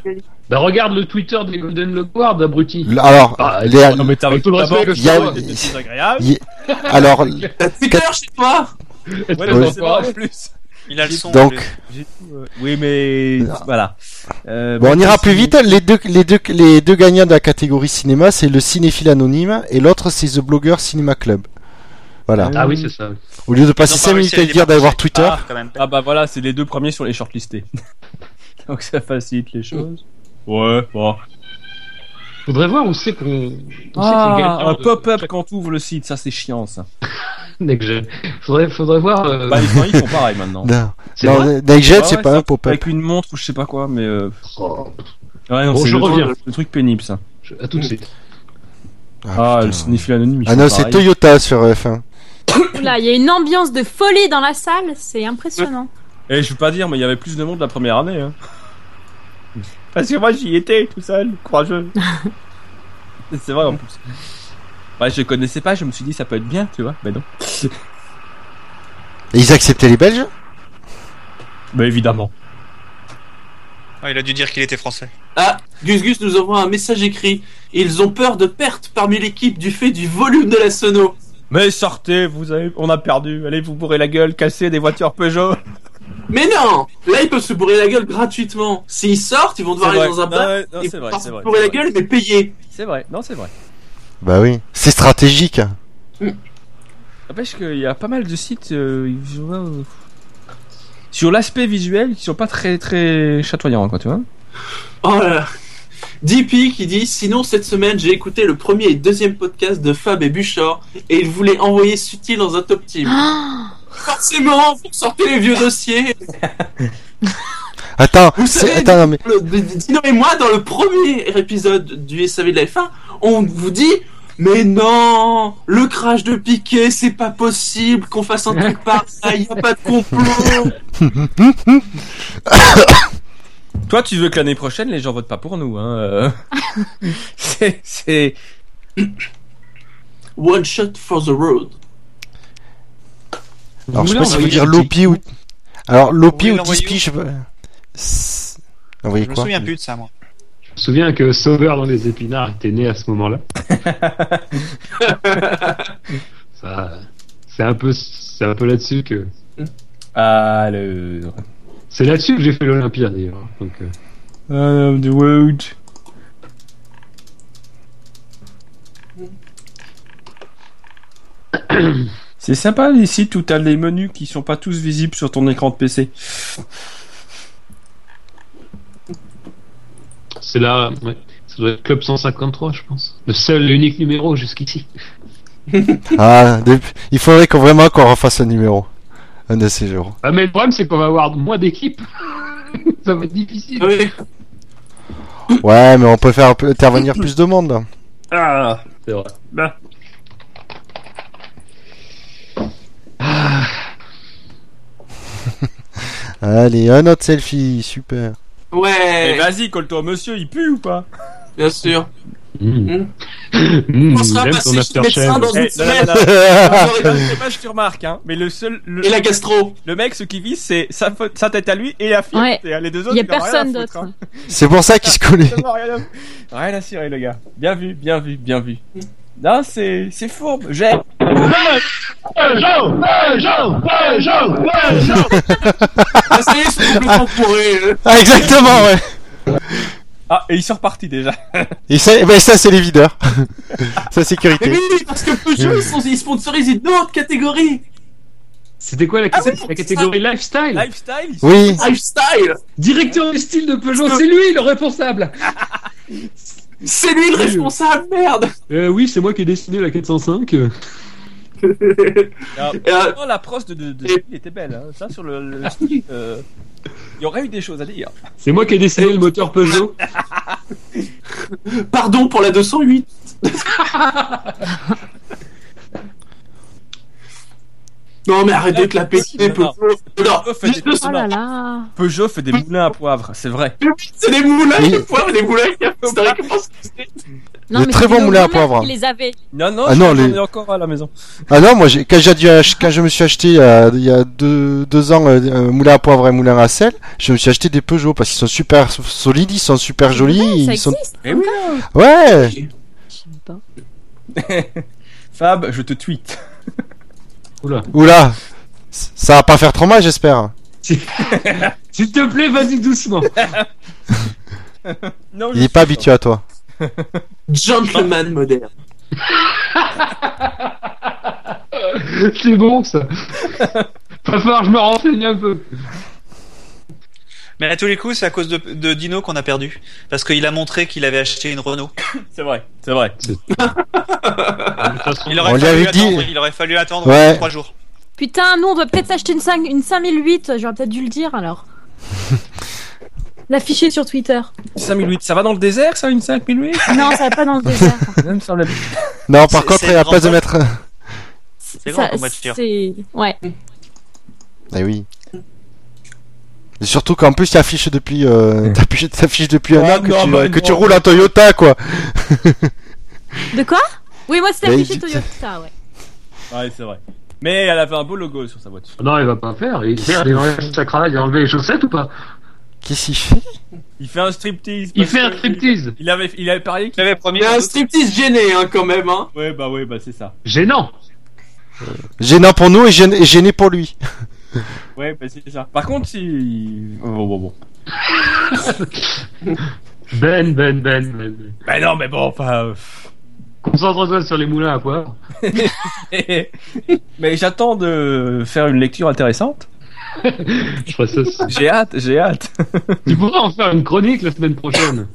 Speaker 3: Bah regarde le Twitter des Golden Lockward, abruti.
Speaker 2: L- Alors, les-
Speaker 3: avec tout le respect que je
Speaker 2: y a-
Speaker 3: te dois,
Speaker 2: y-
Speaker 3: c'est
Speaker 5: désagréable.
Speaker 2: y- alors,
Speaker 1: Twitter chez toi
Speaker 5: Ouais,
Speaker 2: Oui.
Speaker 5: non, c'est vrai, en plus. euh,
Speaker 13: Il a
Speaker 5: le son.
Speaker 2: Donc.
Speaker 5: Oui, mais. Voilà. Euh,
Speaker 2: bon, on
Speaker 5: bah,
Speaker 2: ira
Speaker 5: c'est-
Speaker 2: plus vite. Les deux, les deux, les deux gagnants de la catégorie cinéma, c'est le cinéphile anonyme et l'autre c'est The Blogger Cinema Club. Voilà.
Speaker 3: Ah oui, c'est ça.
Speaker 2: Au lieu de
Speaker 5: Ils
Speaker 2: passer
Speaker 5: ont
Speaker 2: 5
Speaker 5: pas
Speaker 2: minutes
Speaker 5: réussi à
Speaker 2: à
Speaker 5: les
Speaker 2: dire d'aller voir
Speaker 5: démarcher.
Speaker 2: Twitter.
Speaker 5: Ah bah voilà, c'est les deux premiers sur les shortlistés. Donc ça facilite les choses. Ouais, bon.
Speaker 3: Faudrait voir où c'est qu'on.
Speaker 5: Ah, un pop-up quand ouvre le site, ça c'est chiant ça.
Speaker 3: Faudrait, faudrait voir. euh,
Speaker 5: Bah les gens ils font pareil maintenant.
Speaker 2: Non,
Speaker 5: C'est
Speaker 2: non,
Speaker 5: vrai
Speaker 2: Nigel,
Speaker 5: Ah
Speaker 2: c'est
Speaker 5: ouais,
Speaker 2: pas
Speaker 5: ça-
Speaker 2: un pop-up.
Speaker 5: Avec une montre ou je sais pas quoi, mais. euh, Ouais, non,
Speaker 3: Oh. Bon,
Speaker 5: c'est
Speaker 3: je
Speaker 5: le-
Speaker 3: reviens.
Speaker 5: Le truc pénible ça.
Speaker 3: je- À tout de suite.
Speaker 5: Ah, le cinéphile anonyme. ils
Speaker 2: Ah
Speaker 5: font
Speaker 2: non, c'est
Speaker 5: pareil.
Speaker 2: Toyota sur F1.
Speaker 11: Oula, il y a une ambiance de folie dans la salle, c'est impressionnant.
Speaker 5: Eh, je veux pas dire, mais il y avait plus de monde la première année. Hein. Parce que moi j'y étais tout seul, courageux. c'est vrai en plus. Ouais, je connaissais pas, je me suis dit ça peut être bien, tu vois. Mais non.
Speaker 2: Et ils acceptaient les Belges
Speaker 5: Mais Bah, évidemment.
Speaker 13: Ah, il a dû dire qu'il était français.
Speaker 1: Ah, Gus Gus nous envoie un message écrit. Ils ont peur de pertes parmi l'équipe du fait du volume de la sono.
Speaker 5: Mais sortez, vous avez... on a perdu. Allez vous bourrer la gueule, casser des voitures Peugeot.
Speaker 1: Mais non Là, ils peuvent se bourrer la gueule gratuitement. S'ils sortent, ils vont devoir
Speaker 5: C'est
Speaker 1: aller
Speaker 5: vrai.
Speaker 1: dans un bar.
Speaker 5: Non, non,
Speaker 1: ils
Speaker 5: c'est
Speaker 1: vont
Speaker 5: vrai,
Speaker 1: devoir
Speaker 5: c'est
Speaker 1: se
Speaker 5: vrai,
Speaker 1: bourrer la
Speaker 5: c'est
Speaker 1: gueule, mais payer.
Speaker 5: C'est vrai, non, c'est vrai.
Speaker 2: Bah oui. C'est stratégique.
Speaker 5: N'empêche qu'il y a pas mal de sites euh, je vois, euh, sur l'aspect visuel qui sont pas très très chatoyants, quoi, tu vois.
Speaker 1: Oh là là. DP qui dit Sinon, cette semaine, j'ai écouté le premier et deuxième podcast de Fab et Buchor et ils voulaient envoyer Sutil dans un top team.
Speaker 4: Ah.
Speaker 1: Forcément, vous sortez les vieux dossiers.
Speaker 2: Attends,
Speaker 1: Vous
Speaker 2: c'est-
Speaker 1: savez,
Speaker 2: attends, non, mais.
Speaker 1: le- d- d- Dino et moi, dans le premier épisode du SAV de la F1, on vous dit Mais non Le crash de Piquet, c'est pas possible qu'on fasse un truc pareil, y a pas de complot
Speaker 5: Toi, tu veux que l'année prochaine les gens votent pas pour nous, hein. euh. c'est, c'est.
Speaker 1: One shot for the road.
Speaker 2: Alors, je sais
Speaker 1: voulez
Speaker 2: pas s'il faut
Speaker 1: envoyer
Speaker 2: dire
Speaker 1: qui
Speaker 2: Lopi ou. Alors, Lopi
Speaker 13: voulez
Speaker 2: ou
Speaker 13: l'envoyer
Speaker 2: Dispi, je sais pas. C'est- Envoyer
Speaker 13: Je me
Speaker 2: ah quoi Mm.
Speaker 13: souviens plus de ça, moi.
Speaker 3: Je me souviens que Sauveur dans les épinards était né à ce moment-là. Ça, c'est un peu, c'est un peu là-dessus que.
Speaker 5: Ah, le.
Speaker 3: C'est là-dessus que j'ai fait l'Olympia d'ailleurs. Donc, euh,
Speaker 5: Euh, the world. C'est sympa les sites où t'as les menus qui sont pas tous visibles sur ton écran de PC.
Speaker 3: C'est là, ouais. ça doit être Club 153, je pense. Le seul et unique numéro jusqu'ici.
Speaker 2: Ah, depuis- il faudrait qu'on vraiment qu'on refasse un numéro. Un de ces jours.
Speaker 3: Ah, mais le problème, c'est qu'on va avoir moins d'équipes. ça va être difficile.
Speaker 2: Ouais, mais on peut faire un peu- intervenir plus de monde là.
Speaker 5: Ah,
Speaker 3: c'est vrai.
Speaker 5: Bah.
Speaker 2: Allez, un autre selfie, super.
Speaker 1: Ouais.
Speaker 5: Mais Eh, vas-y, colle-toi au monsieur, il pue ou pas
Speaker 1: Bien sûr. Hmm.
Speaker 5: Mmh,
Speaker 1: On sera
Speaker 5: j'aime ton
Speaker 1: passé chez le
Speaker 5: aftershave.
Speaker 1: médecin dans une
Speaker 5: Eh, non, non,
Speaker 1: semaine.
Speaker 5: non, non. J'aurais pas- Je sais pas, je te remarque, hein, mais le seul. Le,
Speaker 1: Et la gastro.
Speaker 5: Le mec, ce qui vit, c'est sa, fa- sa tête à lui et la fille.
Speaker 11: Ouais.
Speaker 5: Et, euh, Les deux autres,
Speaker 11: Il y a
Speaker 5: ils en ont rien à
Speaker 11: personne
Speaker 5: foutre,
Speaker 11: d'autre.
Speaker 5: hein.
Speaker 2: C'est pour ça qu'il se connaît.
Speaker 5: Vraiment rien à- Rien à cirer, le gars. Bien vu, bien vu, bien vu. Non, c'est c'est fourbe, j'aime.
Speaker 12: Ah, ça y est, c'est complètement
Speaker 5: pourré.
Speaker 2: Ah, exactement, ouais.
Speaker 5: Ah, et ils sont repartis déjà.
Speaker 2: Et ça, ben ça c'est les videurs. Sa sécurité.
Speaker 1: Mais oui, parce que Peugeot, ils, sont, ils sponsorisent une autre catégorie.
Speaker 3: C'était quoi la, catégorie lifestyle
Speaker 5: Lifestyle
Speaker 2: Oui.
Speaker 1: Lifestyle
Speaker 3: Directeur du style de Peugeot, c'est lui le responsable
Speaker 1: C'est lui le responsable, merde
Speaker 3: Euh, oui, c'est moi qui ai dessiné la 405. euh.
Speaker 5: Alors, franchement, la prose de, de, de- il était belle. hein. Ça, sur le. le- le- euh, Il y aurait eu des choses à dire.
Speaker 3: C'est moi qui ai dessiné le moteur Peugeot.
Speaker 1: Pardon pour la 208. non, mais arrêtez de la péter,
Speaker 5: Non, non.
Speaker 1: Peugeot. Non, les deux sont-
Speaker 11: Oh là là.
Speaker 5: Peugeot fait des moulins à poivre, c'est vrai.
Speaker 1: c'est des moulins à poivre, des moulins à poivre. C'est vrai que
Speaker 11: Non,
Speaker 2: Le
Speaker 11: mais
Speaker 2: très
Speaker 11: c'est
Speaker 2: bon
Speaker 11: nos
Speaker 2: moulin à
Speaker 11: grands-mères
Speaker 2: poivre.
Speaker 11: qui les avaient.
Speaker 5: Non, non,
Speaker 2: Ah
Speaker 5: je
Speaker 2: non,
Speaker 5: j'en
Speaker 2: les-
Speaker 5: ai encore à la maison.
Speaker 2: Ah non, moi, j'ai- quand, j'ai dû ach- quand je me suis acheté euh, il y a deux, deux ans euh, un moulin à poivre et un moulin à sel, je me suis acheté des Peugeot parce qu'ils sont super so- solides, ils sont super jolis.
Speaker 11: Ah, ça
Speaker 2: ils sont...
Speaker 11: existe, Ah.
Speaker 5: Eh oui,
Speaker 2: Ouais
Speaker 5: Fab, je te tweet.
Speaker 3: Oula.
Speaker 2: Oula C- Ça va pas faire trop mal, j'espère.
Speaker 3: S'il te plaît, vas-y doucement.
Speaker 5: non,
Speaker 2: Il est pas habitué à toi.
Speaker 3: Bah.
Speaker 1: Gentleman moderne.
Speaker 3: c'est bon ça. Va falloir que je me renseigne un peu.
Speaker 13: Mais à tous les coups, c'est à cause de, de Dino qu'on a perdu. Parce qu'il a montré qu'il avait acheté une Renault.
Speaker 5: C'est vrai, c'est vrai.
Speaker 13: Il aurait,
Speaker 2: On lui
Speaker 13: fallu
Speaker 2: avait dit.
Speaker 13: attendre, il aurait fallu attendre
Speaker 2: Ouais.
Speaker 13: 3 jours.
Speaker 11: Putain, nous on doit peut-être s'acheter une, 5, une 5008, j'aurais peut-être dû le dire alors. L'afficher sur Twitter.
Speaker 5: 5008, ça va dans le désert, ça, une 5008
Speaker 11: Non, ça va pas dans le désert.
Speaker 5: Ça me semble.
Speaker 2: Non, par
Speaker 5: C'est-
Speaker 2: contre,
Speaker 5: c'est
Speaker 2: à
Speaker 5: grand
Speaker 2: place de
Speaker 5: pas.
Speaker 2: mettre.
Speaker 13: C'est
Speaker 11: Ça,
Speaker 13: grand comme voiture.
Speaker 11: c'est- Ouais.
Speaker 2: Eh oui. Et surtout qu'en plus, il affiche depuis, euh, t'affiches- t'affiches depuis
Speaker 5: Oh
Speaker 2: un an que,
Speaker 5: non,
Speaker 2: tu,
Speaker 5: bah
Speaker 2: que tu
Speaker 5: non.
Speaker 2: roules en Toyota, quoi.
Speaker 11: De quoi Oui, moi c'était
Speaker 2: Mais
Speaker 11: affiché
Speaker 2: tu-
Speaker 11: Toyota, ouais.
Speaker 5: Ouais, c'est vrai. Mais elle avait un beau logo sur sa voiture.
Speaker 3: Ah Non, il va pas faire. Il perd, il enlève sa cravate, il a enlevé les chaussettes ou pas
Speaker 2: Qu'est-ce qu'il fait
Speaker 5: Il fait un striptease.
Speaker 3: Il
Speaker 5: parce
Speaker 3: fait un
Speaker 5: que-
Speaker 3: striptease.
Speaker 5: Il avait, il avait parié qu'il
Speaker 13: avait promis.
Speaker 1: Il y a un striptease gêné, hein, quand même, hein.
Speaker 5: Ouais, bah ouais, bah c'est ça.
Speaker 3: Gênant.
Speaker 2: Gênant pour nous et gêne- et gêné pour lui.
Speaker 5: Ouais, bah c'est ça. Par contre, il. Bon, bon, bon. Ah.
Speaker 3: Ben, ben, ben, ben. ben.
Speaker 5: Bah non, mais bon, enfin.
Speaker 3: Concentre-toi sur les moulins à poivre.
Speaker 5: euh, mais j'attends de faire une lecture intéressante.
Speaker 3: Je ferai ça. aussi.
Speaker 5: J'ai hâte, j'ai hâte.
Speaker 3: Tu pourras en faire une chronique la semaine prochaine.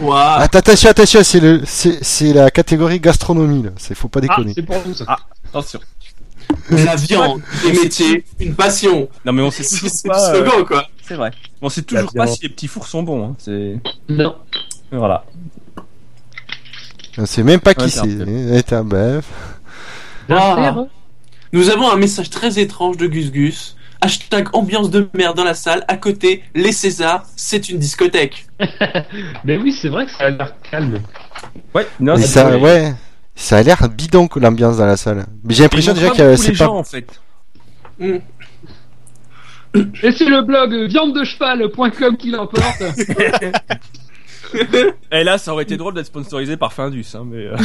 Speaker 1: Ouah.
Speaker 2: Att- Attention, attention, c'est le, c'est, c'est la catégorie gastronomie, là. C'est, faut pas
Speaker 3: Ah,
Speaker 2: déconner.
Speaker 3: c'est pour nous ça.
Speaker 5: Attention.
Speaker 1: La viande, des métiers, une passion.
Speaker 5: Non, mais on sait
Speaker 1: C'est
Speaker 5: toujours
Speaker 1: c'est le
Speaker 5: pas. euh,
Speaker 1: slogan, quoi.
Speaker 5: C'est vrai. On sait toujours pas
Speaker 3: viande.
Speaker 5: si les petits fours sont bons. Hein. C'est.
Speaker 3: Non.
Speaker 5: Voilà.
Speaker 2: On sait même pas qui
Speaker 5: Ouais,
Speaker 2: c'est. hein. Eh,
Speaker 5: c'est
Speaker 2: Et un bœuf.
Speaker 1: Ah.
Speaker 3: hein.
Speaker 1: Nous avons un message très étrange de Gus Gus. Hashtag ambiance de merde dans la salle. À côté, les Césars, c'est une discothèque.
Speaker 3: Mais oui, c'est vrai que ça a l'air calme.
Speaker 5: Ouais, non,
Speaker 2: Mais
Speaker 5: c'est
Speaker 2: ça,
Speaker 5: vrai.
Speaker 2: ouais. Ça a l'air bidon que l'ambiance dans la salle. Mais j'ai l'impression
Speaker 5: Ils
Speaker 2: déjà
Speaker 5: montrent
Speaker 2: que euh,
Speaker 5: tous les
Speaker 2: c'est
Speaker 5: gens,
Speaker 2: pas.
Speaker 5: en fait.
Speaker 3: Et c'est le blog euh, viandedecheval.com qui l'emporte.
Speaker 5: Et là, ça aurait été drôle d'être sponsorisé par Findus, hein, mais. euh,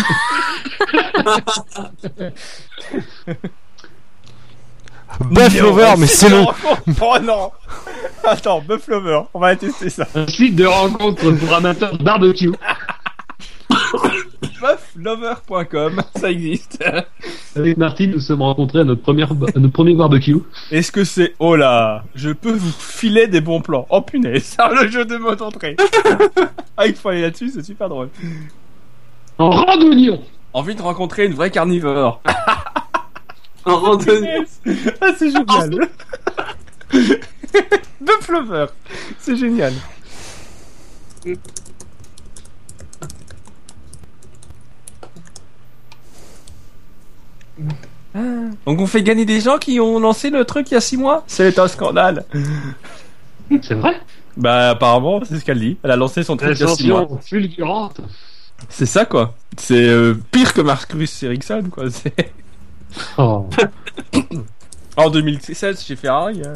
Speaker 2: Buff Lover, mais c'est long.
Speaker 5: Oh non Attends, Buff Lover, on va tester ça.
Speaker 3: Un site Euh, de rencontre pour amateurs de barbecue.
Speaker 5: Bufflover.com, ça existe.
Speaker 3: Avec Martine, nous sommes rencontrés à notre, première, à notre premier barbecue.
Speaker 5: Est-ce que c'est. Oh là Je peux vous filer des bons plans. Oh punaise ah, Le jeu de mots d'entrée Ah, il faut aller là-dessus, c'est super drôle.
Speaker 3: En randonnion
Speaker 5: Envie de rencontrer une vraie carnivore.
Speaker 1: En randonnion
Speaker 5: Ah, c'est génial Bufflover C'est génial
Speaker 3: Euh,
Speaker 5: Donc on fait gagner des gens qui ont lancé le truc il y a 6 mois C'est un scandale
Speaker 3: C'est vrai
Speaker 5: Bah apparemment c'est ce qu'elle dit. Elle a lancé son truc il y a 6 mois.
Speaker 3: Ascension fulgurante.
Speaker 5: C'est ça quoi. C'est euh, pire que Marcus Ericsson quoi. C'est-
Speaker 3: Oh.
Speaker 5: en 2016 chez Ferrari. hein.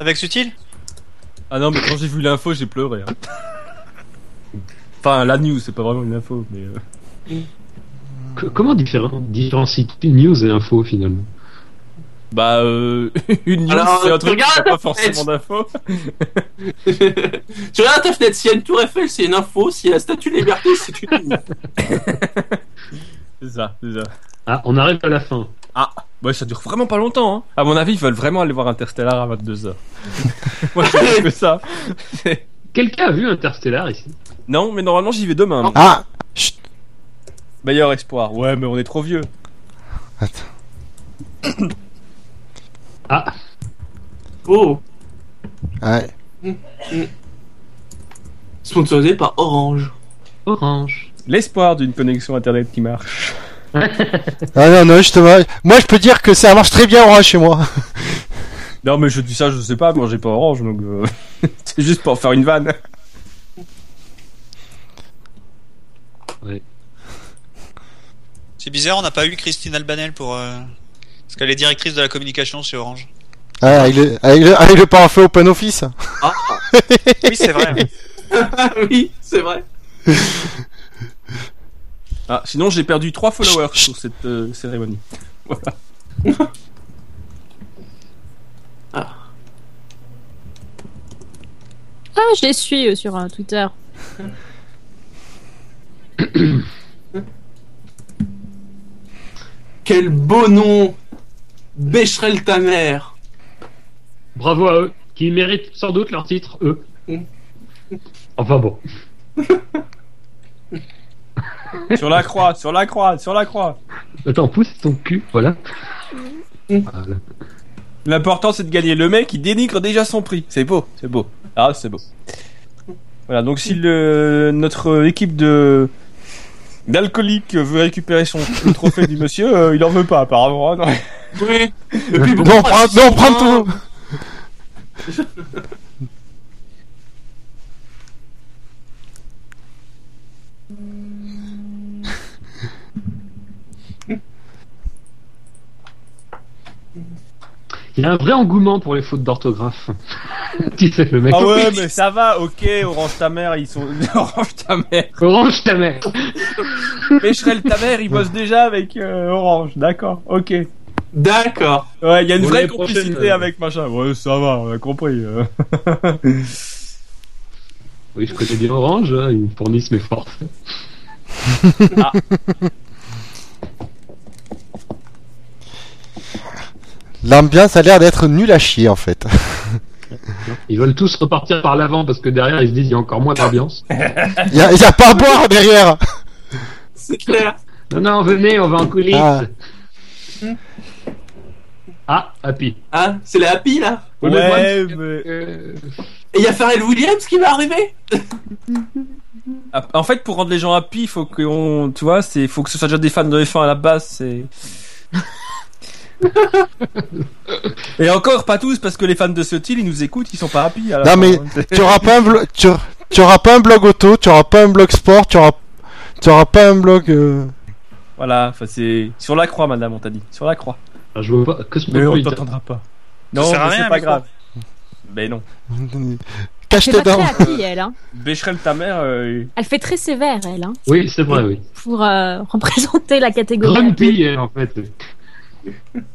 Speaker 13: Avec Sutil
Speaker 5: Ah non mais quand j'ai vu l'info j'ai pleuré. hein. enfin la news c'est pas vraiment une info mais... euh,
Speaker 3: C- Mmh. comment différen- différencier news et info finalement
Speaker 5: Bah euh, une news
Speaker 1: Alors,
Speaker 5: c'est un truc qui
Speaker 1: regarde
Speaker 5: n'a pas
Speaker 1: la
Speaker 5: forcément
Speaker 1: fenêtre.
Speaker 5: d'info.
Speaker 1: tu regardes ta fenêtre, s'il y a une tour Eiffel, c'est une info, s'il y a la statue de liberté, c'est une.
Speaker 5: C'est ça, c'est ça.
Speaker 3: Ah, on arrive à la fin.
Speaker 5: Ah, ouais, ça dure vraiment pas longtemps. Hein. À mon avis, ils veulent vraiment aller voir Interstellar à 22h. Moi, je pense que ça.
Speaker 3: Quelqu'un a vu Interstellar ici
Speaker 5: Non, mais normalement, j'y vais demain. moi.
Speaker 2: Ah
Speaker 5: Meilleur espoir. Ouais, mais on est trop vieux.
Speaker 3: Ah,
Speaker 1: Oh
Speaker 2: Ah, Ouais.
Speaker 1: Sponsorisé par Orange.
Speaker 3: Orange.
Speaker 5: L'espoir d'une connexion internet qui marche.
Speaker 2: Ah non, non, justement. Moi, je peux dire que ça marche très bien, Orange, chez moi.
Speaker 5: Non, mais je dis ça, je sais pas. Moi, j'ai pas Orange, donc euh, c'est juste pour faire une vanne.
Speaker 13: C'est bizarre, on n'a pas eu Christine Albanel pour. euh, Parce qu'elle est directrice de la communication chez Orange.
Speaker 2: Ah, il est, ah, il est, ah, il est pas en fait Open Office.
Speaker 1: Ah
Speaker 13: Oui, c'est vrai.
Speaker 1: Oui, c'est vrai.
Speaker 5: Ah, sinon, j'ai perdu 3 followers sur cette euh, cérémonie. Voilà.
Speaker 11: Ah, je les suis euh, sur euh, Twitter.
Speaker 1: Quel beau nom Bécherel ta mère
Speaker 3: Bravo à eux, qui méritent sans doute leur titre, eux. Enfin bon.
Speaker 5: sur la croix, sur la croix, sur la croix.
Speaker 3: Attends, pousse ton cul, voilà. Voilà.
Speaker 5: L'important c'est de gagner. Le mec il dénigre déjà son prix. C'est beau, c'est beau. Ah, c'est beau. Voilà, donc si le, notre équipe de d'alcooliques veut récupérer son le trophée du monsieur, euh, il en veut pas apparemment. hein, non.
Speaker 1: Oui Et puis,
Speaker 2: Non,
Speaker 1: pourquoi
Speaker 2: prends,
Speaker 1: ils
Speaker 2: non,
Speaker 1: sont
Speaker 2: prends
Speaker 1: un-
Speaker 2: tout.
Speaker 3: Il y a un vrai engouement pour les fautes d'orthographe. tu sais, le mec.
Speaker 5: Ah ouais, mais ça va, ok, Orange ta mère, ils sont Orange ta mère.
Speaker 3: Orange ta mère.
Speaker 5: Pêcherel ta mère, ils bossent déjà avec euh, Orange, d'accord, ok. Ouais,
Speaker 1: D'accord.
Speaker 5: il y a une
Speaker 3: Pour
Speaker 5: vraie
Speaker 3: les prochaines,
Speaker 5: complicité
Speaker 3: euh.
Speaker 5: avec machin. Ouais, ça va, on a compris. euh.
Speaker 3: Oui, je connais bien Orange, hein, ils me fournissent mes forces.
Speaker 5: Ah.
Speaker 2: L'ambiance a l'air d'être nulle à chier, en fait.
Speaker 3: Ils veulent tous repartir par l'avant parce que derrière ils se disent il y a encore moins d'ambiance.
Speaker 2: Il y a, il y a pas à boire derrière.
Speaker 1: C'est clair.
Speaker 3: Non, non, venez, on va en coulisses.
Speaker 2: Ah.
Speaker 3: Ah, happy.
Speaker 1: Ah, c'est la happy là
Speaker 3: Oui, mais
Speaker 5: Ouais, mais...
Speaker 3: Euh,
Speaker 1: Et il y a Pharrell Williams qui va arriver
Speaker 5: Ah, En fait, pour rendre les gens happy, faut que on, tu vois, c'est faut que ce soit déjà des fans de F1 à la base. C'est et encore pas tous parce que les fans de ce style ils nous écoutent, ils sont pas happy. à la
Speaker 2: Non,
Speaker 5: fin,
Speaker 2: mais
Speaker 5: hein.
Speaker 2: tu auras pas un blog, tu, aur- tu auras pas un blog auto, tu auras pas un blog sport, tu auras, tu auras pas un blog. euh,
Speaker 5: voilà, enfin c'est sur la croix, madame, on t'a dit, sur la croix.
Speaker 3: ah, je vois pas.
Speaker 5: Mais on
Speaker 3: Cosmopolite.
Speaker 5: t'entendra pas. Non,
Speaker 13: sert à
Speaker 5: mais
Speaker 13: rien,
Speaker 5: c'est
Speaker 13: un
Speaker 5: pas
Speaker 13: micro.
Speaker 5: grave. Mais non,
Speaker 2: Cache
Speaker 11: Elle
Speaker 2: tes
Speaker 11: est pas
Speaker 2: dents.
Speaker 11: très happy, elle. Hein.
Speaker 5: Bécherel ta mère. euh,
Speaker 11: Elle fait très sévère, elle, hein,
Speaker 3: Oui, c'est vrai, oui.
Speaker 11: pour euh, représenter la catégorie.
Speaker 3: Grumpy, elle, en fait.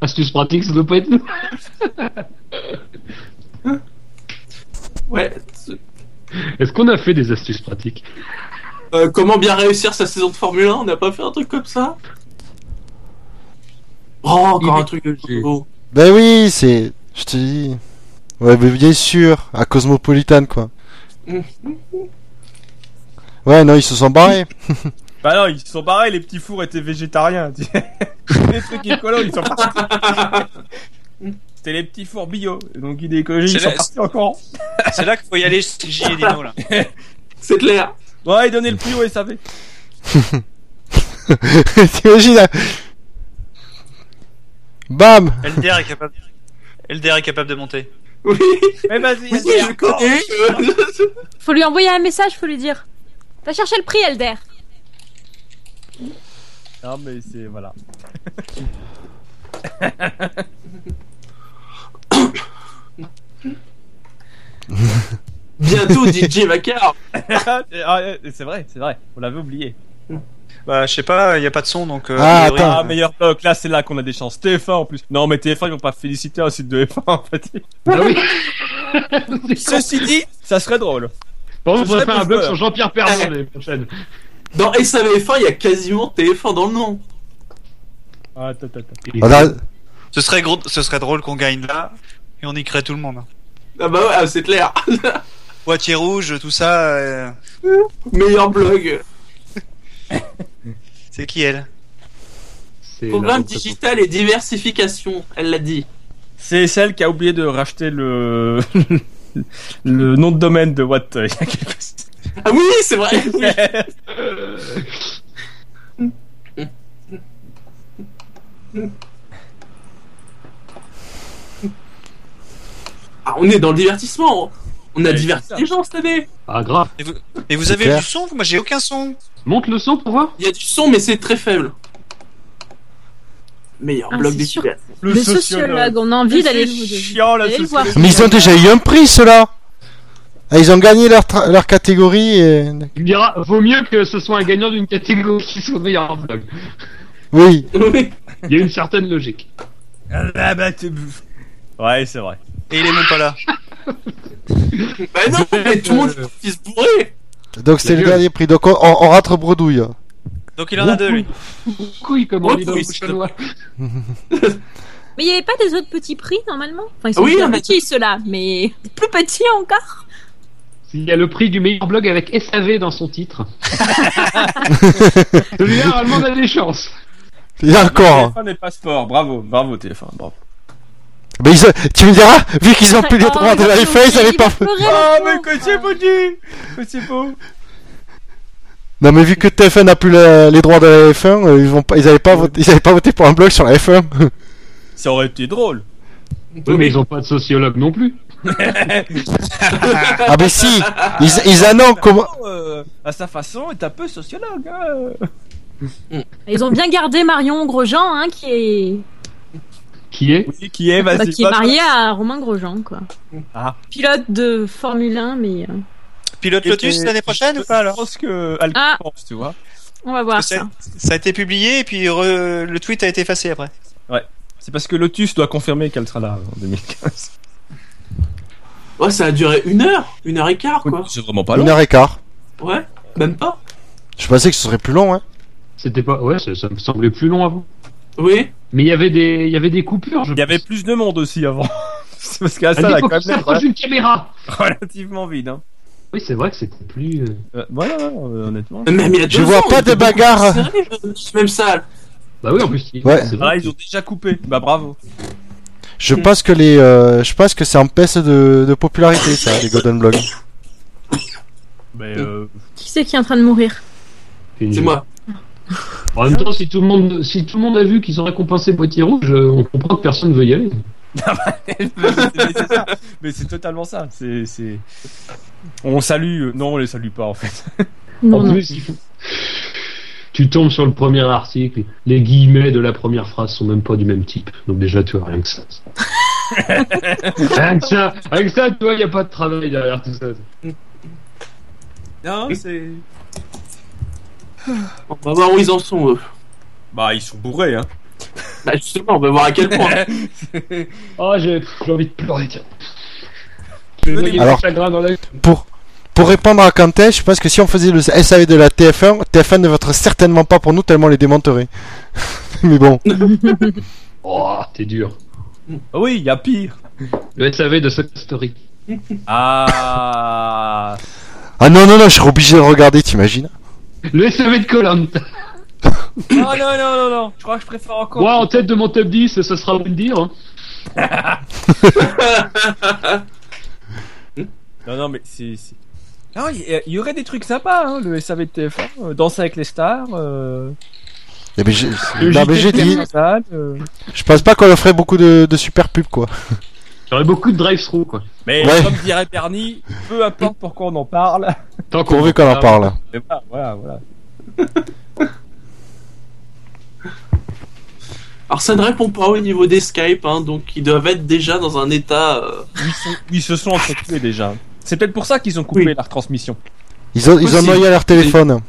Speaker 3: Astuce pratique, ça doit pas être nous.
Speaker 1: Ouais.
Speaker 3: Est-ce qu'on a fait des astuces pratiques
Speaker 1: Euh, comment bien réussir sa saison de Formule 1 On n'a pas fait un truc comme ça Oh, encore un truc de Jumbo.
Speaker 2: Ben oui, c'est. Je te dis. Ouais, mais bien sûr, à Cosmopolitan, quoi. Ouais, non, ils se sont barrés.
Speaker 5: Bah non, ils se sont barrés, les petits fours étaient végétariens. tu sais. les trucs écolos, ils sont partis. C'était les petits fours bio. Donc, idée
Speaker 13: C'est
Speaker 5: écologique, ils sont
Speaker 13: la-
Speaker 5: partis encore.
Speaker 13: C'est là qu'il faut y aller, c'est J et Dino, là.
Speaker 1: C'est clair.
Speaker 5: Ouais, ils donnaient le prix au SAV.
Speaker 2: T'imagines hein. Bah, là Bam
Speaker 13: LDR est capable. LDR est capable de monter.
Speaker 1: Oui.
Speaker 5: Mais vas-y,
Speaker 13: je connais.
Speaker 11: Faut lui envoyer un message, faut lui dire. Va chercher le prix, Elder.
Speaker 5: Non, mais c'est. Voilà.
Speaker 1: Bientôt DJ Vacar.
Speaker 5: Ah, euh, c'est vrai, c'est vrai, on l'avait oublié.
Speaker 13: Bah, je sais pas, il y a pas de son donc. euh, a priori,
Speaker 5: ah
Speaker 13: euh,
Speaker 5: meilleur bloc, là c'est là qu'on a des chances. TF1 en plus. Non, mais TF1 ils vont pas féliciter un site de F1 en fait. Ceci dit, ça serait drôle.
Speaker 3: Bon, on
Speaker 5: Ce serait
Speaker 3: pourrait faire un blog
Speaker 5: peur.
Speaker 3: sur Jean-Pierre
Speaker 1: Ah,
Speaker 3: Pernaut l'année prochaine.
Speaker 1: Dans SAVF1, il y a quasiment TF1 dans le nom.
Speaker 5: Ah, attends, attends.
Speaker 2: On a-
Speaker 13: Ce serait, gros- ce serait drôle qu'on gagne là et on y crée tout le monde.
Speaker 1: Ah bah ouais, c'est clair.
Speaker 13: Boîtier rouge, tout ça. euh,
Speaker 1: Meilleur blog.
Speaker 13: C'est qui elle
Speaker 1: Programme digital et diversification, elle l'a dit.
Speaker 5: C'est celle qui a oublié de racheter le le nom de domaine de Watt euh, il y a quelques
Speaker 1: Ah oui, c'est vrai. oui. Ah, on est dans le divertissement. On a diverti les gens cette année.
Speaker 3: Ah, grave.
Speaker 13: Et vous, et vous avez du son Moi j'ai aucun son.
Speaker 3: Monte le son pour voir.
Speaker 1: Il y a du son, mais c'est très faible. Meilleur
Speaker 11: Ah,
Speaker 1: blog
Speaker 11: c'est
Speaker 1: du
Speaker 11: sûr.
Speaker 1: divers.
Speaker 11: Le Le sociologue. sociologue, on a envie d'aller le- de- d'aller le voir.
Speaker 2: Mais ils ont déjà eu un prix, ceux-là Ah, Ils ont gagné leur, tra- leur catégorie et.
Speaker 3: Tu me diras, vaut mieux que ce soit un gagnant d'une catégorie qui soit meilleur blog.
Speaker 2: Oui.
Speaker 3: Il y a une certaine logique.
Speaker 13: Ah,
Speaker 5: Ouais, c'est vrai.
Speaker 13: bah, Et il est même pas là.
Speaker 1: bah non, mais tout le monde
Speaker 13: Euh,
Speaker 1: il se bourrait.
Speaker 2: Donc c'est
Speaker 1: La
Speaker 2: le
Speaker 1: gueule.
Speaker 2: dernier prix. Donc on, on- on rate bredouille.
Speaker 13: Donc
Speaker 1: il en a deux, lui.
Speaker 3: Couille comme on dit dans le chinois.
Speaker 11: Mais il n'y avait pas des autres petits prix normalement Enfin, ils sont
Speaker 3: Ah oui,
Speaker 11: très
Speaker 3: il y en a-
Speaker 11: petits ceux-là, mais plus petits encore.
Speaker 3: Il y a le prix du meilleur blog avec SAV dans son titre. Celui-là, normalement, on a des chances.
Speaker 2: Il y a encore. hein.
Speaker 5: TF1 n'est pas sport, bravo, bravo TF1, bravo.
Speaker 2: Mais ils ont- tu me diras, vu qu'ils ont plus les droits de la FA, ils avaient pas.
Speaker 5: Oh, mais que c'est beau, Dieu Que c'est beau
Speaker 2: Non mais vu que TF1 n'a plus la- les droits de la F1, euh, ils vont pas, ils avaient pas, voté, ils avaient pas voté pour un blog sur la F1.
Speaker 5: Ça aurait été drôle.
Speaker 3: Oui, mais ils ont pas de sociologue non plus.
Speaker 2: ah ben si, ils, ils annoncent Oh, comment.
Speaker 5: Euh, à sa façon, est un peu sociologue. hein.
Speaker 3: Mm.
Speaker 11: Ils ont bien gardé Marion Grosjean, hein, qui est,
Speaker 3: Qui est
Speaker 5: Oui, qui est,
Speaker 11: bah,
Speaker 5: vas-y.
Speaker 11: qui est
Speaker 5: va-
Speaker 11: mariée à Romain Grosjean, quoi.
Speaker 5: Ah.
Speaker 11: Pilote de Formule 1, mais euh,
Speaker 13: Pilote Lotus
Speaker 5: Et-
Speaker 13: l'année prochaine ou pas alors
Speaker 5: Je pense que elle
Speaker 11: Ah.
Speaker 5: pense, tu vois.
Speaker 11: on va voir
Speaker 13: C'est-
Speaker 11: ça.
Speaker 13: Ça a été publié et puis re- le tweet a été effacé après.
Speaker 5: Ouais. C'est parce que Lotus doit confirmer qu'elle sera là en 2015.
Speaker 1: Ouais, ça a duré une heure, une heure et quart, quoi.
Speaker 5: C'est vraiment pas
Speaker 2: Une heure et quart.
Speaker 1: Ouais, même pas.
Speaker 2: Je pensais que ce serait plus long, hein.
Speaker 3: C'était pas. Ouais, ça, ça me semblait plus long avant.
Speaker 1: Oui.
Speaker 3: Mais il y avait des, il y avait des coupures.
Speaker 5: Il y avait plus de monde aussi avant. C'est parce qu'à
Speaker 3: Ah,
Speaker 5: ça,
Speaker 3: il
Speaker 5: elle a
Speaker 3: faut
Speaker 5: quand
Speaker 3: que
Speaker 5: même
Speaker 3: ça
Speaker 5: l'air
Speaker 3: approche d'une caméra.
Speaker 5: relativement vide. Hein.
Speaker 3: Oui, c'est vrai que c'était plus. euh,
Speaker 5: Euh, voilà, euh, honnêtement.
Speaker 1: Même il y a
Speaker 2: Je
Speaker 1: deux
Speaker 2: vois
Speaker 1: ans,
Speaker 2: pas de
Speaker 1: on était beaucoup
Speaker 2: bagarre.
Speaker 1: plus serrés, euh, dans cette Même salle.
Speaker 3: Bah oui, en plus. il-
Speaker 2: Ouais.
Speaker 3: c'est vrai.
Speaker 5: Voilà, Ah, ils ont déjà coupé. Bah bravo. Hmm.
Speaker 2: Je pense que les, euh, je pense que c'est en baisse de, de popularité ça, les Golden Blogs.
Speaker 5: Mais euh,
Speaker 11: Qui c'est qui est en train de mourir
Speaker 1: C'est moi.
Speaker 3: En même temps, si tout le monde, si tout le monde a vu qu'ils ont récompensé Boîtier Rouge, euh, on comprend que personne veut y aller.
Speaker 5: mais c'est ça. Mais c'est totalement ça. C'est, c'est. On salue. euh, Non, on les salue pas en fait.
Speaker 11: Non,
Speaker 3: en
Speaker 11: non.
Speaker 3: plus, il faut- tu tombes sur le premier article, les guillemets de la première phrase sont même pas du même type. Donc déjà, tu vois, rien que ça. rien que ça, rien que ça, tu vois, il n'y a pas de travail derrière tout ça.
Speaker 5: Non, c'est.
Speaker 1: On va voir où ils en sont, eux.
Speaker 5: Bah, ils sont bourrés, hein.
Speaker 1: Bah, justement, on va voir à quel point.
Speaker 15: oh, j'ai j'ai envie de pleurer, tiens.
Speaker 2: Alors, pour, pour répondre à Kanté, je pense que si on faisait le SAV de la TF1, TF1 ne voterait certainement pas pour nous tellement on les démonterait. Mais bon.
Speaker 15: Oh, t'es dur.
Speaker 5: Ah oui, il y a pire.
Speaker 15: Le SAV de Sock Story.
Speaker 5: Ah.
Speaker 2: Ah non, non, non, je serais obligé de regarder, t'imagines
Speaker 15: Le SAV de Colombe.
Speaker 5: oh non, non, non, non. Je crois que je préfère encore.
Speaker 15: Moi, en tête de mon top 10, ça sera vous le dire. hein.
Speaker 5: Non, non, mais c'est. c'est- Non, il y, il y aurait des trucs sympas, hein, le SAV de TF1, euh, Danser avec les stars. Euh...
Speaker 2: Eh ben, j'ai-
Speaker 5: le
Speaker 2: non, mais
Speaker 5: JT
Speaker 2: j'ai dit,
Speaker 5: international, euh.
Speaker 2: je pense pas qu'on leur ferait beaucoup de, de super pubs, quoi.
Speaker 15: J'aurais beaucoup de drive-thru, quoi.
Speaker 5: Mais
Speaker 2: Ouais.
Speaker 5: comme dirait Bernie, peu importe pourquoi on en parle.
Speaker 15: Tant
Speaker 2: Pourvu qu'on en parle.
Speaker 5: Mais voilà, voilà, voilà.
Speaker 1: Alors ça ne répond pas au niveau des Skype, hein, donc ils doivent être déjà dans un état. euh,
Speaker 5: Ils se sont entretués déjà. C'est peut-être pour ça qu'ils ont coupé la retransmission.
Speaker 2: Ils ont, ils ont
Speaker 5: Possible.
Speaker 2: noyé à leur téléphone.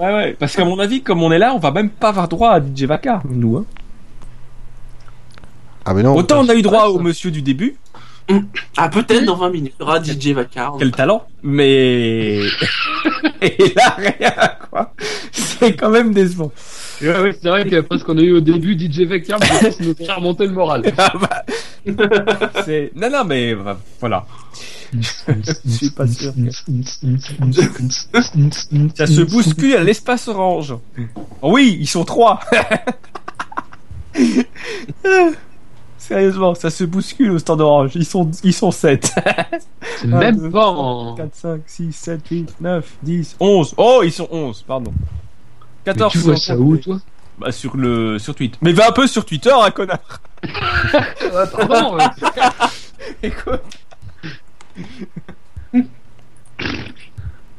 Speaker 5: Ouais, ouais, parce qu'à mon avis, comme on est là, on va même pas avoir droit à DJ Vaca, nous. Hein.
Speaker 2: Ah, mais non.
Speaker 5: Autant on a eu droit au monsieur du début.
Speaker 1: Ah, peut-être dans 20 minutes, il y aura DJ Vacar.
Speaker 5: Quel talent Mais. Et là, rien, quoi. C'est quand même décevant.
Speaker 15: Ouais, ouais, c'est vrai qu'après ce qu'on a eu au début, DJ Vector, je pense, nous faire remonter le moral.
Speaker 5: Ah, bah. C'est... Non, non, mais bah, voilà. Je suis pas sûr. Ça se bouscule à l'espace orange. Oui, ils sont trois. Sérieusement, ça se bouscule au stand orange. Ils sont, ils sont sept.
Speaker 15: C'est même pas
Speaker 3: hein.
Speaker 15: en-
Speaker 5: 4, 5, 6, 7, 8, 9, 10, 11. Oh, ils sont 11, pardon. 14
Speaker 15: tu vois
Speaker 5: sont
Speaker 15: ça
Speaker 5: comptés.
Speaker 15: où, toi
Speaker 5: Bah, sur le, sur Twitter. Mais va un peu sur Twitter, hein, connard.
Speaker 15: Pardon, ouais.
Speaker 5: Écoute.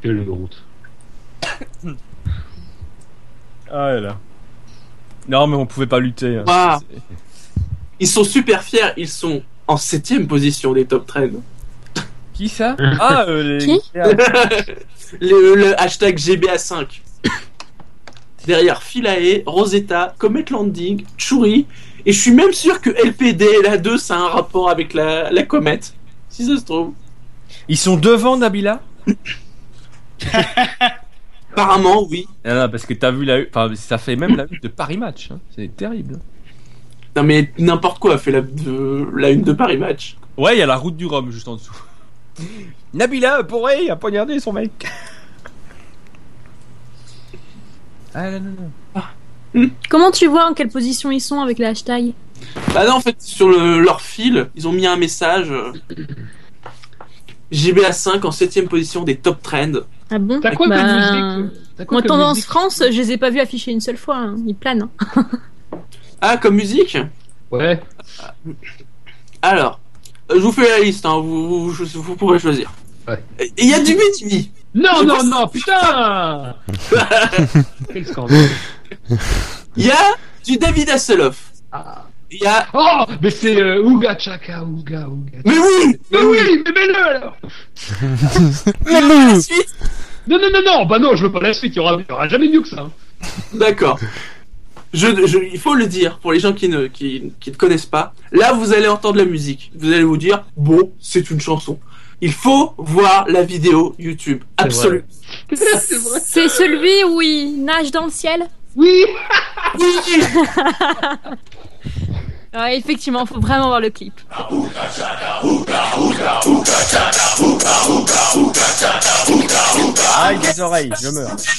Speaker 15: Quelle honte.
Speaker 5: Ah là là. Non, mais on pouvait pas lutter. hein.
Speaker 1: Waouh. Ils sont super fiers, ils sont en septième position des top trends.
Speaker 5: Qui ça Ah, euh, les...
Speaker 1: Qui le, le hashtag GBA5. Derrière Philae, Rosetta, Comet Landing, Churi, et je suis même sûr que LPD et la 2 ça a un rapport avec la, la comète, si ça se trouve.
Speaker 5: Ils sont devant Nabila
Speaker 1: Apparemment, oui.
Speaker 5: Non, non, parce que t'as vu la hu- Enfin, ça fait même la lutte de Paris Match. hein. C'est terrible.
Speaker 1: Non mais n'importe quoi a fait la, de- la une de Paris Match.
Speaker 5: Ouais, il y a la route du Rhum juste en dessous. Nabila pourrait a poignardé son mec. ah non, non, non.
Speaker 1: Hmm.
Speaker 11: Comment tu vois en quelle position ils sont avec les hashtags
Speaker 1: Bah non, en fait, sur le- leur fil, ils ont mis un message. euh, GBA5 en septième position des top trends.
Speaker 11: Ah bon
Speaker 1: T'as quoi comme
Speaker 11: Ben,
Speaker 1: musique euh T'as quoi
Speaker 11: Moi,
Speaker 1: comme
Speaker 11: Tendance
Speaker 1: musique
Speaker 11: France, je les ai pas vus affichés une seule fois. hein. Ils planent. hein.
Speaker 1: Ah, comme musique
Speaker 15: Ouais.
Speaker 1: Alors, euh, je vous fais la liste, hein, vous, vous, je- vous pourrez choisir.
Speaker 15: Ouais.
Speaker 1: Et il y a du midi
Speaker 15: Non,
Speaker 1: Je
Speaker 15: non,
Speaker 1: pense-
Speaker 15: non, putain Quel scandale.
Speaker 1: Il y a du David Hasselhoff. Il y a.
Speaker 15: Ah. Oh Mais c'est euh, Ouga Chaka, Ouga, Ouga.
Speaker 1: Mais oui
Speaker 15: Mais oui, mais mets-le alors Non, non, non, non, bah non, je veux pas la suite, il y aura, il y aura jamais mieux que ça. hein.
Speaker 1: D'accord. Je, je- il faut le dire pour les gens qui ne, qui, qui ne connaissent pas. Là, vous allez entendre la musique. Vous allez vous dire, bon, c'est une chanson. Il faut voir la vidéo YouTube.
Speaker 15: C'est
Speaker 1: Absolument.
Speaker 11: C'est celui où il nage dans le ciel
Speaker 15: Oui
Speaker 11: Ouais, effectivement, faut vraiment voir le clip.
Speaker 5: Aïe, Ah, des oreilles, je meurs.
Speaker 12: Deep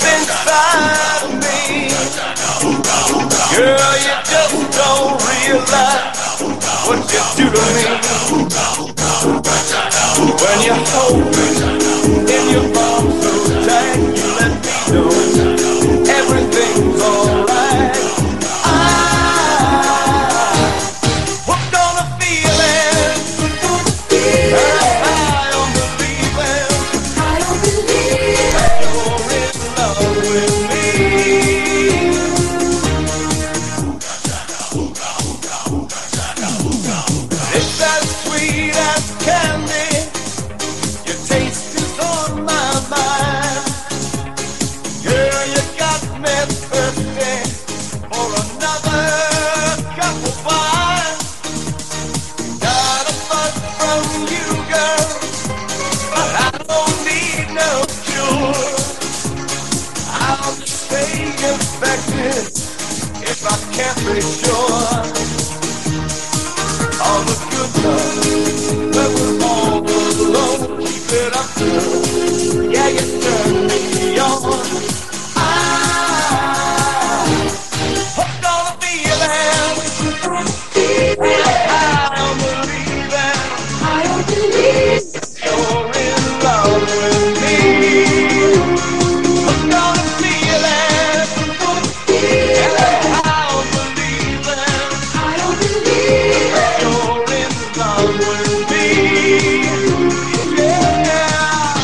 Speaker 12: inside of me, girl, you just don't realize what you do to me. When you hold me in your arms so tight, you let me know everything's alright. I hooked on a feeling, high on the feeling, high on You're in love with me. It's as sweet as candy. You taste I'll just stay infected if I can't be sure. All the good love that was all alone, keep it up till yeah, you turn me on. I Ah, hope gonna be a man. I don't believe that. I don't believe you're in love with me. I'm gonna feel it. I don't believe it. I don't believe it. You're in love with me. Yeah.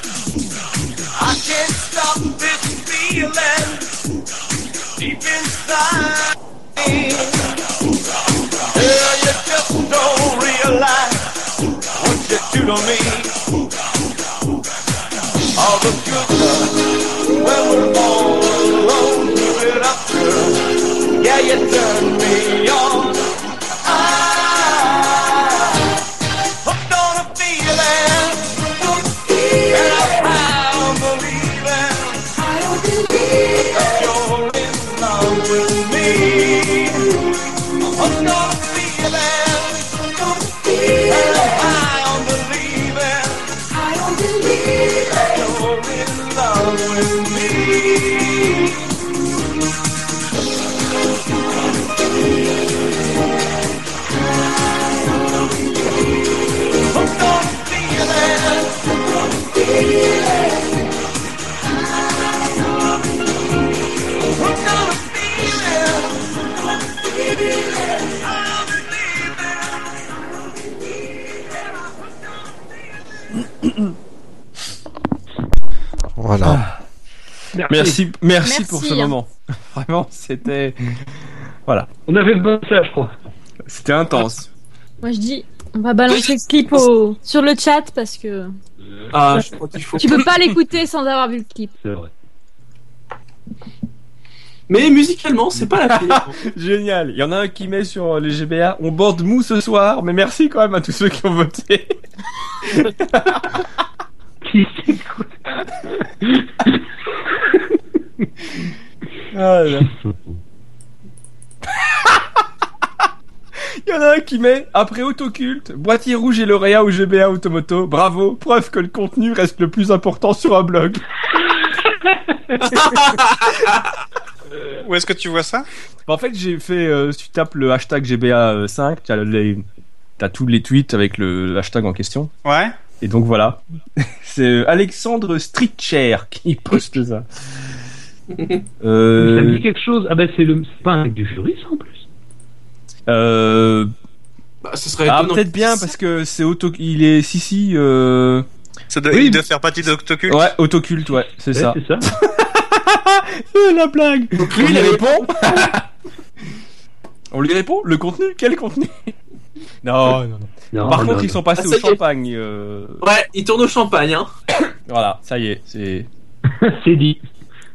Speaker 12: I can't stop this feeling deep inside me. Yeah, you just don't realize what you do to me. All the good love, when we're all alone, give it up, girl. Yeah, you turn me on. I, I'm gonna feel it.
Speaker 5: Ah.
Speaker 2: Voilà.
Speaker 5: Merci, merci,
Speaker 12: Merci.
Speaker 5: pour ce
Speaker 10: hein.
Speaker 5: moment. Vraiment, c'était. Voilà.
Speaker 15: On avait besoin de ça, je crois.
Speaker 5: C'était intense.
Speaker 10: Moi je dis, on va balancer le clip au- sur le chat parce que
Speaker 1: Ah, je crois qu'il faut.
Speaker 10: tu peux pas l'écouter sans avoir vu le clip.
Speaker 15: C'est vrai.
Speaker 1: Mais musicalement, c'est pas la pire.
Speaker 5: Génial. Il y en a un qui met sur euh, les GBA. On borde mou ce soir, mais merci quand même à tous ceux qui ont voté. Ah là là. Il y en a un qui met après autoculte, boîtier rouge et lauréat au GBA Automoto. Bravo, preuve que le contenu reste le plus important sur un blog.
Speaker 13: Où est-ce que tu vois ça
Speaker 5: Bah, en fait, j'ai fait. euh, si tu tapes le hashtag GBA5, euh, t'as les- t'as tous les tweets avec le hashtag en question.
Speaker 13: Ouais.
Speaker 5: Et donc voilà. C'est euh, Alexandre Streetchair qui poste ça.
Speaker 15: Ça me
Speaker 5: Euh,
Speaker 15: dit quelque chose. Ah ben c'est le, c'est pas un mec du jury, ça en plus.
Speaker 5: euh,
Speaker 13: bah,
Speaker 1: ce serait
Speaker 5: ah,
Speaker 1: étonnant.
Speaker 5: peut-être bien parce que c'est auto. Il est si si. Euh...
Speaker 13: Ça doit, il doit faire partie d'Octoculte.
Speaker 5: Ouais, autoculte, ouais, c'est
Speaker 13: Ouais,
Speaker 5: ça.
Speaker 13: c'est ça.
Speaker 5: la blague.
Speaker 1: lui,
Speaker 5: On
Speaker 1: il
Speaker 5: lui
Speaker 1: avait-
Speaker 5: répond. On lui répond. Le contenu Quel contenu Non, non, non.
Speaker 1: Non,
Speaker 5: Par
Speaker 1: non,
Speaker 5: contre,
Speaker 1: non.
Speaker 5: ils sont passés
Speaker 1: Ah,
Speaker 5: au
Speaker 1: ça y est.
Speaker 5: champagne. euh,
Speaker 1: Ouais, il tourne au champagne, hein.
Speaker 5: Voilà, ça y est, c'est.
Speaker 15: c'est dit.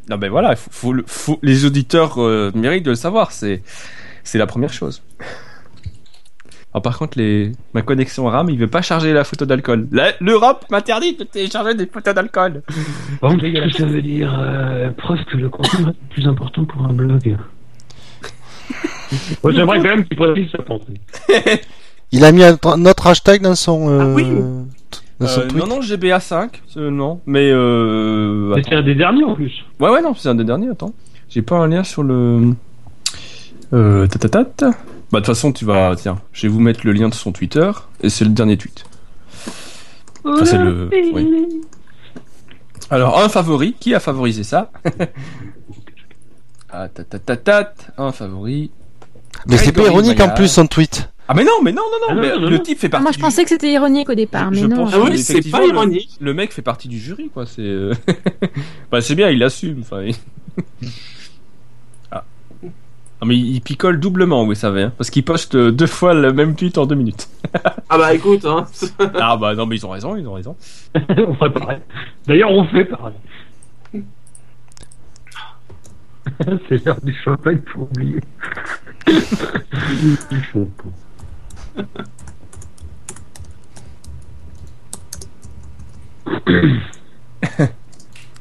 Speaker 5: Non, mais voilà, faut, faut le- faut- les auditeurs euh, méritent de le savoir, c'est, c'est la première chose. Alors, par contre, les... ma connexion RAM, il veut pas charger la photo d'alcool. La- L'Europe m'interdit de télécharger des photos d'alcool.
Speaker 15: Par contre, qu'est-ce que ça veut dire euh, Preuve que le contenu reste le plus important pour un blog. Moi, j'aimerais quand même qu'il précise sa pensée.
Speaker 2: Il a mis un, notre hashtag dans son. euh, t- dans son
Speaker 5: Ah Euh,
Speaker 2: tweet.
Speaker 5: non, non, GBA 5, euh, non, mais. Euh,
Speaker 15: C'était un des derniers en plus.
Speaker 5: Ouais, ouais, non, c'est un des derniers, attends. J'ai pas un lien sur le. Euh, tatatat. Bah, de toute façon, tu vas. Tiens, je vais vous mettre le lien de son Twitter, et c'est le dernier tweet. Enfin, c'est le- oui. Alors, un favori, qui a favorisé ça Ah, tatatatat, un favori.
Speaker 2: Mais c'est pas
Speaker 5: Grégory
Speaker 2: ironique en
Speaker 5: Maillard.
Speaker 2: plus son tweet.
Speaker 5: Ah, mais non, mais non, non,
Speaker 15: Ah non,
Speaker 5: non, mais
Speaker 15: non, non,
Speaker 5: le
Speaker 15: non.
Speaker 5: type fait
Speaker 10: Ah,
Speaker 5: partie.
Speaker 10: moi je pensais que c'était ironique au départ, mais
Speaker 5: Je
Speaker 10: non.
Speaker 5: pense
Speaker 1: Ah oui,
Speaker 5: que,
Speaker 1: c'est
Speaker 5: effectivement,
Speaker 1: pas
Speaker 5: le-
Speaker 1: ironique.
Speaker 5: Le, mec fait partie du jury, quoi. C'est, euh, bah, c'est bien, il assume. Enfin, il- Ah. Non, mais il picole doublement, vous savez, hein, parce qu'il poste euh, deux fois le même tweet en deux minutes.
Speaker 1: Ah bah écoute, hein.
Speaker 5: ah bah non, mais ils ont raison, ils ont raison.
Speaker 15: on ferait pareil. D'ailleurs, on fait pareil. C'est l'heure du champagne pour oublier.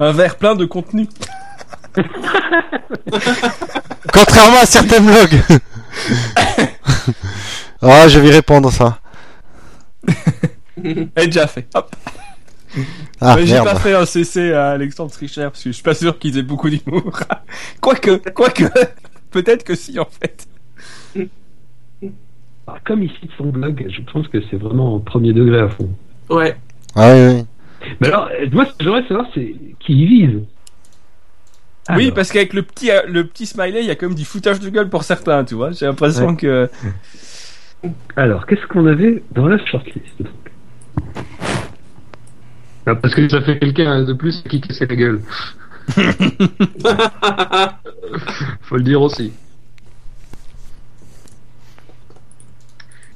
Speaker 5: Un verre plein de contenu.
Speaker 2: Contrairement à certains blogs. Ah, je vais répondre ça.
Speaker 5: Elle est déjà fait. Hop.
Speaker 2: Ah,
Speaker 5: Mais j'ai
Speaker 2: merde.
Speaker 5: pas fait un CC à Alexandre Trichère parce que je suis pas sûr qu'ils aient beaucoup d'humour. quoique, quoique, peut-être que si en fait.
Speaker 15: Alors, comme il cite son blog, je pense que c'est vraiment en premier degré à fond.
Speaker 1: Ouais.
Speaker 2: Ah oui, oui.
Speaker 15: Mais alors, euh, moi, ce que j'aimerais savoir, c'est qui y vise.
Speaker 5: Oui, parce qu'avec le petit, euh, le petit smiley, il y a quand même du foutage de gueule pour certains, tu vois. J'ai l'impression
Speaker 15: Ouais.
Speaker 5: que.
Speaker 15: Alors, qu'est-ce qu'on avait dans la shortlist donc Ah, Parce que ça fait quelqu'un de plus qui casse la gueule. Faut le dire aussi.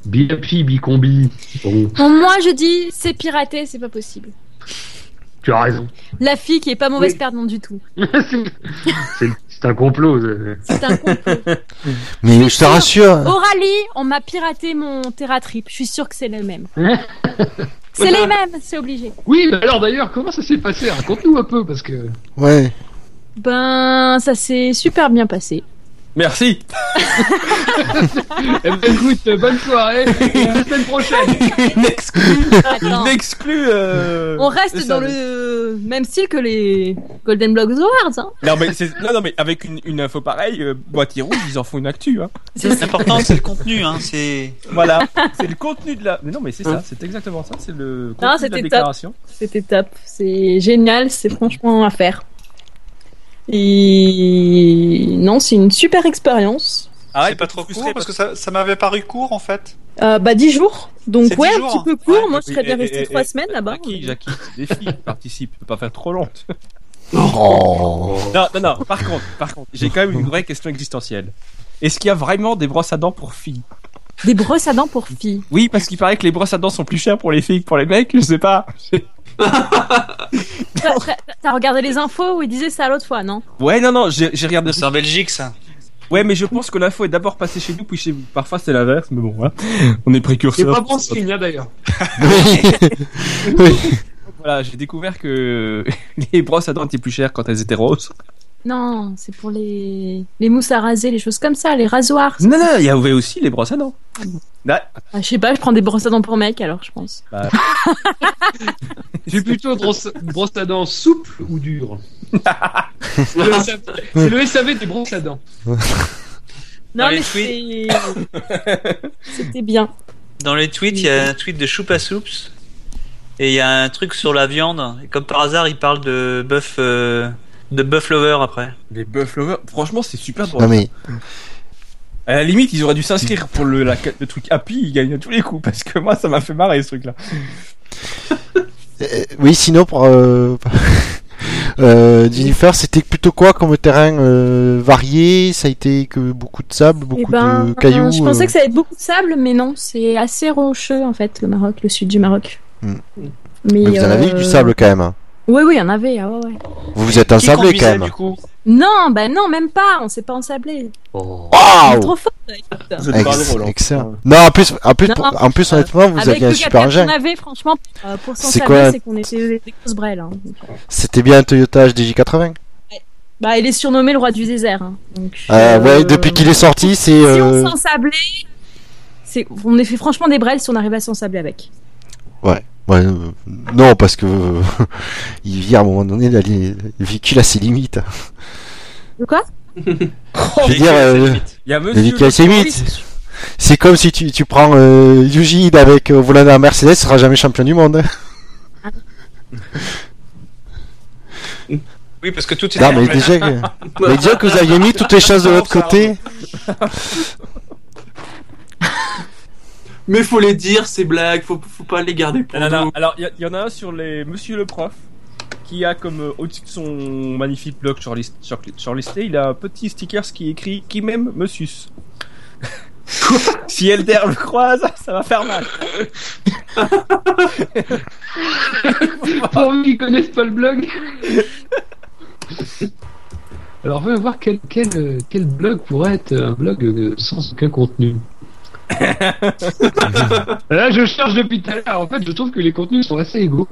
Speaker 15: Biapi, bicombi. Bon,
Speaker 11: Bon, moi je dis, c'est piraté, c'est pas possible.
Speaker 15: tu as raison.
Speaker 11: La fille qui est pas mauvaise perdante du tout.
Speaker 15: C'est c'est un complot. euh.
Speaker 11: C'est un complot.
Speaker 2: Mais je te
Speaker 1: Ah.
Speaker 2: rassure.
Speaker 11: Aurélie, on m'a piraté mon Terra Trip. Je suis sûre que c'est le même. C'est les mêmes, c'est obligé.
Speaker 15: Hein Oui, mais alors d'ailleurs, comment ça s'est passé Raconte-nous un peu, parce que.
Speaker 2: Ouais.
Speaker 11: Ben, ça s'est super bien passé.
Speaker 5: Merci.
Speaker 15: Eh ben, écoute, bonne soirée. et à la semaine prochaine.
Speaker 11: Attends.
Speaker 5: Il exclut. euh,
Speaker 11: On reste
Speaker 5: c'est
Speaker 11: dans
Speaker 5: ça, mais-
Speaker 11: le même style que les Golden Blogs Awards. Hein.
Speaker 5: Non mais, c'est- non, non, mais avec une, une info pareille, euh, boîtier rouge, ils en font une actu. Hein.
Speaker 13: L'important, c'est le contenu, hein. C'est.
Speaker 5: Voilà, c'est le contenu de la. Mais non mais c'est ça, c'est exactement ça, c'est le contenu
Speaker 11: Non,
Speaker 5: de la
Speaker 11: c'était top.
Speaker 5: déclaration.
Speaker 11: C'était top. C'est génial. C'est franchement à faire. Et non, c'est une super expérience.
Speaker 13: Ah, c'est pas trop court parce que ça, ça m'avait paru court en fait.
Speaker 11: Euh, bah, 10 jours. Donc,
Speaker 13: C'est
Speaker 11: ouais,
Speaker 13: 10
Speaker 11: un
Speaker 13: jours. hein.
Speaker 11: petit peu court. Moi, je
Speaker 5: Oui,
Speaker 11: serais bien
Speaker 5: et-
Speaker 11: resté
Speaker 5: et-
Speaker 11: 3
Speaker 5: et-
Speaker 11: semaines
Speaker 13: bah,
Speaker 11: là-bas.
Speaker 5: Jackie, Jackie, c'est des filles qui participent, tu peux pas faire trop long.
Speaker 2: Oh.
Speaker 5: Non, non, non, par contre, par contre, j'ai quand même une vraie question existentielle. Est-ce qu'il y a vraiment des brosses à dents pour filles
Speaker 11: Des brosses à dents pour filles.
Speaker 5: Oui, parce qu'il paraît que les brosses à dents sont plus chères pour les filles que pour les mecs, je sais pas.
Speaker 13: hein.
Speaker 11: T'as- T'as t'as regardé les infos où ils disaient ça l'autre fois, non
Speaker 5: Ouais, non, non, j'ai j'ai regardé.
Speaker 13: C'est en Belgique ça.
Speaker 5: Ouais, mais je pense que l'info est d'abord passée chez nous, puis chez vous. Parfois c'est l'inverse, mais bon, hein. on est
Speaker 15: C'est
Speaker 5: précurseurs.
Speaker 15: pas bon signe, hein, d'ailleurs.
Speaker 5: Voilà, j'ai découvert que les brosses à dents étaient plus chères quand elles étaient roses.
Speaker 11: Non, c'est pour les... les mousses à raser, les choses comme ça, les rasoirs.
Speaker 5: Non, non, il y avait aussi les brosses à dents. Bah,
Speaker 11: Ah, je sais pas, je prends des brosses à dents pour mec alors, je pense.
Speaker 15: J'ai plutôt brosse, brosse à dents souple ou dure C'est le SAV c'est le SAV des brosses à dents.
Speaker 11: Non,
Speaker 13: Dans les
Speaker 11: mais c'est- c'était bien.
Speaker 13: Dans les tweets, il y a un tweet de Choupa Soups et il y a un truc sur la viande. Et comme par hasard, il parle de bœuf euh, de bœuf lover après.
Speaker 5: Les buff lovers, franchement, c'est super drôle.
Speaker 2: Non mais.
Speaker 5: À la limite, ils auraient dû s'inscrire pour le, la- le truc Happy, ils gagnent à tous les coups, parce que moi, ça m'a fait marrer ce truc-là.
Speaker 2: Euh, oui, sinon, pour, euh, euh, Jennifer, c'était plutôt quoi comme terrain euh, varié Ça a été que beaucoup de sable,
Speaker 11: Eh
Speaker 2: beaucoup
Speaker 11: ben,
Speaker 2: de cailloux
Speaker 11: je pensais
Speaker 2: euh,
Speaker 11: que ça allait être beaucoup de sable, mais non, c'est assez rocheux en fait, le Maroc, le sud du Maroc.
Speaker 2: Hmm.
Speaker 11: Mais,
Speaker 2: Mais vous en avez eu
Speaker 11: euh,
Speaker 2: du sable quand même. hein.
Speaker 11: Oui, oui, il y en avait. Ah, ouais, ouais.
Speaker 2: Vous vous êtes ensablé quand même.
Speaker 11: Non, bah non, même pas, on s'est pas ensablé. On est
Speaker 2: Waouh
Speaker 11: trop fort. écoute.
Speaker 5: Vous êtes pas
Speaker 2: Ex-
Speaker 5: drôle, hein.
Speaker 2: Excellent. Non, en plus, en plus,
Speaker 11: Non,
Speaker 2: pour- en plus honnêtement, vous
Speaker 11: Avec
Speaker 2: aviez un
Speaker 11: le
Speaker 2: super
Speaker 11: super
Speaker 2: engin.
Speaker 11: qu'on avait, franchement, euh, pour
Speaker 2: C'est quoi
Speaker 11: s'ensabler, c'est qu'on était des des grosses brêles. hein. Donc, euh,
Speaker 2: C'était bien un Toyota HDJ80.
Speaker 11: Bah, il est surnommé le roi du désert. hein. Donc,
Speaker 2: Euh,
Speaker 11: euh,
Speaker 2: ouais, depuis qu'il est sorti, c'est.
Speaker 11: Si
Speaker 2: euh,
Speaker 11: on s'ensablait, c'est... on est fait franchement des brels si on arrivait à s'ensabler avec.
Speaker 2: Ouais. ouais, euh, non, parce que euh, il vit à un moment donné, là, les- le véhicule a ses limites.
Speaker 11: De quoi
Speaker 2: Je veux dire, euh,
Speaker 5: Il y a
Speaker 2: le
Speaker 5: monsieur.
Speaker 2: véhicule a ses limites. C'est comme si tu, tu prends euh, Yuji Ide avec euh, au volant d'un Mercedes, il sera jamais champion du monde.
Speaker 13: Oui, parce que tout est.
Speaker 2: Non, mais déjà, que, mais déjà que vous aviez mis toutes les chances de l'autre côté.
Speaker 1: Mais faut
Speaker 5: Ah
Speaker 1: les dire, ces blagues, faut, faut pas les garder pour
Speaker 5: Non, non,
Speaker 1: nous.
Speaker 5: non. Alors, il y a- il y, en a un sur les Monsieur le prof, qui a comme euh, au-dessus de son magnifique blog shortlist- shortli- shortlisté, il a un petit sticker qui écrit Qui m'aime me suce. Quoi si Elder le croise, ça va faire mal.
Speaker 3: Pourvu qu'ils connaissent pas le blog. Alors, voyons voir quel, quel, euh, quel blog pourrait être un blog euh, sans aucun contenu. Là, je cherche depuis tout à l'heure. En fait, je trouve que les contenus sont assez égaux.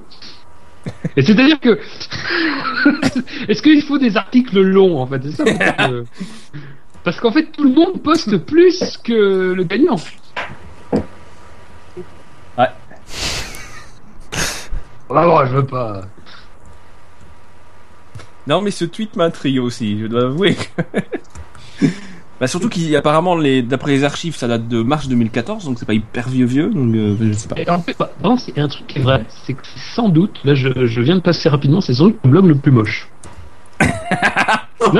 Speaker 3: Et c'est-à-dire que. Est-ce qu'il faut des articles longs, en fait C'est ça, parce que- Parce qu'en fait, tout le monde poste plus que le gagnant.
Speaker 5: Ouais.
Speaker 3: Vraiment, Ah je veux pas.
Speaker 5: Non, mais ce tweet m'intrigue aussi, je dois avouer. bah, surtout qu'apparemment, les, d'après les archives, ça date de mars 2014, donc c'est pas hyper vieux vieux, donc euh, je sais pas.
Speaker 3: Et en fait, bah, vraiment, c'est un truc qui est vrai, c'est que c'est sans doute, là je, je viens de passer rapidement, c'est sans doute le blog le plus moche. non,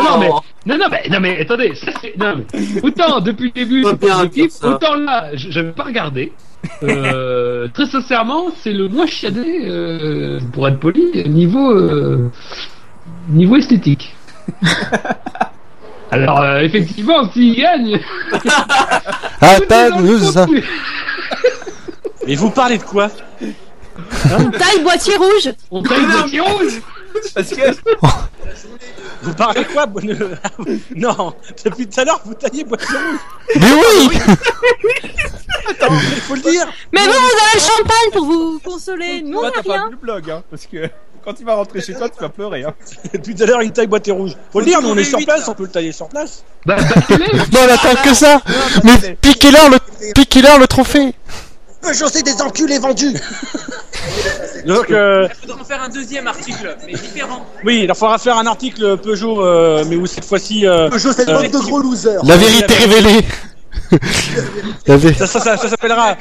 Speaker 3: non, mais, non, non, mais, non, mais attendez, ça, c'est- non, mais, autant depuis le début,
Speaker 16: Pas
Speaker 3: j'ai
Speaker 16: bien
Speaker 3: pas de
Speaker 16: dire
Speaker 3: kiff,
Speaker 16: ça.
Speaker 3: autant là, je- j'avais pas regardé. Euh, très sincèrement, c'est le moins chiadé, euh, pour être poli, niveau, euh, niveau esthétique. Alors, euh, effectivement, s'il gagne.
Speaker 2: Attends,
Speaker 4: Mais vous parlez de quoi
Speaker 11: On taille boîtier rouge
Speaker 3: On
Speaker 4: taille boîtier rouge Parce que. Vous parlez quoi, bonne. Non, depuis tout à l'heure, vous taillez boîtier rouge
Speaker 2: Mais oui
Speaker 4: Attends, mais faut le dire
Speaker 11: Mais vous, vous avez le champagne pour vous consoler. Nous, on
Speaker 5: Toi,
Speaker 11: n'a
Speaker 5: t'as pas
Speaker 11: rien.
Speaker 5: vu le blog, hein, parce que quand tu vas rentrer chez toi, tu vas pleurer. Hein.
Speaker 4: Depuis tout à l'heure, il taille boîtier rouge. Faut hein. le dire, nous on est sur place, on peut le tailler sur place.
Speaker 2: Non, on attend que ça Mais piquez-leur le, piquez-leur le trophée
Speaker 6: José des enculés vendus
Speaker 4: Donc, euh,
Speaker 12: Il faudra en faire un deuxième article, mais différent.
Speaker 4: oui, il faudra faire un article Peugeot, euh, mais où cette fois-ci. euh,
Speaker 6: Peugeot, c'est une
Speaker 4: euh,
Speaker 6: bande de gros losers
Speaker 2: La vérité révélée La vé-
Speaker 4: Ça, ça, ça, ça s'appellera,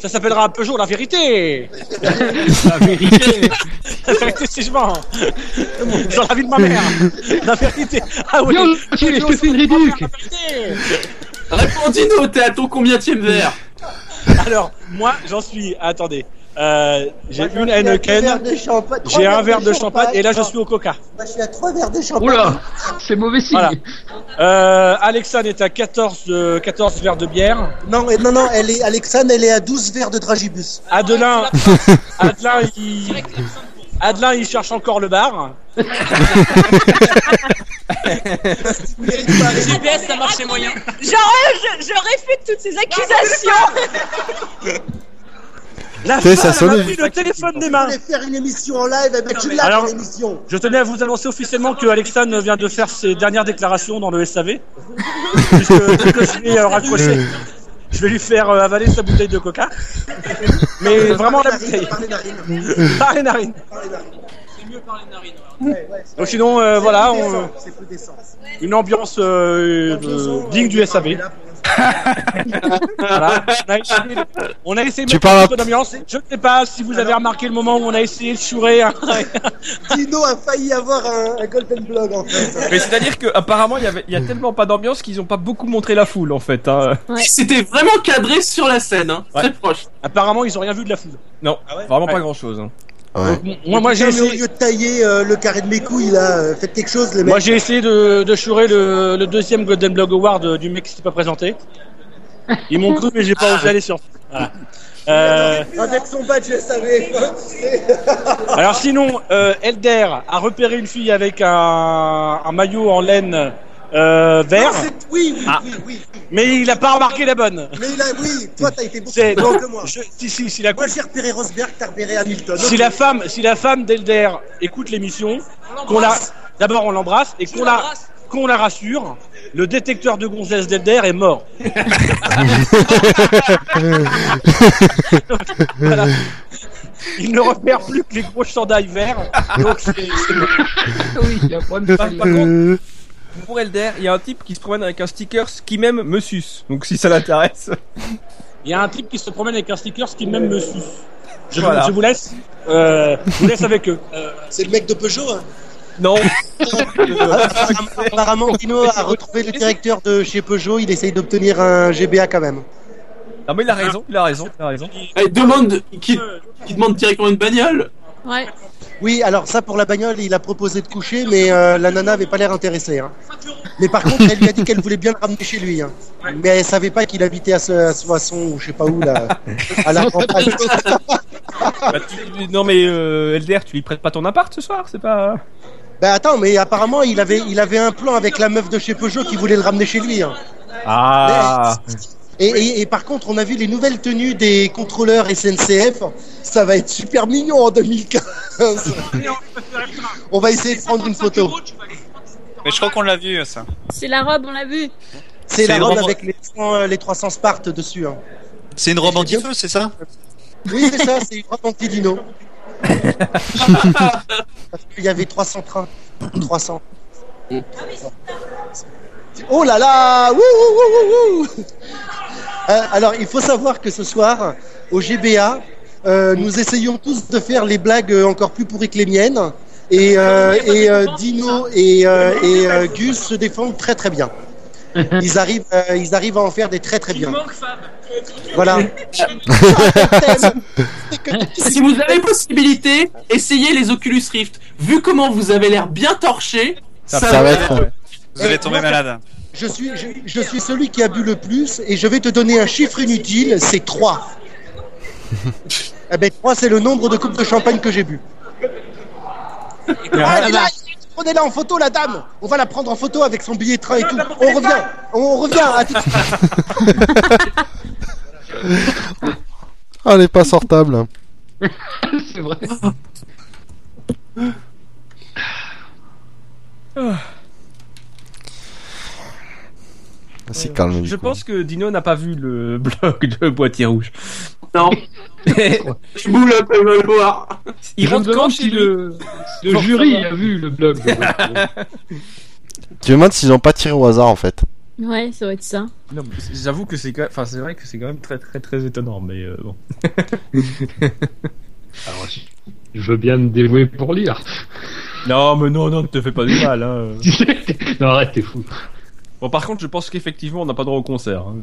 Speaker 4: ça s'appellera Peugeot la vérité.
Speaker 3: la vérité.
Speaker 4: la vérité, si je mens. Dans la vie de ma mère. La vérité. Ah oui.
Speaker 3: Yo, je te fais une réduque
Speaker 1: Répondis-nous, t'es à ton combienième verre
Speaker 4: Alors, moi, j'en suis. Attendez. Euh, j'ai
Speaker 6: Moi, j'en
Speaker 4: une
Speaker 6: suis à deux verres
Speaker 4: Heineken.
Speaker 6: de champagne- trois
Speaker 4: J'ai
Speaker 6: verres
Speaker 4: un
Speaker 6: de
Speaker 4: verre de champagne
Speaker 6: champagne.
Speaker 4: et là, je suis au coca.
Speaker 6: Moi, je suis à Bah, trois verres de champagne
Speaker 3: Oula, c'est mauvais signe.
Speaker 4: Voilà. Euh, Alexane est à 14, euh, 14 verres de bière.
Speaker 6: Non, et- non, non, elle est, Alexane, elle est à 12 verres de Dragibus.
Speaker 4: Adelin, Adelin, il... Adelin, il cherche encore le bar.
Speaker 12: Le GPS, ça marchait moyen.
Speaker 9: Genre, euh, je, je réfute toutes ces accusations.
Speaker 4: La
Speaker 2: T'sais,
Speaker 4: femme
Speaker 2: ça
Speaker 4: a
Speaker 2: sonne-
Speaker 4: pris le téléphone des
Speaker 6: Je
Speaker 4: mains.
Speaker 6: voulais faire une émission en live, eh ben, tu l'as
Speaker 4: Alors-
Speaker 6: ton émission.
Speaker 4: Je tenais à vous annoncer officiellement que Alexane vient de faire ses dernières déclarations dans le SAV. puisque dès que je vais euh, raccrocher, je vais lui faire euh, avaler sa bouteille de coca. Mais vraiment la bouteille.
Speaker 6: Par les narines.
Speaker 4: Par les narines.
Speaker 12: C'est mieux par les narines.
Speaker 4: Mmh. Donc sinon, euh, voilà,
Speaker 6: C'est plus
Speaker 4: on-
Speaker 6: décent, C'est plus décent.
Speaker 4: une ambiance euh, euh, digne du SAV. Voilà. On a essayé, on a essayé de
Speaker 2: Tu
Speaker 4: mettre
Speaker 2: parles-
Speaker 4: un peu d'ambiance. Je ne sais pas si vous avez remarqué le moment où on a essayé de chourer. un-
Speaker 6: Dino a failli avoir un, un golden blog en fait.
Speaker 5: Mais c'est-à-dire qu'apparemment, il y, avait- il y a tellement pas d'ambiance qu'ils ont pas beaucoup montré la foule, en fait. Hein.
Speaker 1: C'était vraiment cadré sur la scène, hein.
Speaker 5: Ouais.
Speaker 1: très proche.
Speaker 4: Apparemment, ils ont rien vu de la foule.
Speaker 5: Non,
Speaker 4: Ah ouais
Speaker 5: vraiment
Speaker 4: Ouais.
Speaker 5: pas grand-chose. hein.
Speaker 2: Ouais.
Speaker 4: Moi, moi j'ai
Speaker 6: Putain, mais
Speaker 4: essayé.
Speaker 6: au lieu de tailler euh, le carré de mes couilles là, euh, faites quelque chose les mecs.
Speaker 4: Moi j'ai essayé de, de chourer le, le deuxième Golden Blog Award euh, du mec qui s'est pas présenté. Ils m'ont cru mais j'ai pas osé aller sur. Voilà. Euh,
Speaker 6: Avec son badge, je savais.
Speaker 4: alors sinon, euh, Elder a repéré une fille avec un, un maillot en laine euh, vert,
Speaker 6: Non, c'est- oui, oui,
Speaker 4: Ah.
Speaker 6: oui, oui.
Speaker 4: mais il a pas remarqué la bonne.
Speaker 6: Mais là, oui, toi t'as été beaucoup
Speaker 4: C'est
Speaker 6: plus
Speaker 4: donc
Speaker 6: que moi.
Speaker 4: je- si, si, si la
Speaker 6: Moi j'ai repéré Rosberg, t'as repéré Hamilton.
Speaker 4: si la femme si la femme d'Elder écoute l'émission, qu'on la d'abord on l'embrasse et qu'on la qu'on la rassure, le détecteur de gonzesse d'Elder est mort. Voilà. Il ne repère plus que les gros chandails verts. Ah, Donc c'est- c'est-
Speaker 3: oui, il y a un problème
Speaker 5: Par,
Speaker 3: de-
Speaker 5: par contre, pour Elder, il y a un type qui se promène avec un sticker qui même me suce. Donc si ça l'intéresse.
Speaker 4: Il y a un type qui se promène avec un sticker ce qui même me suce. Je,
Speaker 5: Voilà.
Speaker 4: je vous laisse. euh, je vous laisse avec eux. Euh,
Speaker 6: C'est le mec de Peugeot. Hein.
Speaker 5: Non.
Speaker 6: Apparemment Dino a retrouvé le directeur de chez Peugeot, il essaye d'obtenir un GBA quand même.
Speaker 5: Non mais il a raison, il a raison, il a raison.
Speaker 1: Eh, Elle demande, qui, qui demande directement une bagnole.
Speaker 11: Ouais.
Speaker 6: Oui, alors ça pour la bagnole, il a proposé de coucher, mais euh, la nana avait pas l'air intéressée. hein. Mais par contre, elle lui a dit qu'elle voulait bien le ramener chez lui. hein. Mais elle savait pas qu'il habitait à, ce, à Soissons ou je sais pas où là, à la campagne.
Speaker 5: Bah, tu- non mais euh, Elder, tu lui prêtes pas ton appart ce soir, c'est pas. euh.
Speaker 6: Bah attends, mais apparemment il avait il avait un plan avec la meuf de chez Peugeot qui voulait le ramener chez lui. hein.
Speaker 5: Ah.
Speaker 6: Et, et- et par contre, on a vu les nouvelles tenues des contrôleurs SNCF. Ça va être super mignon en 2015. on va essayer de prendre une photo.
Speaker 13: Mais je crois qu'on l'a vu ça.
Speaker 11: C'est la robe, on l'a vu.
Speaker 6: C'est
Speaker 13: C'est
Speaker 6: la
Speaker 13: drôle.
Speaker 6: robe avec les 300, euh, les 300 Spartes dessus. hein.
Speaker 13: C'est une robe anti-feu, c'est ça
Speaker 6: Oui, c'est ça, c'est une robe anti-dino. Parce qu'il y avait 300 trains. 300. Oh là là Wouh, wouh, wouh, wouh, wouh Euh, Alors, il faut savoir que ce soir, au GBA, euh, nous essayons tous de faire les blagues euh, encore plus pourries que les miennes. Et, euh, et, euh, Dino et, euh, et, euh, Gus se défendent très très bien. Ils arrivent, euh, ils arrivent à en faire des très très bien. Voilà.
Speaker 1: si vous avez possibilité, essayez les Oculus Rift. Vu comment vous avez l'air bien torché, ça, va être.
Speaker 13: Vous allez tomber malade.
Speaker 6: Je suis, je, je suis celui qui a bu le plus et je vais te donner un chiffre inutile, c'est 3. eh ben 3 c'est le nombre de coupes de champagne que j'ai bu. Ah, elle est là, prenez la en photo la dame On va la prendre en photo avec son billet de train et tout. On revient, on revient, à tout de suite.
Speaker 2: Ah, elle est pas sortable.
Speaker 15: c'est vrai.
Speaker 4: Ah.
Speaker 2: C'est calme.
Speaker 5: Je pense que Dino n'a pas vu le blog de Boîtier Rouge.
Speaker 1: Non.
Speaker 5: je
Speaker 1: boule un peu le voir.
Speaker 5: Il
Speaker 15: Je me
Speaker 5: rentre
Speaker 15: demande
Speaker 5: quand
Speaker 15: si
Speaker 5: chez
Speaker 15: le-
Speaker 5: lui
Speaker 15: Le jury a vu le blog.
Speaker 2: Tu me demandes s'ils ont pas tiré au hasard en fait.
Speaker 10: Ouais, ça doit être ça.
Speaker 5: Non, mais c'est- j'avoue que c'est quand- enfin c'est vrai que c'est quand même très très très étonnant mais euh, bon.
Speaker 15: Alors, je- je veux bien me dévouer pour lire.
Speaker 5: Non mais non non, ne te fais pas du mal hein.
Speaker 15: non arrête, t'es fou.
Speaker 5: Bon par contre, je pense qu'effectivement, on n'a pas droit au concert. hein.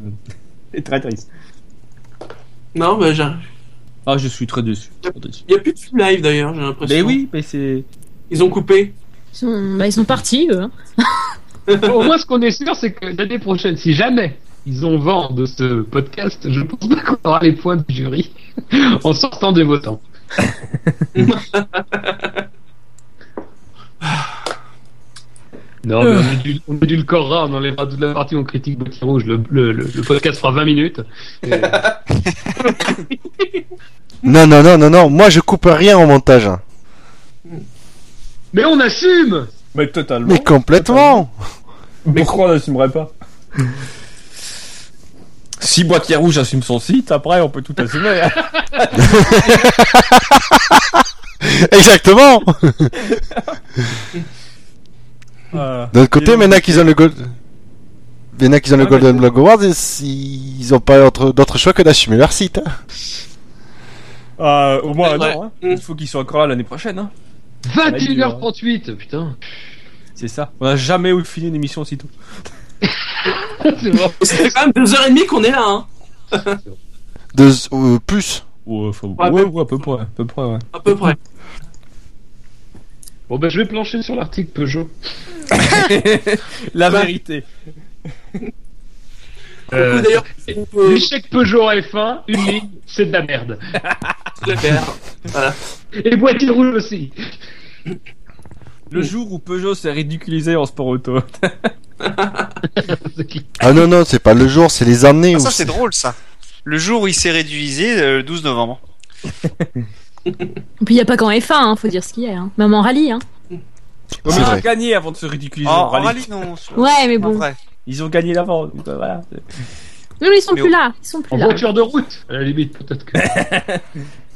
Speaker 5: C'est très triste.
Speaker 1: Non, mais j'ai-
Speaker 5: Ah, je suis très déçu.
Speaker 1: il n'y a plus de film live d'ailleurs, j'ai l'impression.
Speaker 5: Mais oui, mais c'est.
Speaker 1: Ils ont coupé.
Speaker 10: Ils sont, bah, ils sont partis, eux. hein.
Speaker 15: Au moins, ce qu'on est sûr, c'est que l'année prochaine, si jamais ils ont vent de ce podcast, je pense pas qu'on aura les points du jury en sortant des votants. non, mais on, édul- on édulcorera, on enlèvera toute la partie où on critique Boîtier Rouge. Le, le- le- le podcast fera 20 minutes. Et-
Speaker 2: Non, non, non, non, non, moi je coupe rien au montage. hein.
Speaker 15: Mais on assume
Speaker 5: Mais totalement.
Speaker 2: Mais complètement
Speaker 5: Mais pourquoi on n'assumerait pas Si Boîtier Rouge assume son site, après on peut tout assumer. hein.
Speaker 2: Exactement
Speaker 5: Voilà.
Speaker 2: D'un autre côté, maintenant qu'ils ont le gold. Maintenant qu'ils ont le Golden Blog Awards, ils ils ont pas autre- d'autre choix que d'assumer leur site. hein.
Speaker 5: Ah, au moins, non, hein.
Speaker 15: Mm.
Speaker 5: il faut qu'ils soient encore là l'année prochaine. Hein.
Speaker 15: 21h38, putain.
Speaker 5: C'est ça. On n'a jamais fini une émission aussi tôt.
Speaker 1: Ça fait quand même deux heures et demie qu'on est là. Hein.
Speaker 2: De, euh, plus.
Speaker 5: Ouais, faut-
Speaker 1: Ouais,
Speaker 5: ouais, ouais, à peu près, à peu près, ouais.
Speaker 1: À peu près.
Speaker 15: Bon, ben je vais plancher sur l'article Peugeot.
Speaker 5: La vérité.
Speaker 15: Euh,
Speaker 1: d'ailleurs,
Speaker 15: L'échec Peugeot à F1, une ligne, c'est de la merde.
Speaker 1: Le faire. Voilà.
Speaker 15: Et boîtier rouge aussi.
Speaker 5: Le jour où Peugeot s'est ridiculisé en sport auto.
Speaker 2: Ah non, non, c'est pas le jour, c'est les années.
Speaker 13: Ah,
Speaker 2: où
Speaker 13: ça c'est drôle ça. Le jour où il s'est réduisé, euh, le 12 novembre.
Speaker 10: Et puis, il n'y a pas qu'en F1, hein, faut dire ce qu'il y a. Hein. Même en rallye. Hein.
Speaker 5: Ouais, mais
Speaker 2: C'est
Speaker 5: ils
Speaker 2: vrai.
Speaker 5: ont gagné avant de se ridiculiser
Speaker 13: Oh,
Speaker 5: en
Speaker 13: en
Speaker 5: rallye.
Speaker 13: rallye, non, sur-
Speaker 10: Ouais, mais bon.
Speaker 5: Ils ont gagné l'avant. donc, euh, Voilà.
Speaker 10: Non, mais ils sont
Speaker 5: Mais
Speaker 10: plus
Speaker 5: au-
Speaker 10: là. Ils sont plus
Speaker 15: En
Speaker 10: là.
Speaker 15: voiture de route, à la limite, peut-être que.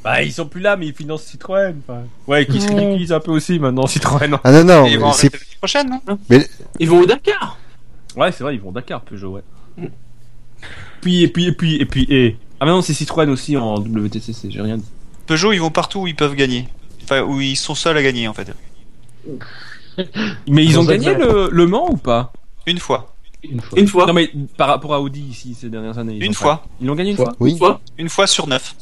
Speaker 5: Bah, ils sont plus là, mais ils financent Citroën. enfin. Ouais, qui se
Speaker 10: Ouais.
Speaker 5: ridiculisent un peu aussi maintenant, Citroën.
Speaker 2: Ah non, non, mais c'est.
Speaker 13: prochaine, non
Speaker 2: Mais
Speaker 1: Ils vont au Dakar.
Speaker 5: Ouais, c'est vrai, ils vont au Dakar, Peugeot, ouais. Puis, et puis, et puis, et puis, et. Ah, mais non, c'est Citroën aussi en WTCC, j'ai rien dit.
Speaker 13: Peugeot, ils vont partout où ils peuvent gagner. Enfin, où ils sont seuls à gagner en fait.
Speaker 2: Ah,
Speaker 5: Mais ils ont
Speaker 13: Dans un
Speaker 5: gagné
Speaker 13: vrai.
Speaker 5: le, le Mans ou pas
Speaker 13: Une fois.
Speaker 15: Une fois.
Speaker 1: Une fois.
Speaker 5: Non, mais par rapport à Audi ici ces dernières années. ils
Speaker 13: Une
Speaker 5: ont
Speaker 13: fois.
Speaker 5: fait- Ils l'ont gagné une
Speaker 13: Fois.
Speaker 5: fois
Speaker 2: Oui.
Speaker 13: Une fois sur neuf.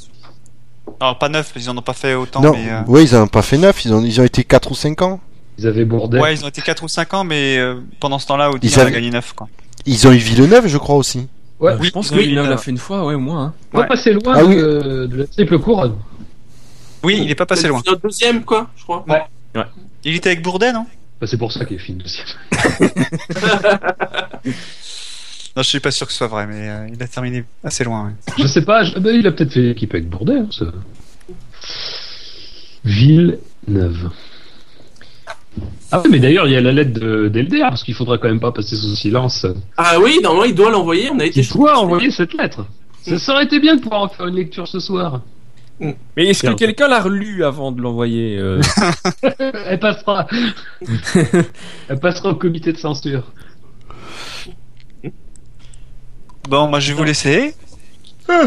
Speaker 13: Alors, pas neuf, ils en ont pas fait autant.
Speaker 2: non,
Speaker 13: mais, euh,
Speaker 2: ouais, ils en ont pas fait 9, ils ont, ils ont été 4 ou 5 ans.
Speaker 15: Ils avaient bourdé.
Speaker 13: Ouais, ils ont été 4 ou 5 ans, mais euh, pendant ce temps-là, Audi
Speaker 2: Ils
Speaker 13: en a
Speaker 2: avaient-
Speaker 13: gagné 9. Quoi.
Speaker 2: Ils ont eu Villeneuve, je crois aussi.
Speaker 15: Ouais,
Speaker 5: je pense que
Speaker 13: oui,
Speaker 5: Villeneuve
Speaker 13: euh,
Speaker 5: l'a fait une fois, ouais, au moins. hein.
Speaker 15: On va passer loin
Speaker 5: Ah oui.
Speaker 15: de, de la triple couronne.
Speaker 13: Oui, il est pas passé loin.
Speaker 1: Notre deuxième, quoi, je crois.
Speaker 15: Ouais.
Speaker 13: Il était avec hein. Bourdet, non
Speaker 15: Bah, c'est pour ça qu'il est fini deuxième.
Speaker 13: Non, je suis pas sûr que ce soit vrai, mais euh, il a terminé assez loin. ouais.
Speaker 15: Je sais pas, je- ah bah, il a peut-être fait équipe avec Bourdet. Hein, ça. Villeneuve. Ah oui, mais d'ailleurs, il y a la lettre de- d'Elder, parce qu'il faudra quand même pas passer sous silence.
Speaker 1: Ah oui, normalement, il doit l'envoyer. On a été.
Speaker 15: Il doit envoyer cette lettre. Ça, ça aurait été bien de pouvoir en faire une lecture ce soir.
Speaker 1: Mm.
Speaker 5: Mais est-ce que
Speaker 15: Merde.
Speaker 5: quelqu'un l'a relu avant de l'envoyer euh,
Speaker 15: Elle passera. Elle passera au comité de censure.
Speaker 13: Bon, moi je vais vous laisser.
Speaker 5: Ah,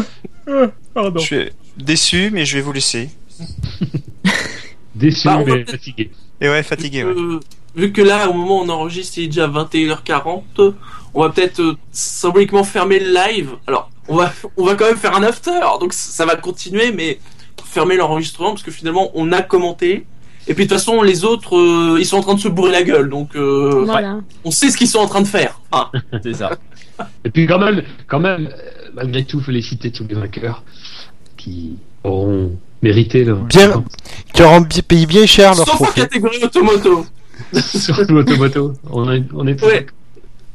Speaker 15: Pardon.
Speaker 13: Je suis déçu, mais je vais vous laisser.
Speaker 15: Déçu,
Speaker 1: Bah, on va
Speaker 15: mais
Speaker 1: peut-être-
Speaker 15: fatigué.
Speaker 13: Et ouais, fatigué. ouais.
Speaker 1: Euh, vu que là, au moment où on enregistre, il est déjà 21h40, on va peut-être euh, symboliquement fermer le live. Alors, on va, on va quand même faire un after, donc c- ça va continuer, mais fermer l'enregistrement parce que finalement, on a commenté. Et puis de toute façon, les autres, euh, ils sont en train de se bourrer la gueule, donc euh,
Speaker 11: Voilà.
Speaker 1: ouais, on sait ce qu'ils sont en train de faire. hein.
Speaker 5: C'est ça.
Speaker 15: Et puis quand même, quand même, euh, malgré tout, féliciter tous les vainqueurs qui auront mérité leur
Speaker 2: Bien, qui auront bi- payé bien cher leur
Speaker 1: Sauf en
Speaker 2: trophée.
Speaker 1: catégorie automoto.
Speaker 15: sur l'automoto. On est, on est tous
Speaker 1: Ouais.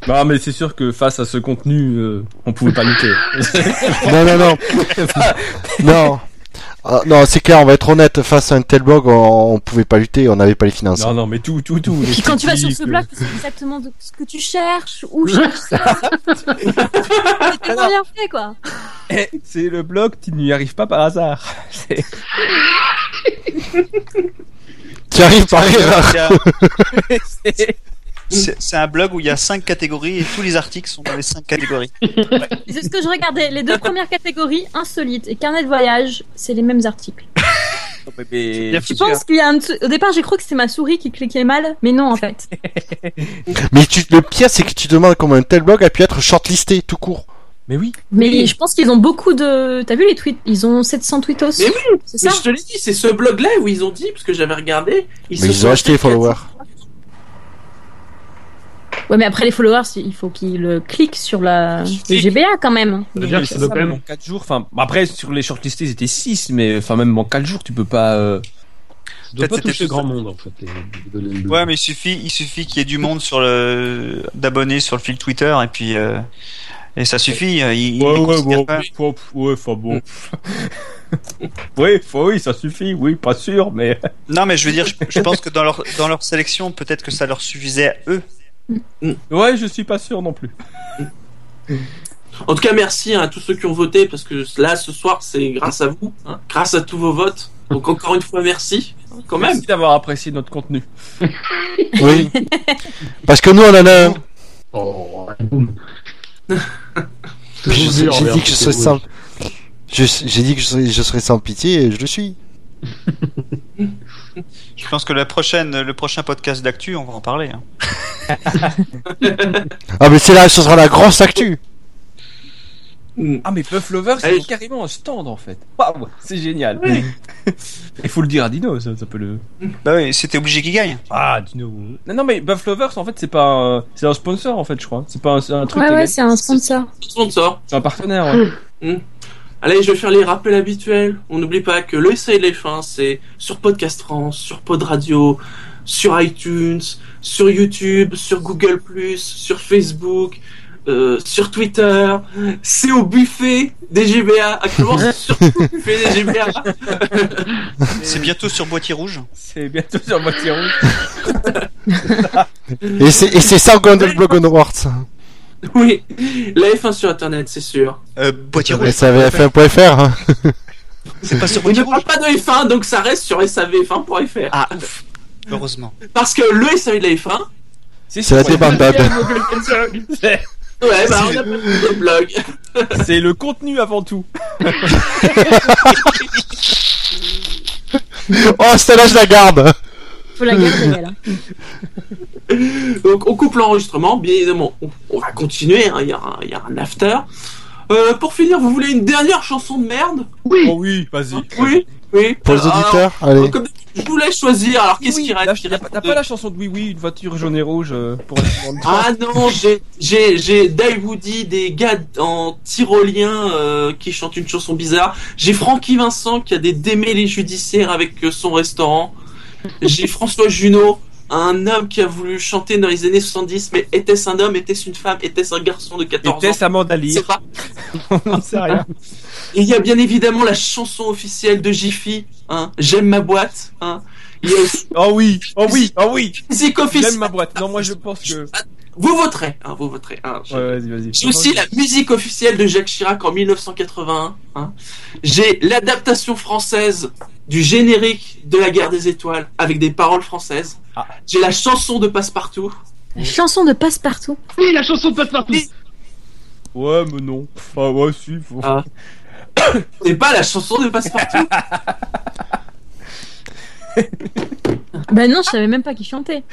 Speaker 5: Non, Bah, mais c'est sûr que face à ce contenu, euh, on pouvait pas lutter.
Speaker 2: Non, non, non. non. Ah, non, c'est clair, on va être honnête, face à un tel blog, on, on pouvait pas lutter, on n'avait pas les finances.
Speaker 5: non, non, mais tout, tout, tout. les
Speaker 11: Puis quand tu vas sur ce
Speaker 5: critiques,
Speaker 11: blog, tu sais exactement de- ce que tu cherches, où chercher ça. C'était pas bien fait, quoi.
Speaker 5: euh, eh, C'est le blog, tu n'y arrives pas par hasard. C'est-
Speaker 2: Qui arrive par erreur.
Speaker 13: Il y a- C'est c'est un blog où il y a 5 catégories et tous les articles sont dans les 5 catégories.
Speaker 11: C'est ce que je regardais. Les deux premières catégories, insolites et carnet de voyage, c'est les mêmes articles.
Speaker 13: bien
Speaker 11: Je pense qu'il y a un dessous- Au départ, j'ai cru que c'était ma souris qui cliquait mal, mais non, en fait.
Speaker 2: Mais tu, le pire, c'est que tu demandes comment un tel blog a pu être shortlisté tout court.
Speaker 5: Mais oui.
Speaker 11: Mais je pense qu'ils ont beaucoup de. T'as vu les tweets Ils ont 700 tweetos.
Speaker 1: Mais oui,
Speaker 11: c'est
Speaker 1: mais
Speaker 11: ça
Speaker 1: je te l'ai dit, c'est ce blog-là où ils ont dit, parce que j'avais regardé.
Speaker 2: Mais
Speaker 1: se
Speaker 2: ils
Speaker 1: sont
Speaker 2: ont acheté les followers.
Speaker 11: Ouais, mais après les followers, il faut qu'ils euh, cliquent sur la... le GBA quand même.
Speaker 15: Ça veut dire que ça doit quand même.
Speaker 5: en 4 jours, enfin, après, sur les shortlistés, ils étaient 6, mais enfin, même en 4 jours, tu peux pas. euh,
Speaker 15: ça doit pas
Speaker 13: Peut-être
Speaker 15: toucher
Speaker 13: c'était-
Speaker 15: grand monde en fait. les- les- les- les-
Speaker 13: Ouais, mais il suffit, il suffit qu'il y ait du monde sur le d'abonnés sur le fil Twitter et puis euh, et ça suffit. euh, il- il les considère pas.
Speaker 5: bon, ouais, enfin bon. oui, enfin, oui, ça suffit, oui, pas sûr, mais.
Speaker 13: Non, mais je veux dire, je, je pense que dans leur dans leur sélection, peut-être que ça leur suffisait à eux.
Speaker 5: Ouais, je suis pas sûr non plus.
Speaker 1: En tout cas, merci hein, à tous ceux qui ont voté parce que là, ce soir, c'est grâce à vous, hein, grâce à tous vos votes. Donc encore une fois, merci hein, quand même.
Speaker 5: Merci d'avoir apprécié notre contenu.
Speaker 2: Oui. Parce que nous, on en a un.
Speaker 15: Oh, boum.
Speaker 2: Je-
Speaker 15: Toujours
Speaker 2: J'ai
Speaker 15: dur,
Speaker 2: dit
Speaker 15: merde,
Speaker 2: que je
Speaker 15: c'est
Speaker 2: serais
Speaker 15: rouge.
Speaker 2: sans. je- J'ai dit que je serais, je serais sans pitié et je le suis.
Speaker 13: Je pense que la prochaine, le prochain podcast d'actu, on va en parler. hein.
Speaker 2: Ah, mais c'est là, ce sera la grosse actu.
Speaker 5: Ah, mais Puff Lover,
Speaker 1: Allez.
Speaker 5: c'est carrément un stand en fait. Waouh, c'est génial. Il faut le dire à Dino, ça, ça peut le.
Speaker 13: Bah oui, c'était obligé qu'il gagne.
Speaker 5: Ah, Dino. Non, non, mais Buff Lovers, en fait, c'est pas un... C'est un sponsor, en fait, je crois. C'est pas un, c'est un truc.
Speaker 11: Ouais,
Speaker 5: légal.
Speaker 11: ouais, c'est un sponsor.
Speaker 1: Sponsor. Hmm.
Speaker 5: C'est un partenaire, ouais.
Speaker 1: Allez, je vais faire les rappels habituels. On n'oublie pas que le essai de les fins, c'est sur Podcast France, sur Pod Radio, sur iTunes, sur YouTube, sur Google+, sur Facebook, euh, sur Twitter. C'est au buffet des GBA. Actuellement, c'est surtout au buffet des GBA.
Speaker 13: C'est bientôt sur boîtier rouge.
Speaker 5: C'est bientôt sur moitié rouge.
Speaker 1: Euh.
Speaker 2: Et c'est et c'est ça au Golden Blog Awards.
Speaker 1: Oui, la F1 sur Internet, c'est sûr.
Speaker 13: Euh, boîtier
Speaker 2: Et
Speaker 13: rouge.
Speaker 2: ça avait F1.fr. hein.
Speaker 13: C'est pas sur
Speaker 1: On
Speaker 13: boîtier
Speaker 1: ne parle
Speaker 13: rouge.
Speaker 1: pas de F1, donc ça reste sur savf1.fr.
Speaker 13: Ah ouf. Heureusement.
Speaker 1: Parce que le SAV de la F1,
Speaker 2: C'est la débandade.
Speaker 1: ouais, bah, on a pas de blog.
Speaker 5: C'est le contenu avant tout.
Speaker 2: Oh, celle-là, je la garde.
Speaker 11: Faut la garder, elle. hein.
Speaker 1: hein. Donc, on coupe l'enregistrement, bien évidemment. On, on va continuer, hein, il y, a un- il y a un after. Euh, pour finir, vous voulez une dernière chanson de merde
Speaker 15: Oui.
Speaker 1: Oh oui, vas-y. Oui, oui.
Speaker 2: Pour les
Speaker 1: Alors,
Speaker 2: auditeurs,
Speaker 1: alors,
Speaker 2: allez.
Speaker 1: comme d'habitude, je vous laisse choisir. Alors qu'est-ce
Speaker 5: Oui,
Speaker 1: qui reste
Speaker 5: là,
Speaker 1: Il
Speaker 5: T'as
Speaker 1: reste
Speaker 5: t'as
Speaker 1: deux.
Speaker 5: pas la chanson de Oui Oui, une voiture jaune et rouge euh, pour la commande.
Speaker 1: Ah non, j'ai j'ai j'ai Dave Woody, des gars en tyrolien euh, qui chantent une chanson bizarre. J'ai Francky Vincent qui a des démêlés judiciaires avec euh, son restaurant. J'ai François Junot, un homme qui a voulu chanter dans les années 70, mais était-ce un homme, était-ce une femme, était-ce un garçon de 14
Speaker 5: Était-ce
Speaker 1: ans
Speaker 5: Amanda Lear
Speaker 1: Je sais pas.
Speaker 5: Non, c'est rien.
Speaker 1: Et il y a bien évidemment la chanson officielle de Jiffy, hein, J'aime ma boîte, hein. Il y a aussi...
Speaker 5: Oh oui, oh oui, oh oui.
Speaker 1: Musique officielle.
Speaker 5: J'aime ma boîte. Non, moi je pense que.
Speaker 1: Vous voterez, hein, vous voterez. hein. Je-
Speaker 5: Ouais, vas-y, vas-y.
Speaker 1: J'ai aussi la musique officielle de Jacques Chirac en 1981. hein. J'ai l'adaptation française du générique de La Guerre des Étoiles avec des paroles françaises.
Speaker 5: Ah.
Speaker 1: J'ai la chanson de Passepartout.
Speaker 10: La chanson de Passepartout.
Speaker 15: Oui, la chanson de Passepartout.
Speaker 5: Ouais, mais non. Ah ouais, si. Faut...
Speaker 1: C'est pas la chanson de Passepartout.
Speaker 10: Bah non, je savais même pas qu'il chantait.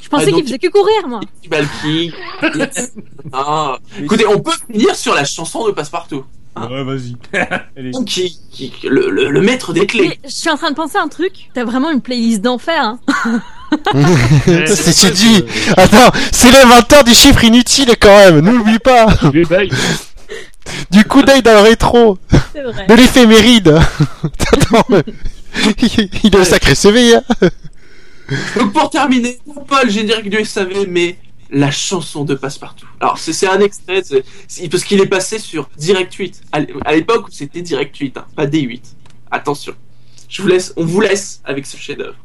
Speaker 10: Je pensais
Speaker 1: Ah, donc-
Speaker 10: qu'il faisait que courir, moi.
Speaker 1: Petit Balki. Ah. Écoutez, on peut finir sur la chanson de Passepartout. Hein
Speaker 5: Ouais, vas-y.
Speaker 1: Qui, qui- le, le- le maître des clés.
Speaker 10: Mais je suis en train de penser à un truc. T'as vraiment une playlist d'enfer, hein.
Speaker 2: c'est c'est dit. Attends, c'est l'inventeur du chiffre inutile quand même, n'oublie pas. Du coup d'œil dans le rétro.
Speaker 10: C'est vrai.
Speaker 2: De l'éphéméride. Attends, il il a un sacré CV. hein.
Speaker 1: Donc pour terminer, non pas le générique du SAV, mais la chanson de Passepartout. Alors c'est c'est un extrait, c'est- c'est- parce qu'il est passé sur Direct 8. À l'é- à l'époque où c'était Direct 8, hein, pas D8. Attention. Je vous laisse, on vous laisse avec ce chef-d'œuvre.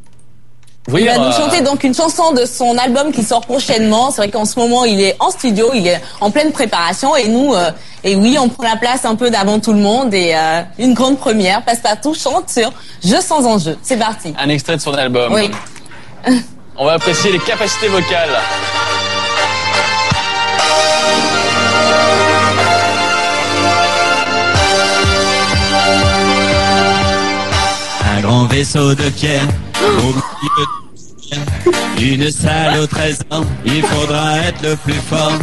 Speaker 17: il
Speaker 18: euh,
Speaker 17: va nous
Speaker 1: euh,
Speaker 17: chanter donc une chanson de son album qui sort prochainement. C'est vrai qu'en ce moment, il est en studio, il est en pleine préparation et nous, euh, et oui, on prend la place un peu d'avant tout le monde et euh, une grande première. Passepartout chante sur Jeu sans enjeu. C'est parti.
Speaker 18: Un extrait de son album.
Speaker 17: Oui.
Speaker 18: On va apprécier les capacités vocales.
Speaker 12: Un grand vaisseau de pierre, au milieu de une salle au trésor, il faudra être le plus fort.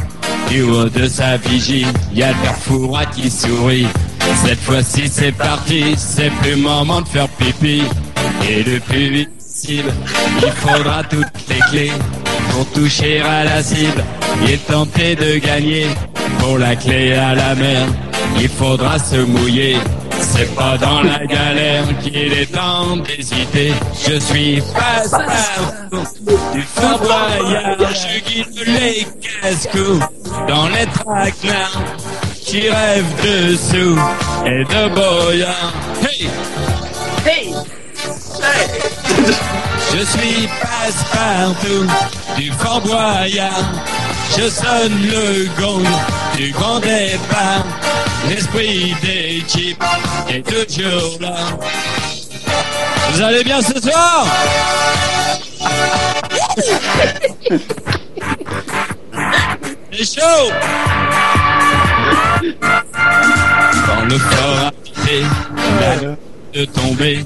Speaker 12: Du haut de sa vigie, il y a le père Fourat qui sourit. Cette fois-ci c'est parti, c'est plus moment de faire pipi. Et le plus vite possible, il faudra toutes les clés pour toucher à la cible et tenter de gagner. Pour la clé à la mer, il faudra se mouiller. C'est pas dans la galère qu'il est temps d'hésiter. Je suis Passepartout du fort voyage. Je guide les casques dans les traquenards qui rêvent de sous et de boyards. Hey! Hey!
Speaker 18: Je suis
Speaker 12: Passepartout du Fort Boyard. Je sonne le gong du grand départ. L'esprit des chips est toujours là. Vous allez bien ce soir C'est chaud Dans le fort habité, la de tomber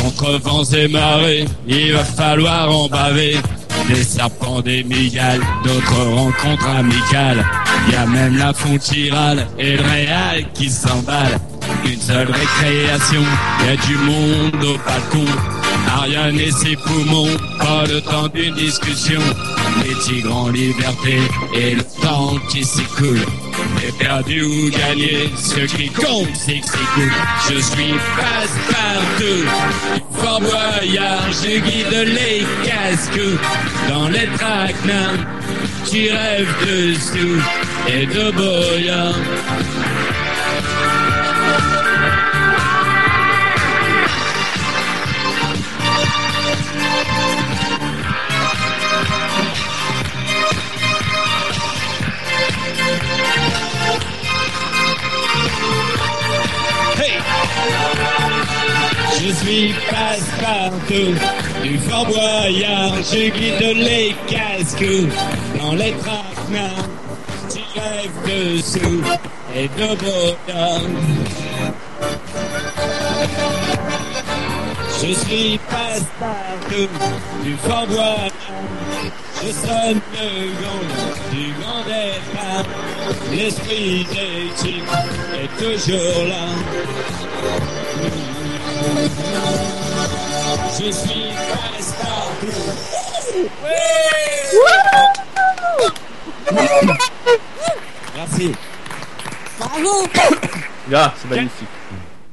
Speaker 12: contre vents et marées. Il va falloir en baver des serpents, des migales, d'autres rencontres amicales. Il y a même la fontirale et le réal qui s'emballe. Une seule récréation, il y a du monde au balcon. Ariane et ses poumons, pas le temps d'une discussion. Les tigres en liberté et le temps qui s'écoule. Et perdu ou gagné, ce qui compte c'est que c'est cool. Je suis passe-partout, fort boyard, je guide les casques dans les traquenards. Tu rêves de sous et de boyard. Hey Je suis passe-partout du Fort Boyard, je guide les casques dans les traquenards. Tu rêves de sous et de bonheur. Je suis Passepartout du Fort Bois. Je sonne le gong du grand départ. L'esprit d'équipe est toujours là. Je suis Passepartout. Ouais Merci.
Speaker 17: Bravo
Speaker 5: Là, Ah, c'est magnifique.